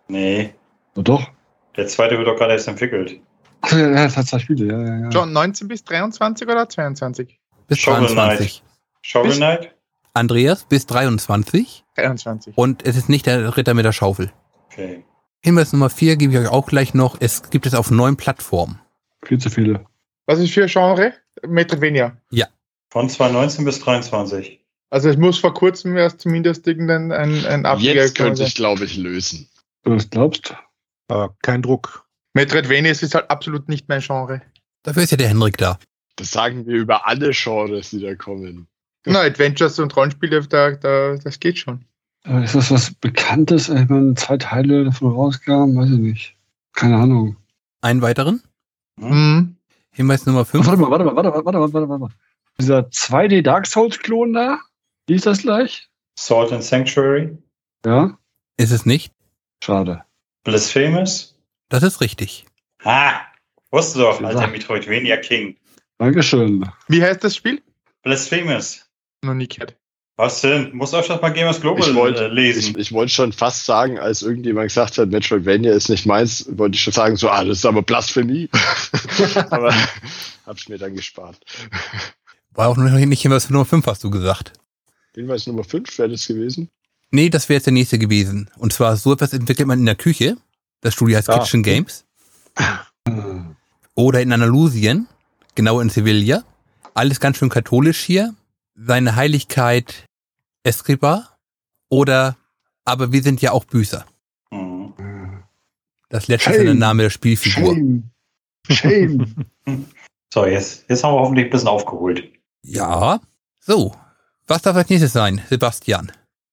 Speaker 7: Nee,
Speaker 6: Na doch.
Speaker 7: der zweite wird doch gerade erst entwickelt.
Speaker 6: Ach, ja, ja, das hat zwei Spiele. Ja, ja, ja.
Speaker 3: John, 19 bis 23 oder 22?
Speaker 1: bis
Speaker 7: Shovel
Speaker 1: 23.
Speaker 7: Shovel
Speaker 3: Bis-
Speaker 7: Knight?
Speaker 1: Andreas, bis 23.
Speaker 3: 23.
Speaker 1: Und es ist nicht der Ritter mit der Schaufel.
Speaker 7: Okay.
Speaker 1: Hinweis Nummer 4 gebe ich euch auch gleich noch. Es gibt es auf neun Plattformen.
Speaker 6: Viel zu viele.
Speaker 3: Was ist für ein Genre? Metroidvania.
Speaker 7: Von 2019 bis 23.
Speaker 3: Also es muss vor kurzem erst zumindest irgendein ein, ein Ableger
Speaker 4: Jetzt
Speaker 3: gekommen
Speaker 4: könnte
Speaker 3: sein.
Speaker 4: ich, Äh, glaube ich, lösen.
Speaker 6: Wenn du das glaubst.
Speaker 5: Aber kein Druck.
Speaker 3: Metroidvania ist jetzt halt absolut nicht mein Genre.
Speaker 1: Dafür ist ja der Henrik da.
Speaker 4: Das sagen wir über alle Genres, die da kommen.
Speaker 3: Na, Adventures und Rollenspiele, da, da, das geht schon.
Speaker 6: Äh, Ist das was Bekanntes? Äh, Ich meine, zwei Teile davon rauskamen? Weiß ich nicht. Keine Ahnung.
Speaker 1: Einen weiteren.
Speaker 3: Mhm.
Speaker 1: Hinweis Nummer
Speaker 6: Ach,
Speaker 1: 5.
Speaker 6: warte mal, warte mal, warte mal, warte mal, warte mal. warte mal. Dieser 2D Dark Souls Klon da? Wie ist das gleich?
Speaker 7: Salt and Sanctuary?
Speaker 6: Ja?
Speaker 1: Ist es nicht.
Speaker 6: Schade.
Speaker 7: Blasphemous?
Speaker 1: Das ist richtig.
Speaker 7: Ha! Wusste doch, alter
Speaker 6: Ja.
Speaker 7: Metroidvania King.
Speaker 6: Dankeschön.
Speaker 3: Wie heißt das Spiel?
Speaker 7: Blasphemous.
Speaker 3: Noch nie gehört.
Speaker 7: Was denn? Muss öfters mal Gamers Global
Speaker 4: Ich wollte-
Speaker 7: äh, lesen.
Speaker 4: Ich, ich wollte schon fast sagen, als irgendjemand gesagt hat, Metroidvania ist nicht meins, wollte ich schon sagen, so, ah, das ist aber Blasphemie. aber hab's mir dann gespart.
Speaker 1: War auch noch nicht Hinweis Nummer 5, hast du gesagt.
Speaker 4: Hinweis Nummer 5 wäre das gewesen.
Speaker 1: Nee, das wäre jetzt der nächste gewesen. Und zwar so etwas entwickelt man in der Küche. Das Studio heißt
Speaker 5: Ah.
Speaker 1: Kitchen Games.
Speaker 6: Äh,
Speaker 1: Oder in Andalusien, genau in Sevilla. Alles ganz schön katholisch hier. Seine Heiligkeit Escriba. Oder, aber wir sind ja auch Büßer.
Speaker 7: Hm.
Speaker 1: Das letzte ist der
Speaker 6: Shame.
Speaker 1: Name der Spielfigur.
Speaker 6: Shame. Shame.
Speaker 7: So, jetzt, jetzt haben wir hoffentlich ein bisschen aufgeholt.
Speaker 1: Ja. So. Was darf als nächstes sein, Sebastian?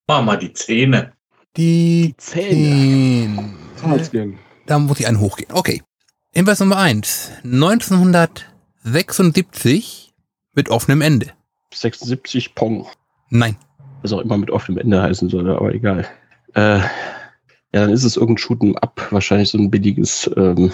Speaker 8: Mach mal die Zähne.
Speaker 1: Die
Speaker 2: Zähne.
Speaker 1: zehn.
Speaker 6: Zahnarzt-Gang.
Speaker 1: Da muss ich einen hochgehen. Okay. Hinweis Nummer eins. 1976 mit offenem Ende.
Speaker 2: 76 Pong.
Speaker 1: Nein.
Speaker 2: Was auch immer mit offenem Ende heißen soll, aber egal. Äh, ja, dann ist es irgendein Shooten Up. Wahrscheinlich so ein billiges. Ähm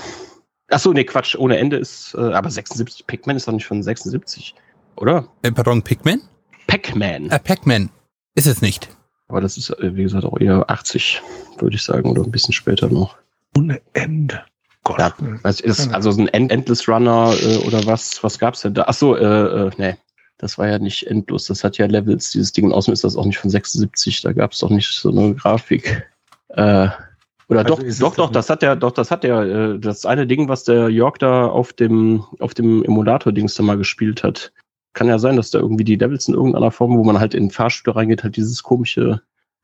Speaker 2: Achso, nee, Quatsch. Ohne Ende ist. Äh, aber 76. Pac-Man ist doch nicht von 76. Oder?
Speaker 1: Äh, pardon, Pac-Man?
Speaker 2: Pac-Man.
Speaker 1: Äh, Pac-Man. Ist es nicht.
Speaker 2: Aber das ist, äh, wie gesagt, auch eher 80, würde ich sagen, oder ein bisschen später noch.
Speaker 5: Ohne Ende. Gott.
Speaker 2: Ja. Was ist also so ein End Endless Runner äh, oder was? Was gab's denn da? Achso, äh, äh, nee. Das war ja nicht endlos. Das hat ja Levels, dieses Ding. Und Außerdem ist das auch nicht von 76. Da gab's doch nicht so eine Grafik. Äh, oder
Speaker 5: Also
Speaker 2: doch,
Speaker 5: ist es
Speaker 2: doch,
Speaker 5: doch
Speaker 2: doch, das hat der, doch, das hat der, äh, das eine Ding, was der Jörg da auf dem, auf dem Emulator-Dings da mal gespielt hat. Kann ja sein, dass da irgendwie die Levels in irgendeiner Form, wo man halt in Fahrstühle reingeht, halt dieses komische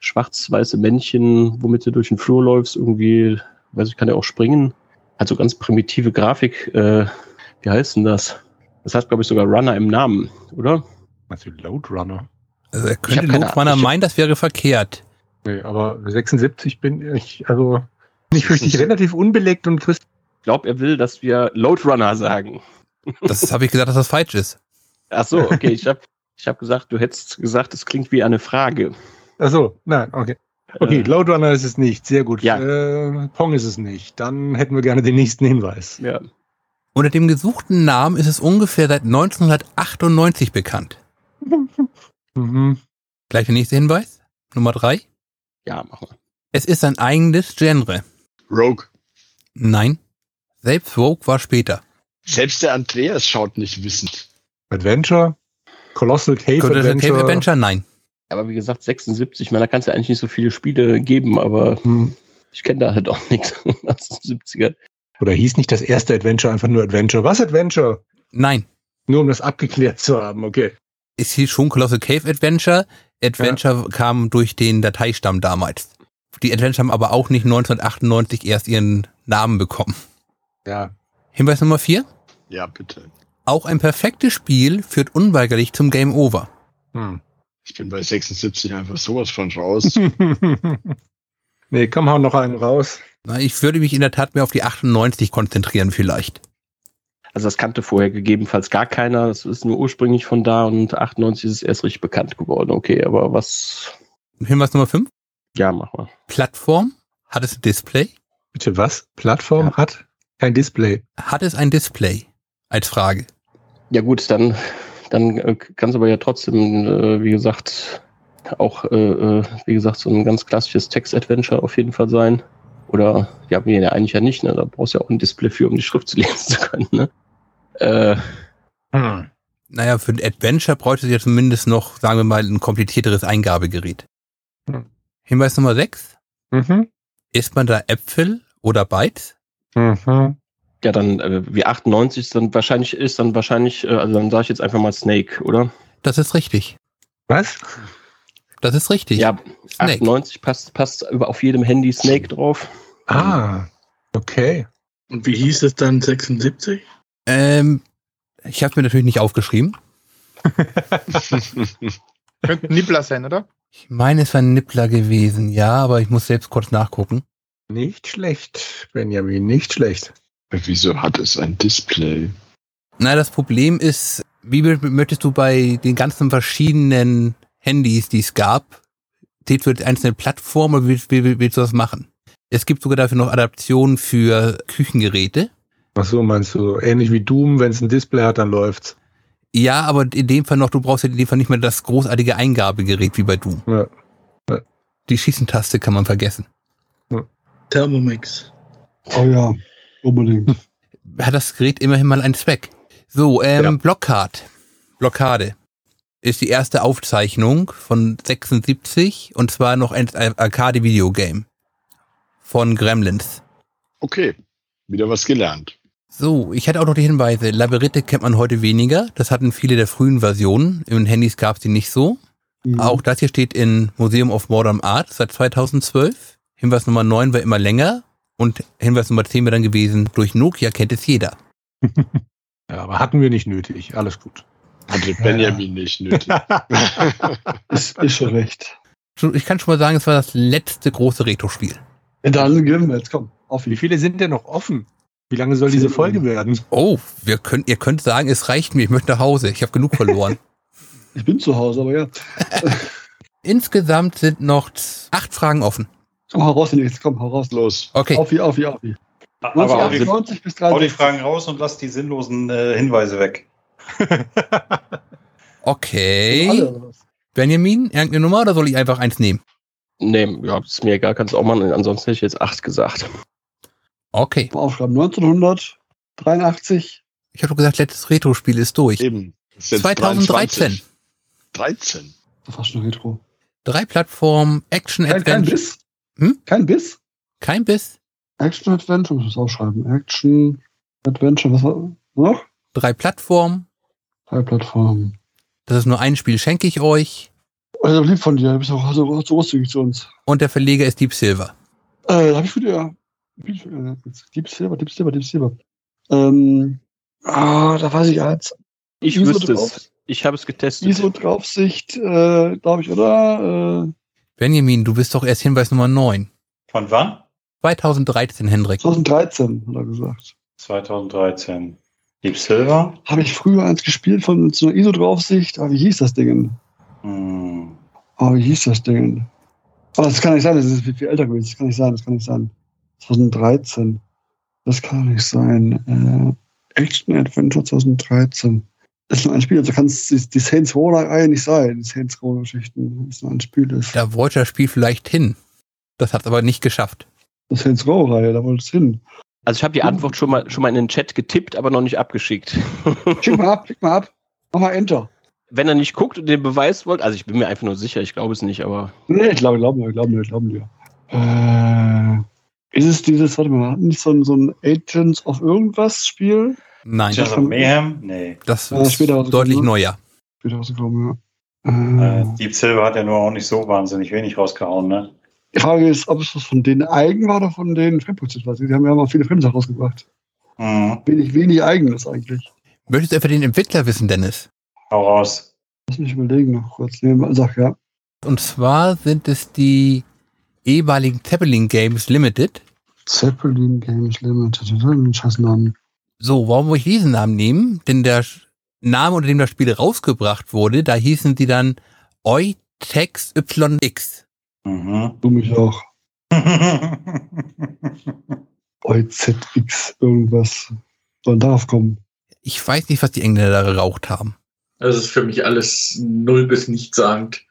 Speaker 2: schwarz-weiße Männchen, womit du durch den Flur läufst, irgendwie, weiß ich, kann ja auch springen. Hat so Also ganz primitive Grafik. Äh, wie heißt denn das? Das hat, glaube ich, sogar Runner im Namen, oder?
Speaker 5: Also Loadrunner.
Speaker 1: Also er
Speaker 2: hab
Speaker 1: könnte
Speaker 2: keine
Speaker 1: Lotmanner
Speaker 2: Ahnung. Ich-
Speaker 1: meinen, das wäre verkehrt.
Speaker 5: Nee, aber 76 bin ich, also nicht richtig relativ unbelegt und Christ
Speaker 2: Ich glaube, er will, dass wir Loadrunner sagen.
Speaker 1: Das habe ich gesagt, dass das falsch ist.
Speaker 2: Ach so, okay, ich habe ich hab gesagt, du hättest gesagt, es klingt wie eine Frage.
Speaker 5: Achso, nein, okay. Okay,
Speaker 2: Äh.
Speaker 5: Loadrunner ist es nicht, sehr gut.
Speaker 2: Ja.
Speaker 5: Äh, Pong ist es nicht. Dann hätten wir gerne den nächsten Hinweis.
Speaker 2: Ja.
Speaker 1: Unter dem gesuchten Namen ist es ungefähr seit 1998 bekannt.
Speaker 5: Mhm.
Speaker 1: Gleich der nächste Hinweis. Nummer drei.
Speaker 2: Ja, machen wir.
Speaker 1: Es ist ein eigenes Genre.
Speaker 4: Rogue.
Speaker 1: Nein. Selbst Rogue war später.
Speaker 4: Selbst der Andreas schaut nicht wissend.
Speaker 5: Adventure, Colossal Cave
Speaker 1: Könnte das ein
Speaker 5: Adventure.
Speaker 1: Cave Adventure? Nein.
Speaker 2: Aber wie gesagt, 76, ich meine, da kannst du eigentlich nicht so viele Spiele geben, aber
Speaker 5: Hm.
Speaker 2: ich kenne da halt auch nichts aus den 70ern.
Speaker 5: Oder hieß nicht das erste Adventure einfach nur Adventure? Was Adventure?
Speaker 1: Nein.
Speaker 5: Nur um das abgeklärt zu haben, okay.
Speaker 1: Es hieß schon Colossal Cave Adventure. Adventure kam durch den Dateistamm damals. Die Adventure haben aber auch nicht 1998 erst ihren Namen bekommen.
Speaker 5: Ja.
Speaker 1: Hinweis Nummer vier.
Speaker 4: Ja, bitte.
Speaker 1: Auch ein perfektes Spiel führt unweigerlich zum Game Over.
Speaker 5: Hm.
Speaker 4: Ich bin bei 76 einfach sowas von raus.
Speaker 5: nee, komm, hau noch einen raus.
Speaker 1: Na, ich würde mich in der Tat mehr auf die 98 konzentrieren vielleicht.
Speaker 2: Also das kannte vorher gegebenenfalls gar keiner. Das ist nur ursprünglich von da und 98 ist es erst richtig bekannt geworden. Okay, aber was?
Speaker 1: Hinweis Nummer fünf.
Speaker 2: Ja, machen
Speaker 1: Plattform. Hat es ein Display?
Speaker 5: Bitte was? Plattform
Speaker 2: Ja.
Speaker 5: hat kein Display.
Speaker 1: Hat es ein Display? Als Frage.
Speaker 2: wir. Ja gut, dann, dann äh, kannst du aber ja trotzdem, äh, wie gesagt, auch, äh, äh, wie gesagt, so ein ganz klassisches Text-Adventure auf jeden Fall sein. Oder, ja, nee, ja, eigentlich ja nicht, ne? Da brauchst du ja auch ein Display für, um die Schrift zu lesen zu können, ne? Äh,
Speaker 5: Hm.
Speaker 1: Naja, für ein Adventure bräuchte es ja zumindest noch, sagen wir mal, ein komplizierteres Eingabegerät.
Speaker 5: Hm.
Speaker 1: Hinweis Nummer 6.
Speaker 5: Mhm.
Speaker 1: Isst man da Äpfel oder Bytes?
Speaker 5: Mhm.
Speaker 2: ja, dann, äh, wie 98 ist dann wahrscheinlich, ist dann wahrscheinlich, äh, also dann sage ich jetzt einfach mal Snake, oder?
Speaker 1: Das ist richtig.
Speaker 5: Was?
Speaker 1: Das ist richtig.
Speaker 2: Ja,
Speaker 1: Snake.
Speaker 2: 98 passt, passt über auf jedem Handy Snake drauf.
Speaker 5: Ah, okay.
Speaker 9: Und wie hieß es dann 76?
Speaker 1: Ähm, ich habe mir natürlich nicht aufgeschrieben.
Speaker 3: Könnte ein Nibbler sein, oder?
Speaker 1: Ich meine, es war ein Nippler gewesen, ja, aber ich muss selbst kurz nachgucken.
Speaker 5: Nicht schlecht, Benjamin, nicht schlecht.
Speaker 4: Wieso hat es ein Display?
Speaker 1: Na, das Problem ist, wie mö- möchtest du bei den ganzen verschiedenen Handys, die es gab, steht für die einzelne Plattform oder wie, wie, wie willst du das machen? Es gibt sogar dafür noch Adaptionen für Küchengeräte.
Speaker 5: Ach so, meinst du, ähnlich wie Doom, wenn es ein Display hat, dann läuft's.
Speaker 1: Ja, aber in dem Fall noch, du brauchst ja in dem Fall nicht mehr das großartige Eingabegerät wie bei Doom.
Speaker 5: Ja. Ja.
Speaker 1: Die Schießentaste kann man vergessen.
Speaker 9: Thermomix.
Speaker 6: Oh ja, unbedingt.
Speaker 1: Hat das Gerät immerhin mal einen Zweck. So, ähm,
Speaker 5: Ja.
Speaker 1: Blockade. Blockade. Ist die erste Aufzeichnung von 76 und zwar noch ein Arcade-Video-Game von Gremlins.
Speaker 4: Okay, wieder was gelernt.
Speaker 1: So, ich hatte auch noch die Hinweise. Labyrinthe kennt man heute weniger. Das hatten viele der frühen Versionen. In Handys gab es die nicht so.
Speaker 5: Mhm.
Speaker 1: Auch das hier steht in Museum of Modern Art seit 2012. Hinweis Nummer 9 war immer länger. Und Hinweis Nummer 10 wäre dann gewesen, durch Nokia kennt es jeder.
Speaker 5: Ja, aber hatten wir nicht nötig, alles gut.
Speaker 4: Hatte Benjamin Also nicht nötig.
Speaker 6: Ist, ist schon recht.
Speaker 1: schon, ich kann schon mal sagen, es war das letzte große Retro-Spiel.
Speaker 6: Ja, dann gehen wir jetzt, komm, auf
Speaker 5: Wie
Speaker 6: ihn.
Speaker 5: viele sind denn noch offen? Wie lange soll diese Folge werden?
Speaker 1: Oh, wir könnt, ihr könnt sagen, es reicht mir, ich möchte nach Hause, ich habe genug verloren.
Speaker 6: Ich bin zu Hause, aber ja.
Speaker 1: Insgesamt sind noch z- acht Fragen offen.
Speaker 6: Komm, hau raus, jetzt komm, hau raus.
Speaker 4: Los.
Speaker 1: Okay,
Speaker 6: Auf ihn, auf ihn, auf ihn.
Speaker 7: Aber hau die,
Speaker 6: 1998 bis
Speaker 7: hau die
Speaker 6: 30.
Speaker 7: Fragen raus und lass die sinnlosen äh, Hinweise weg.
Speaker 1: okay. Benjamin, irgendeine Nummer oder soll ich einfach eins nehmen?
Speaker 2: Nee, ja, ist mir egal, kannst auch machen. Ansonsten hätte ich jetzt acht gesagt.
Speaker 1: Okay.
Speaker 6: Mal aufschreiben. 1983.
Speaker 1: Ich habe doch gesagt, letztes Retro-Spiel ist durch.
Speaker 4: Eben. Ist jetzt
Speaker 1: 2013.
Speaker 4: 23. 13.
Speaker 6: Das war schon Retro.
Speaker 1: Drei Plattformen, Action
Speaker 6: Kein, kein
Speaker 1: Adventure.
Speaker 6: Biss?
Speaker 1: Hm?
Speaker 6: Kein Biss?
Speaker 1: Kein Biss.
Speaker 6: Action Adventure, muss ich das aufschreiben. Action Adventure, was war noch?
Speaker 1: Drei Plattformen.
Speaker 6: Drei Plattformen.
Speaker 1: Das ist nur ein Spiel, schenke ich euch.
Speaker 6: Also lieb von dir, du bist auch so, so großzügig zu uns.
Speaker 1: Und der Verleger ist Deep Silver.
Speaker 6: Äh, da hab ich wieder. Deep Silver, Deep Silver, Deep Silver. Ähm, ah, da weiß ich eins.
Speaker 2: Ich
Speaker 6: ISO
Speaker 2: wüsste
Speaker 6: drauf.
Speaker 2: es. Ich habe es getestet.
Speaker 6: ISO-Draufsicht, äh, glaube ich, oder? Äh,
Speaker 1: Benjamin, du bist doch erst Hinweis Nummer 9.
Speaker 7: Von wann?
Speaker 1: 2013, Hendrik.
Speaker 6: 2013, hat er gesagt.
Speaker 7: 2013. Deep Silver?
Speaker 6: Habe ich früher eins gespielt von mit so einer ISO-Draufsicht. Ah, wie hieß das Ding? denn?
Speaker 7: Hm.
Speaker 6: Ah, wie hieß das Ding? denn? Aber das kann nicht sein, das ist viel, viel älter gewesen. Das kann nicht sein, das kann nicht sein. 2013. Das kann nicht sein. Äh, Action Adventure 2013. Das ist nur ein Spiel, also kann es die, die Saints Row-Reihe nicht sein. Die Saints Row-Geschichten, das ist nur ein Spiel. Ist.
Speaker 1: Da wollte das Spiel vielleicht hin. Das hat es aber nicht geschafft.
Speaker 6: Die Saints Row-Reihe, da wollte es hin.
Speaker 2: Also ich habe die
Speaker 6: Oh.
Speaker 2: Antwort schon mal, schon mal in den Chat getippt, aber noch nicht abgeschickt.
Speaker 6: Schick mal ab, schick mal ab. Mach mal Enter.
Speaker 2: Wenn er nicht guckt und den Beweis wollt, also ich bin mir einfach nur sicher, ich glaube es nicht, aber
Speaker 6: Nee, ich glaube, glauben wir, glauben wir, glauben wir. Äh, ist es dieses, warte mal, nicht so ein, so ein Agents of irgendwas Spiel?
Speaker 1: Nein,
Speaker 7: Chance of Mayhem? Nee.
Speaker 1: das
Speaker 6: Ja,
Speaker 1: ist
Speaker 6: später war es
Speaker 1: deutlich
Speaker 6: gut, ne?
Speaker 1: neuer.
Speaker 6: Wieder rausgekommen, ja.
Speaker 7: Äh,
Speaker 6: Äh,
Speaker 7: Deep Silver hat ja nur auch nicht so wahnsinnig wenig rausgehauen, ne?
Speaker 6: die Frage ist, ob es was von denen eigen war oder von denen fremdproduziert war. Die haben ja mal viele Fremdsachen rausgebracht.
Speaker 7: Hm.
Speaker 6: Wenig, wenig eigenes eigentlich.
Speaker 1: Möchtest du etwa den Entwickler wissen, Dennis?
Speaker 7: Hau raus.
Speaker 6: Lass mich überlegen noch kurz. Nee, sag ja.
Speaker 1: Und zwar sind es die ehemaligen Zeppelin Games Limited.
Speaker 6: Zeppelin Games Limited. Das ist ein Scheißnamen.
Speaker 1: So, warum muss ich diesen Namen nehmen? Denn der Sch- Name, unter dem das Spiel rausgebracht wurde, da hießen sie dann Eutex YX.
Speaker 7: Mhm.
Speaker 6: Du mich auch. EuzX irgendwas. Soll darauf kommen.
Speaker 1: Ich weiß nicht, was die Engländer da geraucht haben.
Speaker 8: Das ist für mich alles null bis nichts sagend.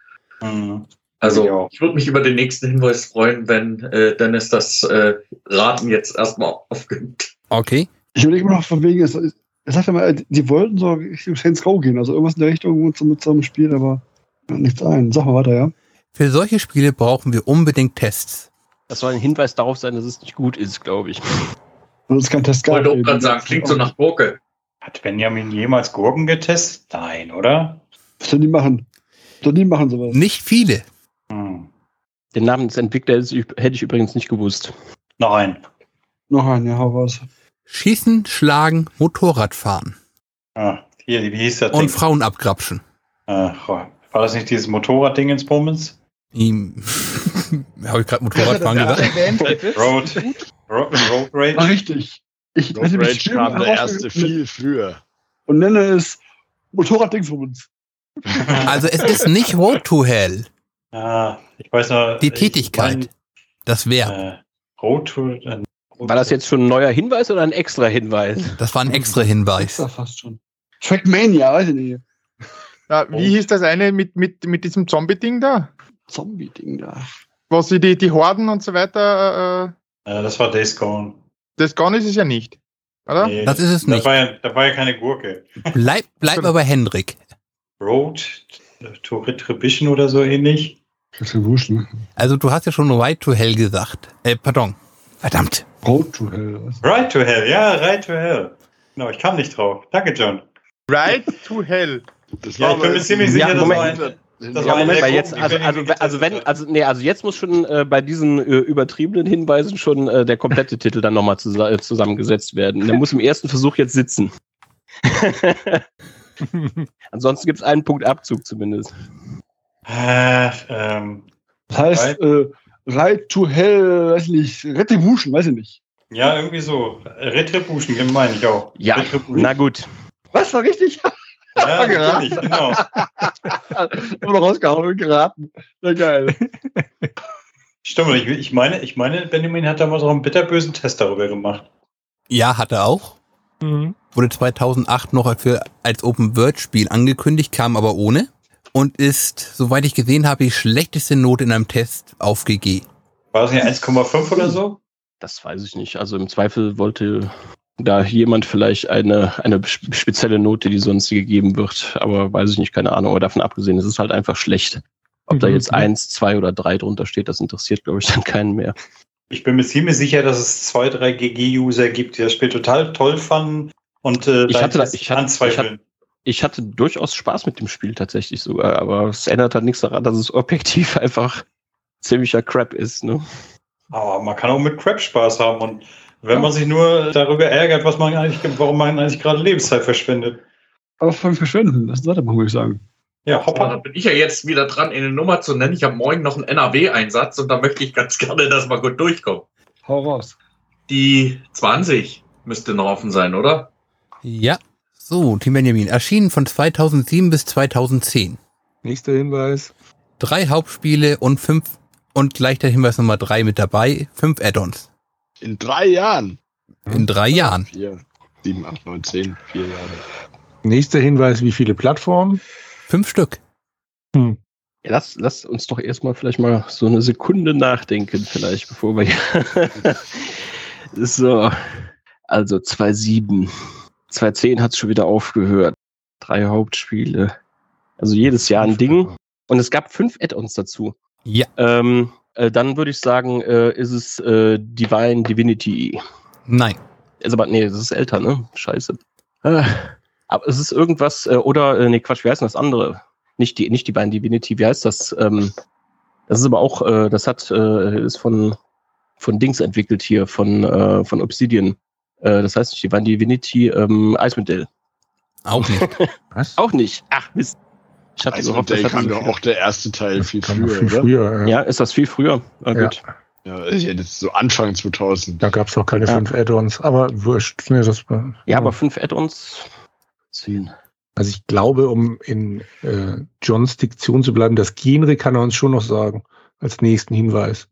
Speaker 7: Hm.
Speaker 8: Also
Speaker 7: Ja.
Speaker 8: ich würde mich über den nächsten Hinweis freuen, wenn äh, Dennis das äh, Raten jetzt erstmal aufgibt.
Speaker 1: Okay.
Speaker 6: Ich überlege immer noch von wegen, es, es sagt ja mal, die wollten so Richtung Saints Row gehen, also irgendwas in der Richtung mit so, mit so einem Spiel, aber mir fällt nichts ein. Sag mal weiter, ja.
Speaker 1: Für solche Spiele brauchen wir unbedingt Tests.
Speaker 2: das soll ein Hinweis darauf sein, dass es nicht gut ist, glaube ich.
Speaker 6: Und es ist kein Test
Speaker 8: Ich wollte auch
Speaker 6: eben.
Speaker 8: gerade sagen, klingt so nach Gurke.
Speaker 7: Hat Benjamin jemals Gurken getestet? Nein, oder?
Speaker 6: Was sollen die machen? Was sollen die machen sowas?
Speaker 1: Nicht viele.
Speaker 7: Hm.
Speaker 2: Den Namen des Entwicklers hätte ich übrigens nicht gewusst.
Speaker 7: Noch ein.
Speaker 6: Noch ein, ja, hau raus.
Speaker 1: Schießen, schlagen, Motorradfahren
Speaker 7: Ah, hier, wie hieß das
Speaker 1: und
Speaker 7: Ding?
Speaker 1: Frauen abgrapschen.
Speaker 7: Ach, war das nicht dieses Motorradding ins Bummens?
Speaker 1: Ihm. Habe ich gerade Motorradfahren gesagt?
Speaker 7: Road, Road,
Speaker 6: War
Speaker 7: Road Rage?
Speaker 6: richtig. Ich
Speaker 4: Road
Speaker 6: hätte mich
Speaker 4: Rage
Speaker 6: schön
Speaker 4: kam der
Speaker 6: herausgefunden
Speaker 4: erste viel früher.
Speaker 6: und nenne es Motorraddingsbums.
Speaker 1: Also es ist nicht Road to Hell,
Speaker 7: Ah, ich weiß
Speaker 8: Äh,
Speaker 7: noch.
Speaker 1: die
Speaker 7: ich
Speaker 1: Tätigkeit. Das wäre.
Speaker 7: Mein, äh, Road to. Äh,
Speaker 2: War das jetzt schon ein neuer Hinweis oder ein extra Hinweis?
Speaker 1: Das war ein extra
Speaker 6: Ist
Speaker 1: Hinweis.
Speaker 6: ja fast schon. Trackmania, weiß ich nicht. Oh.
Speaker 3: Na, wie hieß das eine mit, mit, mit diesem Zombie-Ding da?
Speaker 6: Zombie-Ding da.
Speaker 3: Wo sie die, die Horden und so weiter. Äh,
Speaker 7: Äh, das war Days Gone.
Speaker 3: das Gone ist es ja nicht. Oder?
Speaker 7: Nee,
Speaker 1: Das ist es nicht.
Speaker 7: Da war ja, da war ja keine Gurke.
Speaker 1: Bleib, bleib aber Hendrik.
Speaker 7: Road to Retribution oder so ähnlich.
Speaker 6: Retribution.
Speaker 1: Also du hast ja schon Right to Hell gesagt. Äh, pardon. Verdammt.
Speaker 6: Road to Hell. was?
Speaker 7: Right to Hell, ja, Right to Hell. Genau, ich kam nicht drauf. Danke, John.
Speaker 3: Right to Hell.
Speaker 4: Das
Speaker 7: Ja, ich bin mir ziemlich sicher,
Speaker 2: Ja,
Speaker 7: das
Speaker 2: Moment.
Speaker 7: war ein. Das
Speaker 2: Ja,
Speaker 7: war
Speaker 2: Moment,
Speaker 7: der
Speaker 2: weil
Speaker 7: Grund,
Speaker 2: jetzt,
Speaker 7: die
Speaker 2: also,
Speaker 7: Benjamin
Speaker 2: also,
Speaker 7: getestet
Speaker 2: also wenn,
Speaker 7: hat.
Speaker 2: also, nee, also jetzt muss schon äh, bei diesen äh, übertriebenen Hinweisen schon äh, der komplette Titel dann nochmal zus äh, zusammengesetzt werden. Der muss im ersten Versuch jetzt sitzen. Ansonsten gibt es einen Punkt Abzug zumindest.
Speaker 7: Äh, ähm,
Speaker 6: Das heißt, äh, Ride to Hell, weiß nicht, Retribution, weiß ich nicht.
Speaker 7: Ja, irgendwie so. Retribution, den meine ich auch.
Speaker 2: Ja,
Speaker 7: Retribution.
Speaker 2: na gut.
Speaker 6: Was, war richtig?
Speaker 7: ja,
Speaker 6: geraten.
Speaker 7: natürlich, genau.
Speaker 6: Immer rausgehauen und geraten. Sehr geil.
Speaker 7: Stimmt, ich, ich, meine, ich meine, Benjamin hat damals auch einen bitterbösen Test darüber gemacht.
Speaker 1: Ja, hat er auch.
Speaker 5: Mhm.
Speaker 1: Wurde 2008 noch für, als Open-World-Spiel angekündigt, kam aber ohne. Und ist, soweit ich gesehen habe, die schlechteste Note in einem Test auf GG.
Speaker 7: War es nicht 1,5 oder so?
Speaker 2: Das weiß ich nicht. Also im Zweifel wollte da jemand vielleicht eine, eine sp- spezielle Note, die sonst nie gegeben wird. Aber weiß ich nicht, keine Ahnung. Aber davon abgesehen, es ist halt einfach schlecht. Ob da
Speaker 5: Mhm.
Speaker 2: jetzt eins, zwei oder drei drunter steht, das interessiert, glaube ich, dann keinen mehr.
Speaker 7: Ich bin mir ziemlich sicher, dass es zwei, drei GG-User gibt, die das Spiel total toll fanden und äh,
Speaker 2: Ich
Speaker 7: deinen
Speaker 2: hatte da-
Speaker 7: Test
Speaker 2: ich hatte-
Speaker 7: anzweifeln.
Speaker 2: Ich hatte durchaus Spaß mit dem Spiel tatsächlich sogar, aber es ändert halt nichts daran, dass es objektiv einfach ziemlicher Crap ist. Ne?
Speaker 7: Aber man kann auch mit Crap Spaß haben und wenn man sich nur darüber ärgert, was man eigentlich, warum man eigentlich gerade Lebenszeit verschwendet.
Speaker 6: Aber von Verschwenden, das ist ein weiterer Punkt, würde ich sagen.
Speaker 7: Ja,
Speaker 8: Aber
Speaker 7: hoppa.
Speaker 8: dann bin ich ja jetzt wieder dran, eine Nummer zu nennen. Ich habe morgen noch einen NRW-Einsatz und da möchte ich ganz gerne, dass wir gut durchkommen.
Speaker 6: Hau raus.
Speaker 8: Die 20 müsste noch offen sein, oder?
Speaker 1: Ja. So, Team Benjamin, erschienen von 2007 bis 2010.
Speaker 5: Nächster Hinweis.
Speaker 1: Drei Hauptspiele und fünf, und gleich der Hinweis Nummer drei mit dabei, fünf Add-ons.
Speaker 4: In drei Jahren.
Speaker 1: In drei Jahren.
Speaker 4: Vier, sieben, acht, neun, zehn, vier Jahre.
Speaker 5: Nächster Hinweis, wie viele Plattformen? Hm.
Speaker 1: Fünf Stück.
Speaker 2: Ja, lass, lass uns doch erstmal vielleicht mal so eine Sekunde nachdenken, vielleicht, bevor wir. so, also 2,7. 2,10 hat es schon wieder aufgehört. Drei Hauptspiele. Also jedes Jahr ein Ding. Und es gab fünf Add-ons dazu.
Speaker 1: Ja.
Speaker 2: Ähm, äh, dann würde ich sagen, äh, ist es äh, Divine Divinity.
Speaker 1: Nein.
Speaker 2: Ist Also, aber, nee, das ist älter, ne? Scheiße. Äh, aber es ist irgendwas, äh, oder, äh, nee, Quatsch, wie heißt denn das andere? Nicht die, nicht die beiden Divinity, wie heißt das? Ähm, das ist aber auch, äh, das hat, äh, ist von, von Dings entwickelt hier, von, äh, von Obsidian. Äh, das heißt nicht die beiden Divinity, ähm, Eismodell.
Speaker 1: Auch nicht.
Speaker 5: Was?
Speaker 2: Auch nicht. Ach, Mist. Ich hatte
Speaker 4: Also,
Speaker 2: gehofft,
Speaker 4: der
Speaker 2: das hat
Speaker 4: kam
Speaker 2: so
Speaker 4: doch
Speaker 2: viel-
Speaker 4: auch der erste Teil viel
Speaker 5: Kam noch
Speaker 4: früher, oder?
Speaker 5: früher ja.
Speaker 2: Ja, ist das viel früher? Ah,
Speaker 5: Ja.
Speaker 2: gut.
Speaker 4: Ja, ich hätte jetzt so Anfang 2000.
Speaker 5: Da gab es auch keine
Speaker 2: Ja.
Speaker 5: fünf Add-ons, aber wurscht. Nee, das war,
Speaker 2: ja, aber fünf Add-ons. Zehn.
Speaker 5: Also ich glaube, um in äh, Johns Diktion zu bleiben, das Genre kann er uns schon noch sagen, als nächsten Hinweis.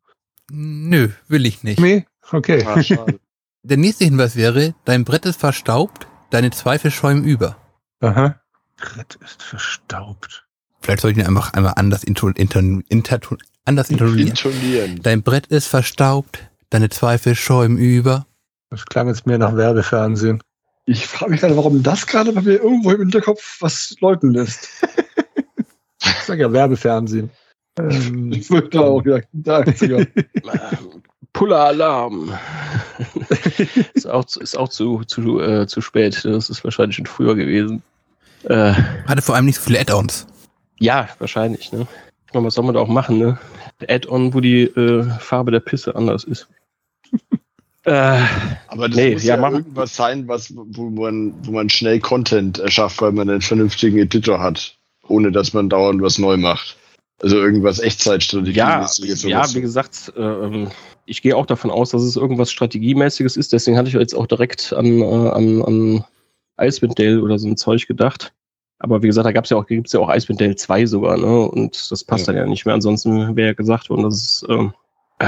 Speaker 1: Nö, will ich nicht.
Speaker 5: Nee? Okay.
Speaker 4: Ah, schade.
Speaker 1: Der nächste Hinweis wäre, dein Brett ist verstaubt, deine Zweifel schäumen über.
Speaker 5: Aha. Brett ist verstaubt.
Speaker 1: Vielleicht sollte ich ihn einfach einmal anders, intro, inter, inter, anders intonieren.
Speaker 4: Intonieren.
Speaker 1: Dein Brett ist verstaubt, deine Zweifel schäumen über.
Speaker 5: Das klang jetzt mehr nach Werbefernsehen.
Speaker 6: Ich frage mich gerade, warum das gerade bei mir irgendwo im Hinterkopf was läuten lässt.
Speaker 5: Ich sag ja Werbefernsehen. Ähm,
Speaker 6: Ich würde da auch wieder. Da, ja.
Speaker 2: Ähm, Puller-Alarm. ist auch, zu- ist auch zu, zu, äh, zu spät. Das ist wahrscheinlich schon früher gewesen. Äh,
Speaker 1: Hatte vor allem nicht so viele Add-ons.
Speaker 2: ja, wahrscheinlich. Ne? Ich meine, was soll man da auch machen? Ne? Add-on, wo die äh, Farbe der Pisse anders ist. äh,
Speaker 4: Aber das
Speaker 2: Nee,
Speaker 4: muss
Speaker 2: ja,
Speaker 4: ja,
Speaker 2: mach-
Speaker 4: irgendwas sein, was, wo, man, wo man schnell Content erschafft, weil man einen vernünftigen Editor hat, ohne dass man dauernd was neu macht. Also irgendwas Echtzeitstrategie.
Speaker 2: ja, ja, wie gesagt, ähm, ich gehe auch davon aus, dass es irgendwas Strategiemäßiges ist. Deswegen hatte ich jetzt auch direkt an, äh, an, an Icewind Dale oder so ein Zeug gedacht. Aber wie gesagt, da gab es ja auch, gibt's ja auch Icewind Dale 2 sogar, ne? Und das passt
Speaker 4: Ja.
Speaker 2: dann ja nicht mehr. Ansonsten wäre ja gesagt worden, dass es, ähm, äh,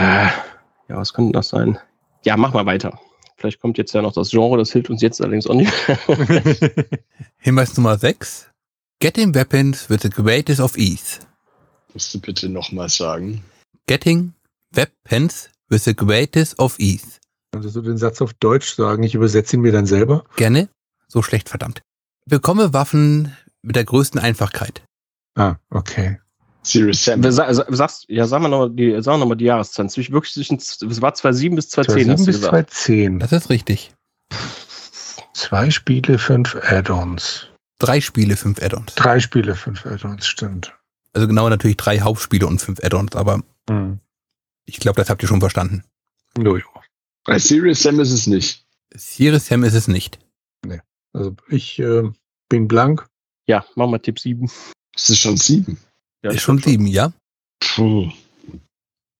Speaker 2: ja, was könnte das sein? Ja, mach mal weiter. Vielleicht kommt jetzt ja noch das Genre, das hilft uns jetzt allerdings auch nicht.
Speaker 1: Hinweis Nummer 6. Getting Weapons with the greatest of ease.
Speaker 4: Musst du bitte nochmal sagen.
Speaker 1: Getting Weapons with the greatest of ease.
Speaker 5: Kannst du Also den Satz auf Deutsch sagen? Ich übersetze ihn mir dann selber.
Speaker 1: Gerne? So schlecht, verdammt. Bekomme Waffen mit der größten einfachkeit.
Speaker 5: Ah, okay.
Speaker 4: Serious Sam.
Speaker 2: Wer sa- sa- sagst, ja, sagen wir nochmal die, sagen wir noch mal die Jahreszahl. Zwischen, wirklich zwischen, es war 2,7 bis 2,10,
Speaker 5: 2007
Speaker 2: hast du
Speaker 5: bis
Speaker 2: gesagt.
Speaker 5: 2010.
Speaker 1: Das ist richtig.
Speaker 5: Zwei Spiele, fünf Add-ons.
Speaker 1: Drei Spiele, fünf Add-ons.
Speaker 5: Drei Spiele, fünf Add-ons, stimmt.
Speaker 1: Also genau natürlich drei Hauptspiele und fünf Add-ons, aber
Speaker 5: Hm.
Speaker 1: ich glaube, das habt ihr schon verstanden.
Speaker 5: Jojo.
Speaker 4: Bei Serious Sam ist es nicht.
Speaker 1: Serious Sam ist es nicht.
Speaker 5: Also ich äh, bin blank.
Speaker 2: Ja, mach mal Tipp 7.
Speaker 4: Es ist schon sieben.
Speaker 2: Ja,
Speaker 1: ist schon sieben, ja?
Speaker 4: Puh.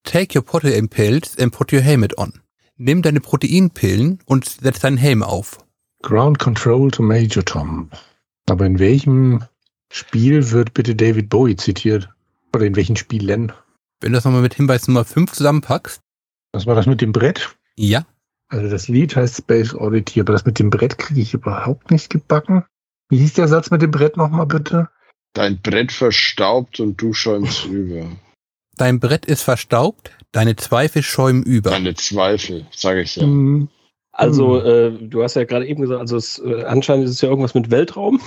Speaker 1: Take your protein pills and put your helmet on. Nimm deine Proteinpillen und setz deinen Helm auf.
Speaker 5: Ground Control to Major Tom. Aber in welchem Spiel wird bitte David Bowie zitiert? Oder in welchen Spielen?
Speaker 1: Wenn du das nochmal mit Hinweis Nummer 5 zusammenpackst,
Speaker 5: Das war das mit dem Brett.
Speaker 1: ja,
Speaker 5: Also das Lied heißt Space Oddity, aber das mit dem Brett kriege ich überhaupt nicht gebacken. Wie hieß der Satz mit dem Brett nochmal bitte?
Speaker 4: Dein Brett verstaubt und du schäumst über.
Speaker 1: dein Brett ist verstaubt, deine Zweifel schäumen über.
Speaker 4: Deine Zweifel, sage ich ja.
Speaker 5: Hm,
Speaker 2: Also, äh, du hast ja gerade eben gesagt, also es, äh, anscheinend ist es ja irgendwas mit Weltraum,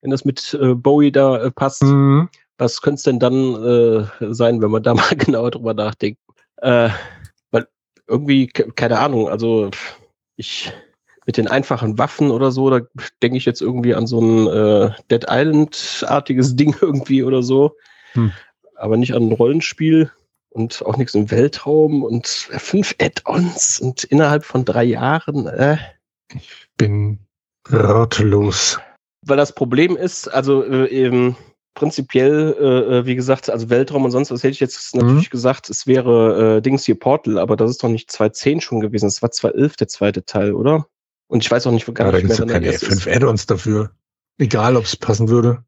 Speaker 2: wenn das mit äh, Bowie da äh, passt.
Speaker 5: hm.
Speaker 2: Was könnte es denn dann äh, sein, wenn man da mal genauer drüber nachdenkt? Äh, weil irgendwie, ke- keine Ahnung, also pff, ich mit den einfachen Waffen oder so, da denke ich jetzt irgendwie an so ein äh, Dead Island-artiges Ding irgendwie oder so.
Speaker 5: Hm.
Speaker 2: Aber nicht an ein Rollenspiel und auch nichts im Weltraum und äh, fünf Add-ons und innerhalb von drei Jahren. Äh,
Speaker 5: Ich bin ratlos.
Speaker 2: weil das Problem ist, also äh, eben prinzipiell, äh, äh, wie gesagt, also Weltraum und sonst was hätte ich
Speaker 5: Mhm.
Speaker 2: jetzt natürlich gesagt, es wäre äh, Dings hier Portal, aber das ist doch nicht 2010 schon gewesen, es war 2011 der zweite Teil, oder? Und ich weiß auch nicht, wo gar
Speaker 5: Ja, da
Speaker 2: nicht
Speaker 5: gibt
Speaker 2: mehr
Speaker 5: es ja
Speaker 2: wann der
Speaker 5: keine
Speaker 2: erste ist.
Speaker 5: fünf Add-ons dafür. Egal, ob es passen würde.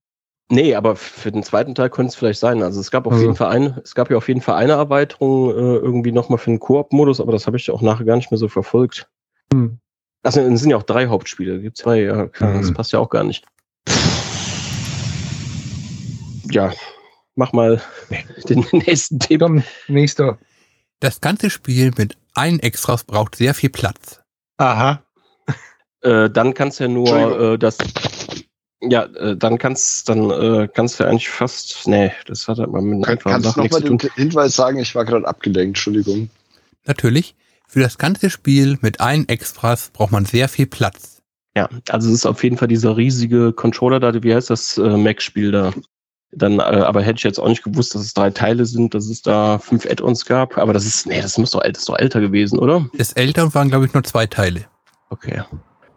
Speaker 2: Nee, aber für den zweiten Teil könnte es vielleicht sein. Also es gab auf
Speaker 5: Also.
Speaker 2: jeden Fall eine, es gab ja auf jeden Fall eine Erweiterung äh, irgendwie nochmal für den Koop-Modus, aber das habe ich ja auch nachher gar nicht mehr so verfolgt.
Speaker 5: Hm.
Speaker 2: Also es sind ja auch drei Hauptspiele, gibt's drei, ja, klar, das
Speaker 4: Mhm.
Speaker 5: Hm.
Speaker 2: passt ja auch gar nicht. Ja, mach mal den nächsten Thema.
Speaker 5: Komm, nächster.
Speaker 1: Das ganze Spiel mit allen Extras braucht sehr viel Platz.
Speaker 5: Aha.
Speaker 2: Äh, dann kannst ja nur
Speaker 4: Entschuldigung.
Speaker 2: äh, das. Ja, äh, dann kannst dann äh, kannst du eigentlich fast. Nee, das hat halt mal mit den
Speaker 4: Kann,
Speaker 2: einfachen
Speaker 4: kannst du
Speaker 2: Sachen nichts zu
Speaker 4: nochmal den
Speaker 2: tun.
Speaker 4: Hinweis sagen? Ich war gerade abgelenkt, Entschuldigung.
Speaker 1: Natürlich, für das ganze Spiel mit allen Extras braucht man sehr viel Platz.
Speaker 2: Ja, also es ist auf jeden Fall dieser riesige Controller da, wie heißt das äh, Mac-Spiel da? Dann, äh, aber hätte ich jetzt auch nicht gewusst, dass es drei Teile sind, dass es da fünf Add-ons gab. Aber das ist, nee, das muss doch, äl- das ist doch älter gewesen, oder?
Speaker 1: Ist älter und waren, glaube ich, nur zwei Teile.
Speaker 2: Okay.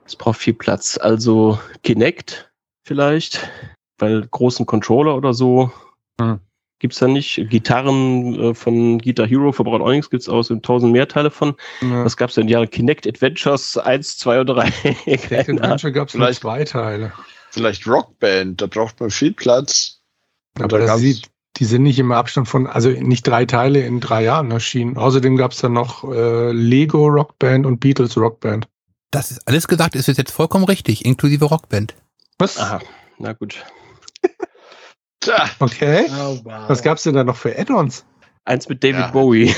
Speaker 2: Es braucht viel Platz. Also Kinect vielleicht, weil großen Controller oder so
Speaker 5: Hm.
Speaker 2: gibt's da nicht. Gitarren äh, von Guitar Hero verbraucht auch nichts, gibt's aus dem tausend mehr Teile von. Was gab's denn? Ja, Kinect Adventures 1, 2 und 3.
Speaker 5: Deck
Speaker 2: Keine Ahnung.
Speaker 5: Adventure gab es nur
Speaker 4: Vielleicht-
Speaker 5: zwei Teile.
Speaker 4: Vielleicht Rockband, da braucht man viel Platz.
Speaker 5: Aber
Speaker 4: da
Speaker 5: das
Speaker 4: gab's-
Speaker 5: sieht, die sind nicht im Abstand von, also nicht drei Teile in drei Jahren erschienen. Außerdem gab es dann noch äh, Lego Rockband und Beatles Rockband.
Speaker 1: Das ist alles gesagt, ist jetzt vollkommen richtig, inklusive Rockband.
Speaker 5: Was?
Speaker 2: Aha, na gut.
Speaker 4: Tja,
Speaker 5: Okay.
Speaker 9: Oh, wow.
Speaker 5: Was gab's denn da noch für Add-ons?
Speaker 2: Eins mit David
Speaker 4: Ja.
Speaker 2: Bowie.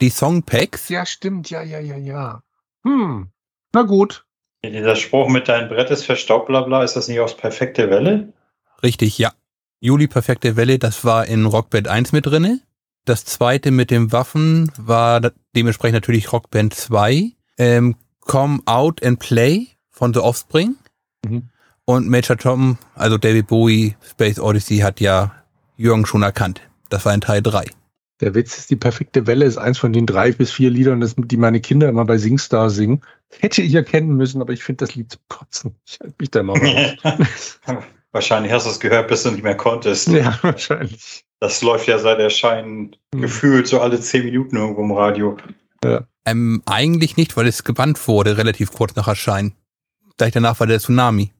Speaker 1: Die Songpacks,
Speaker 5: Ja, stimmt. Ja, ja, ja, ja. Hm. Na gut.
Speaker 7: Dieser Spruch mit deinem Brett ist verstaubt, bla bla, ist das nicht aus perfekte Welle?
Speaker 1: richtig, ja. Juli Perfekte Welle, das war in Rockband 1 mit drinne. Das zweite mit den Waffen war da- dementsprechend natürlich Rockband 2. Ähm, Come Out and Play von The Offspring.
Speaker 5: Mhm.
Speaker 1: Und Major Tom, also David Bowie, Space Odyssey hat ja Jürgen schon erkannt. Das war in Teil 3.
Speaker 5: Der Witz ist, die perfekte Welle ist eins von den drei bis vier Liedern, das, die meine Kinder immer bei Singstar singen. Hätte ich erkennen müssen, aber ich finde das Lied zum Kotzen. Ich halte mich da mal raus.
Speaker 7: Wahrscheinlich hast du es gehört, bis du nicht mehr konntest.
Speaker 5: ja, wahrscheinlich.
Speaker 7: Das läuft ja seit Erscheinen
Speaker 5: Hm.
Speaker 7: gefühlt so alle zehn Minuten irgendwo im Radio.
Speaker 1: Ähm, eigentlich nicht, weil es gebannt wurde, relativ kurz nach Erscheinen. Gleich danach war der Tsunami.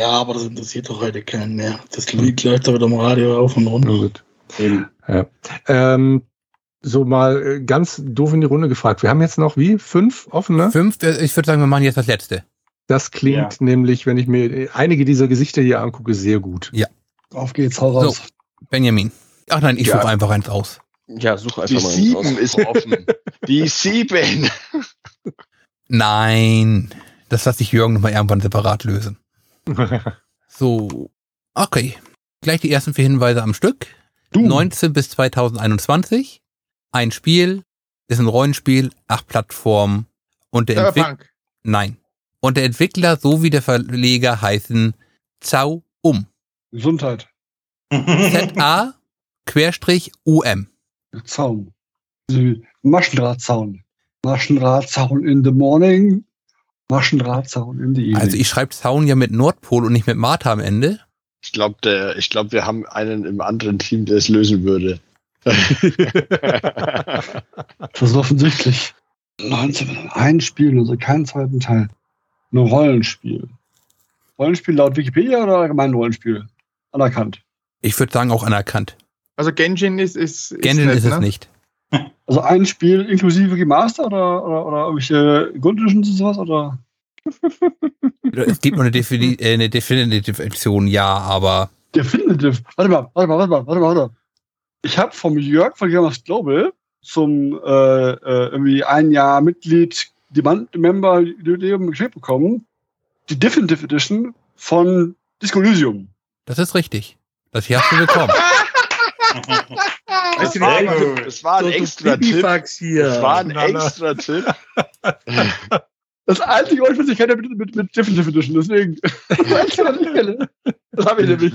Speaker 9: Ja, aber das interessiert doch heute keinen mehr. Das Lied läuft da wieder im Radio auf und
Speaker 5: Na
Speaker 9: runter.
Speaker 5: gut.
Speaker 7: Eben.
Speaker 5: Ähm, so mal äh, ganz doof in die Runde gefragt. Wir haben jetzt noch wie? Fünf offene?
Speaker 1: Fünf, äh, ich würde sagen, wir machen jetzt das letzte.
Speaker 5: Das klingt nämlich, wenn ich mir äh, einige dieser Gesichter hier angucke, sehr gut.
Speaker 6: Auf geht's, hau raus.
Speaker 1: Benjamin. Ach nein, ich
Speaker 4: Ja.
Speaker 1: suche einfach eins aus.
Speaker 2: ja, such
Speaker 4: die
Speaker 2: einfach mal eins
Speaker 4: sieben
Speaker 2: aus.
Speaker 4: ist offen. Die sieben.
Speaker 1: Nein. Das lasse ich Jürgen nochmal irgendwann separat lösen. So. Okay. Gleich die ersten vier Hinweise am Stück. 19 bis 2021. Ein Spiel. Ist ein Rollenspiel. Acht Plattformen. Und der Entwickler.
Speaker 3: Cyberpunk.
Speaker 1: Nein. Und der Entwickler sowie der Verleger heißen Zau Um.
Speaker 6: Gesundheit.
Speaker 1: Z-A-U-M.
Speaker 6: Der Zaun. Also Maschendrahtzaun. Maschendrahtzaun in the morning. Maschendrahtzaun in the evening.
Speaker 1: Also ich schreibe Zaun ja mit Nordpol und nicht mit Martha am Ende.
Speaker 4: Ich glaube, glaub, wir haben einen im anderen Team, der es lösen würde.
Speaker 6: Das ist offensichtlich. 19, ein Spiel, also keinen zweiten Teil. Ein Rollenspiel. Rollenspiel laut Wikipedia oder allgemein Rollenspiel? Anerkannt.
Speaker 1: Ich würde sagen, auch anerkannt.
Speaker 3: Also Genshin ist, ist, ist
Speaker 1: Genshin
Speaker 3: nett,
Speaker 1: ist es
Speaker 3: ne?
Speaker 1: nicht.
Speaker 6: Also ein Spiel inklusive Gemaster oder, oder, oder irgendwelche Gold Editions und sowas? Oder?
Speaker 1: Es gibt noch eine, Defini äh, eine definitive Option, ja, aber
Speaker 6: Definitive. Warte mal, warte mal, warte mal, warte mal, warte mal. Ich habe vom Jörg von Gamers Global zum äh, äh, irgendwie ein Jahr Mitglied Demand Member Jubiläum geschenkt bekommen. Die Definitive Edition von Disco Elysium.
Speaker 1: das ist richtig. Das hier hast du bekommen.
Speaker 4: Das war ein, das war ein extra Tipp.
Speaker 8: Pipifax hier.
Speaker 4: Das war ein
Speaker 5: Knaller.
Speaker 4: extra Tipp.
Speaker 6: Das einzige Rollenspiel, das ich kenne, mit, mit, mit Definitive Edition, deswegen. Das einzige, was ich kenne. Das habe ich nämlich.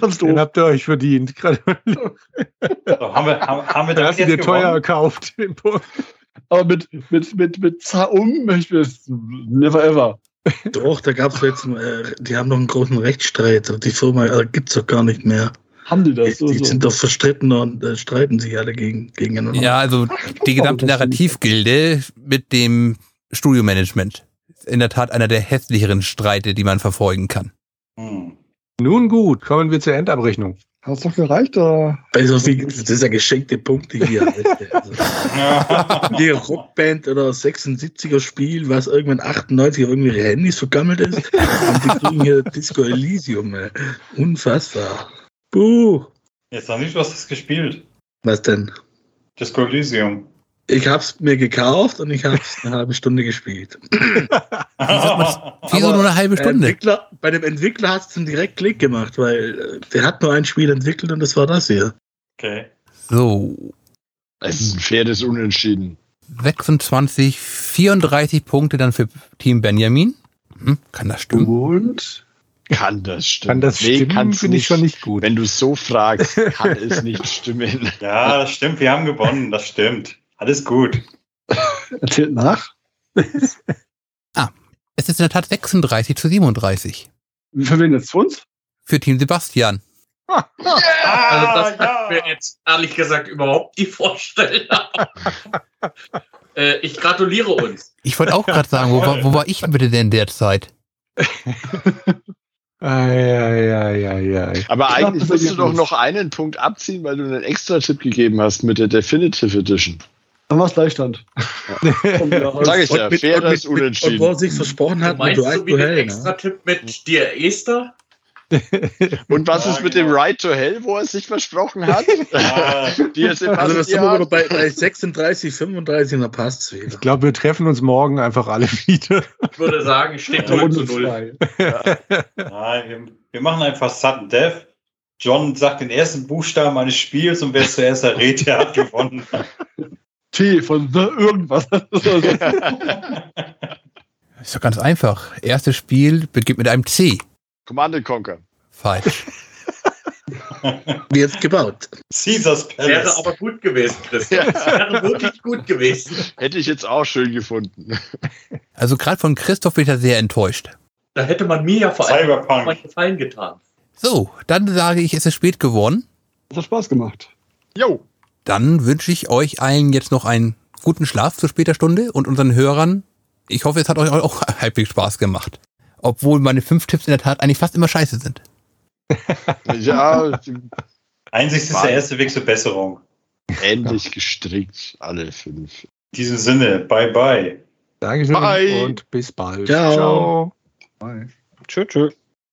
Speaker 6: Das ist
Speaker 5: Den
Speaker 6: doof.
Speaker 5: habt ihr euch verdient. Gerade
Speaker 7: So, haben, wir, haben, haben wir
Speaker 5: da
Speaker 7: das
Speaker 5: hast du
Speaker 7: jetzt
Speaker 5: dir teuer
Speaker 7: gewonnen?
Speaker 5: gekauft. den Bo-
Speaker 6: Aber mit, mit, mit, mit Zaum möchte ich das never ever.
Speaker 9: Doch, da gab es jetzt, einen, äh, die haben noch einen großen Rechtsstreit. Die Firma äh, gibt es doch gar nicht mehr.
Speaker 6: Haben die
Speaker 9: Die,
Speaker 6: das? Also- So,
Speaker 9: die
Speaker 6: so.
Speaker 9: sind doch verstritten und äh, streiten sich alle gegen, gegeneinander.
Speaker 1: Ja, also die
Speaker 6: Oh,
Speaker 1: gesamte Narrativgilde mit dem Studiomanagement ist in der Tat einer der hässlicheren Streite, die man verfolgen kann.
Speaker 7: Hm.
Speaker 5: Nun gut, kommen wir zur Endabrechnung.
Speaker 6: Hat's doch gereicht, oder?
Speaker 9: Also, das ist ja geschenkte Punkte hier. Alter. Also, die Rockband oder 76er Spiel, was irgendwann 98 auf irgendwelche Handys vergammelt ist. Und die kriegen hier Disco Elysium. Ey. Unfassbar. Buh.
Speaker 7: Jetzt noch nicht, was das gespielt.
Speaker 9: Was denn?
Speaker 7: Disco Elysium.
Speaker 9: Ich hab's mir gekauft und ich hab's eine halbe Stunde gespielt.
Speaker 1: Wieso
Speaker 9: Aber,
Speaker 1: nur eine halbe
Speaker 9: Der
Speaker 1: Stunde?
Speaker 9: Entwickler, bei dem Entwickler hat's dann direkt Klick gemacht, weil äh, der hat nur ein Spiel entwickelt und das war das hier.
Speaker 7: Okay.
Speaker 1: So,
Speaker 4: Es ist ein faires Unentschieden.
Speaker 1: 26, 34 Punkte dann für Team Benjamin. Hm, kann das stimmen?
Speaker 6: Und?
Speaker 4: Kann das stimmen?
Speaker 5: Kann das
Speaker 4: Nee,
Speaker 5: stimmen,
Speaker 4: kann's
Speaker 5: finde ich schon nicht gut.
Speaker 4: Wenn du so fragst, kann es nicht stimmen.
Speaker 7: Ja, das stimmt, wir haben gewonnen, das stimmt. Alles gut.
Speaker 6: Erzählt nach.
Speaker 1: Ah, Es ist in der Tat 36 zu 37
Speaker 6: Für wen jetzt? Für uns?
Speaker 1: für Team Sebastian.
Speaker 8: Also das
Speaker 7: ja.
Speaker 8: kann ich mir jetzt ehrlich gesagt überhaupt nicht vorstellen. äh, ich gratuliere uns.
Speaker 1: Ich wollte auch gerade sagen, wo, war- wo war ich bitte denn derzeit?
Speaker 5: Eieieiei.
Speaker 4: Aber
Speaker 6: Ich glaub,
Speaker 4: eigentlich
Speaker 6: das
Speaker 4: musst du
Speaker 6: ergibt
Speaker 4: doch
Speaker 6: nichts.
Speaker 4: noch einen Punkt abziehen, weil du einen extra Tipp gegeben hast mit der Definitive Edition.
Speaker 6: Dann war's Gleichstand.
Speaker 4: Sag ich ja,
Speaker 9: Und mit- und
Speaker 4: faires
Speaker 9: mit- mit- Und
Speaker 4: Unentschieden.
Speaker 9: wo er sich versprochen hat, mit
Speaker 8: Meinst du
Speaker 9: Dual
Speaker 8: wie den
Speaker 9: Duell, ne?
Speaker 8: Extra-Tipp mit dir, Esther?
Speaker 4: Und was
Speaker 7: Ja,
Speaker 4: ist mit
Speaker 7: genau.
Speaker 4: dem Right to Hell, wo er es sich versprochen hat?
Speaker 7: Ja,
Speaker 4: Die jetzt im
Speaker 9: Also, das sind wir wieder
Speaker 4: Bastia-
Speaker 9: bei, bei 36, 35 und da passt's wieder.
Speaker 5: Ich glaube, wir treffen uns morgen einfach alle wieder.
Speaker 8: Ich würde sagen, steht 0 zu 0.
Speaker 6: Rundenfrei.
Speaker 7: nein, wir, wir machen einfach Sudden Death. John sagt den ersten Buchstaben eines Spiels und wer es zuerst errät, der hat gewonnen.
Speaker 6: T von The irgendwas.
Speaker 1: Ist doch ganz einfach. Erstes Spiel beginnt mit einem C.
Speaker 4: Command and Conquer.
Speaker 1: Falsch.
Speaker 9: Wie jetzt gebaut.
Speaker 7: Caesars
Speaker 8: Wäre
Speaker 7: Palace.
Speaker 8: aber gut gewesen, Christian. Das wäre wirklich gut gewesen.
Speaker 4: Hätte ich jetzt auch schön gefunden.
Speaker 1: Also gerade von Christoph bin ich da sehr enttäuscht.
Speaker 8: Da hätte man mir ja vor allem mal
Speaker 7: Cyberpunk.
Speaker 8: Gefallen getan.
Speaker 1: So, dann sage ich, es ist spät geworden.
Speaker 6: Das hat Spaß gemacht.
Speaker 3: Jo,
Speaker 1: Dann wünsche ich euch allen jetzt noch einen guten Schlaf zu später Stunde und unseren Hörern, ich hoffe, es hat euch auch halbwegs Spaß gemacht. Obwohl meine fünf Tipps in der Tat eigentlich fast immer scheiße sind.
Speaker 4: Ja,
Speaker 7: Einzig ist der erste Weg zur Besserung.
Speaker 4: ähnlich gestrickt, alle fünf.
Speaker 7: In diesem Sinne, bye bye.
Speaker 5: Dankeschön
Speaker 4: Bye.
Speaker 5: und bis bald.
Speaker 9: Ciao.
Speaker 5: Ciao.
Speaker 3: tschö, tschö.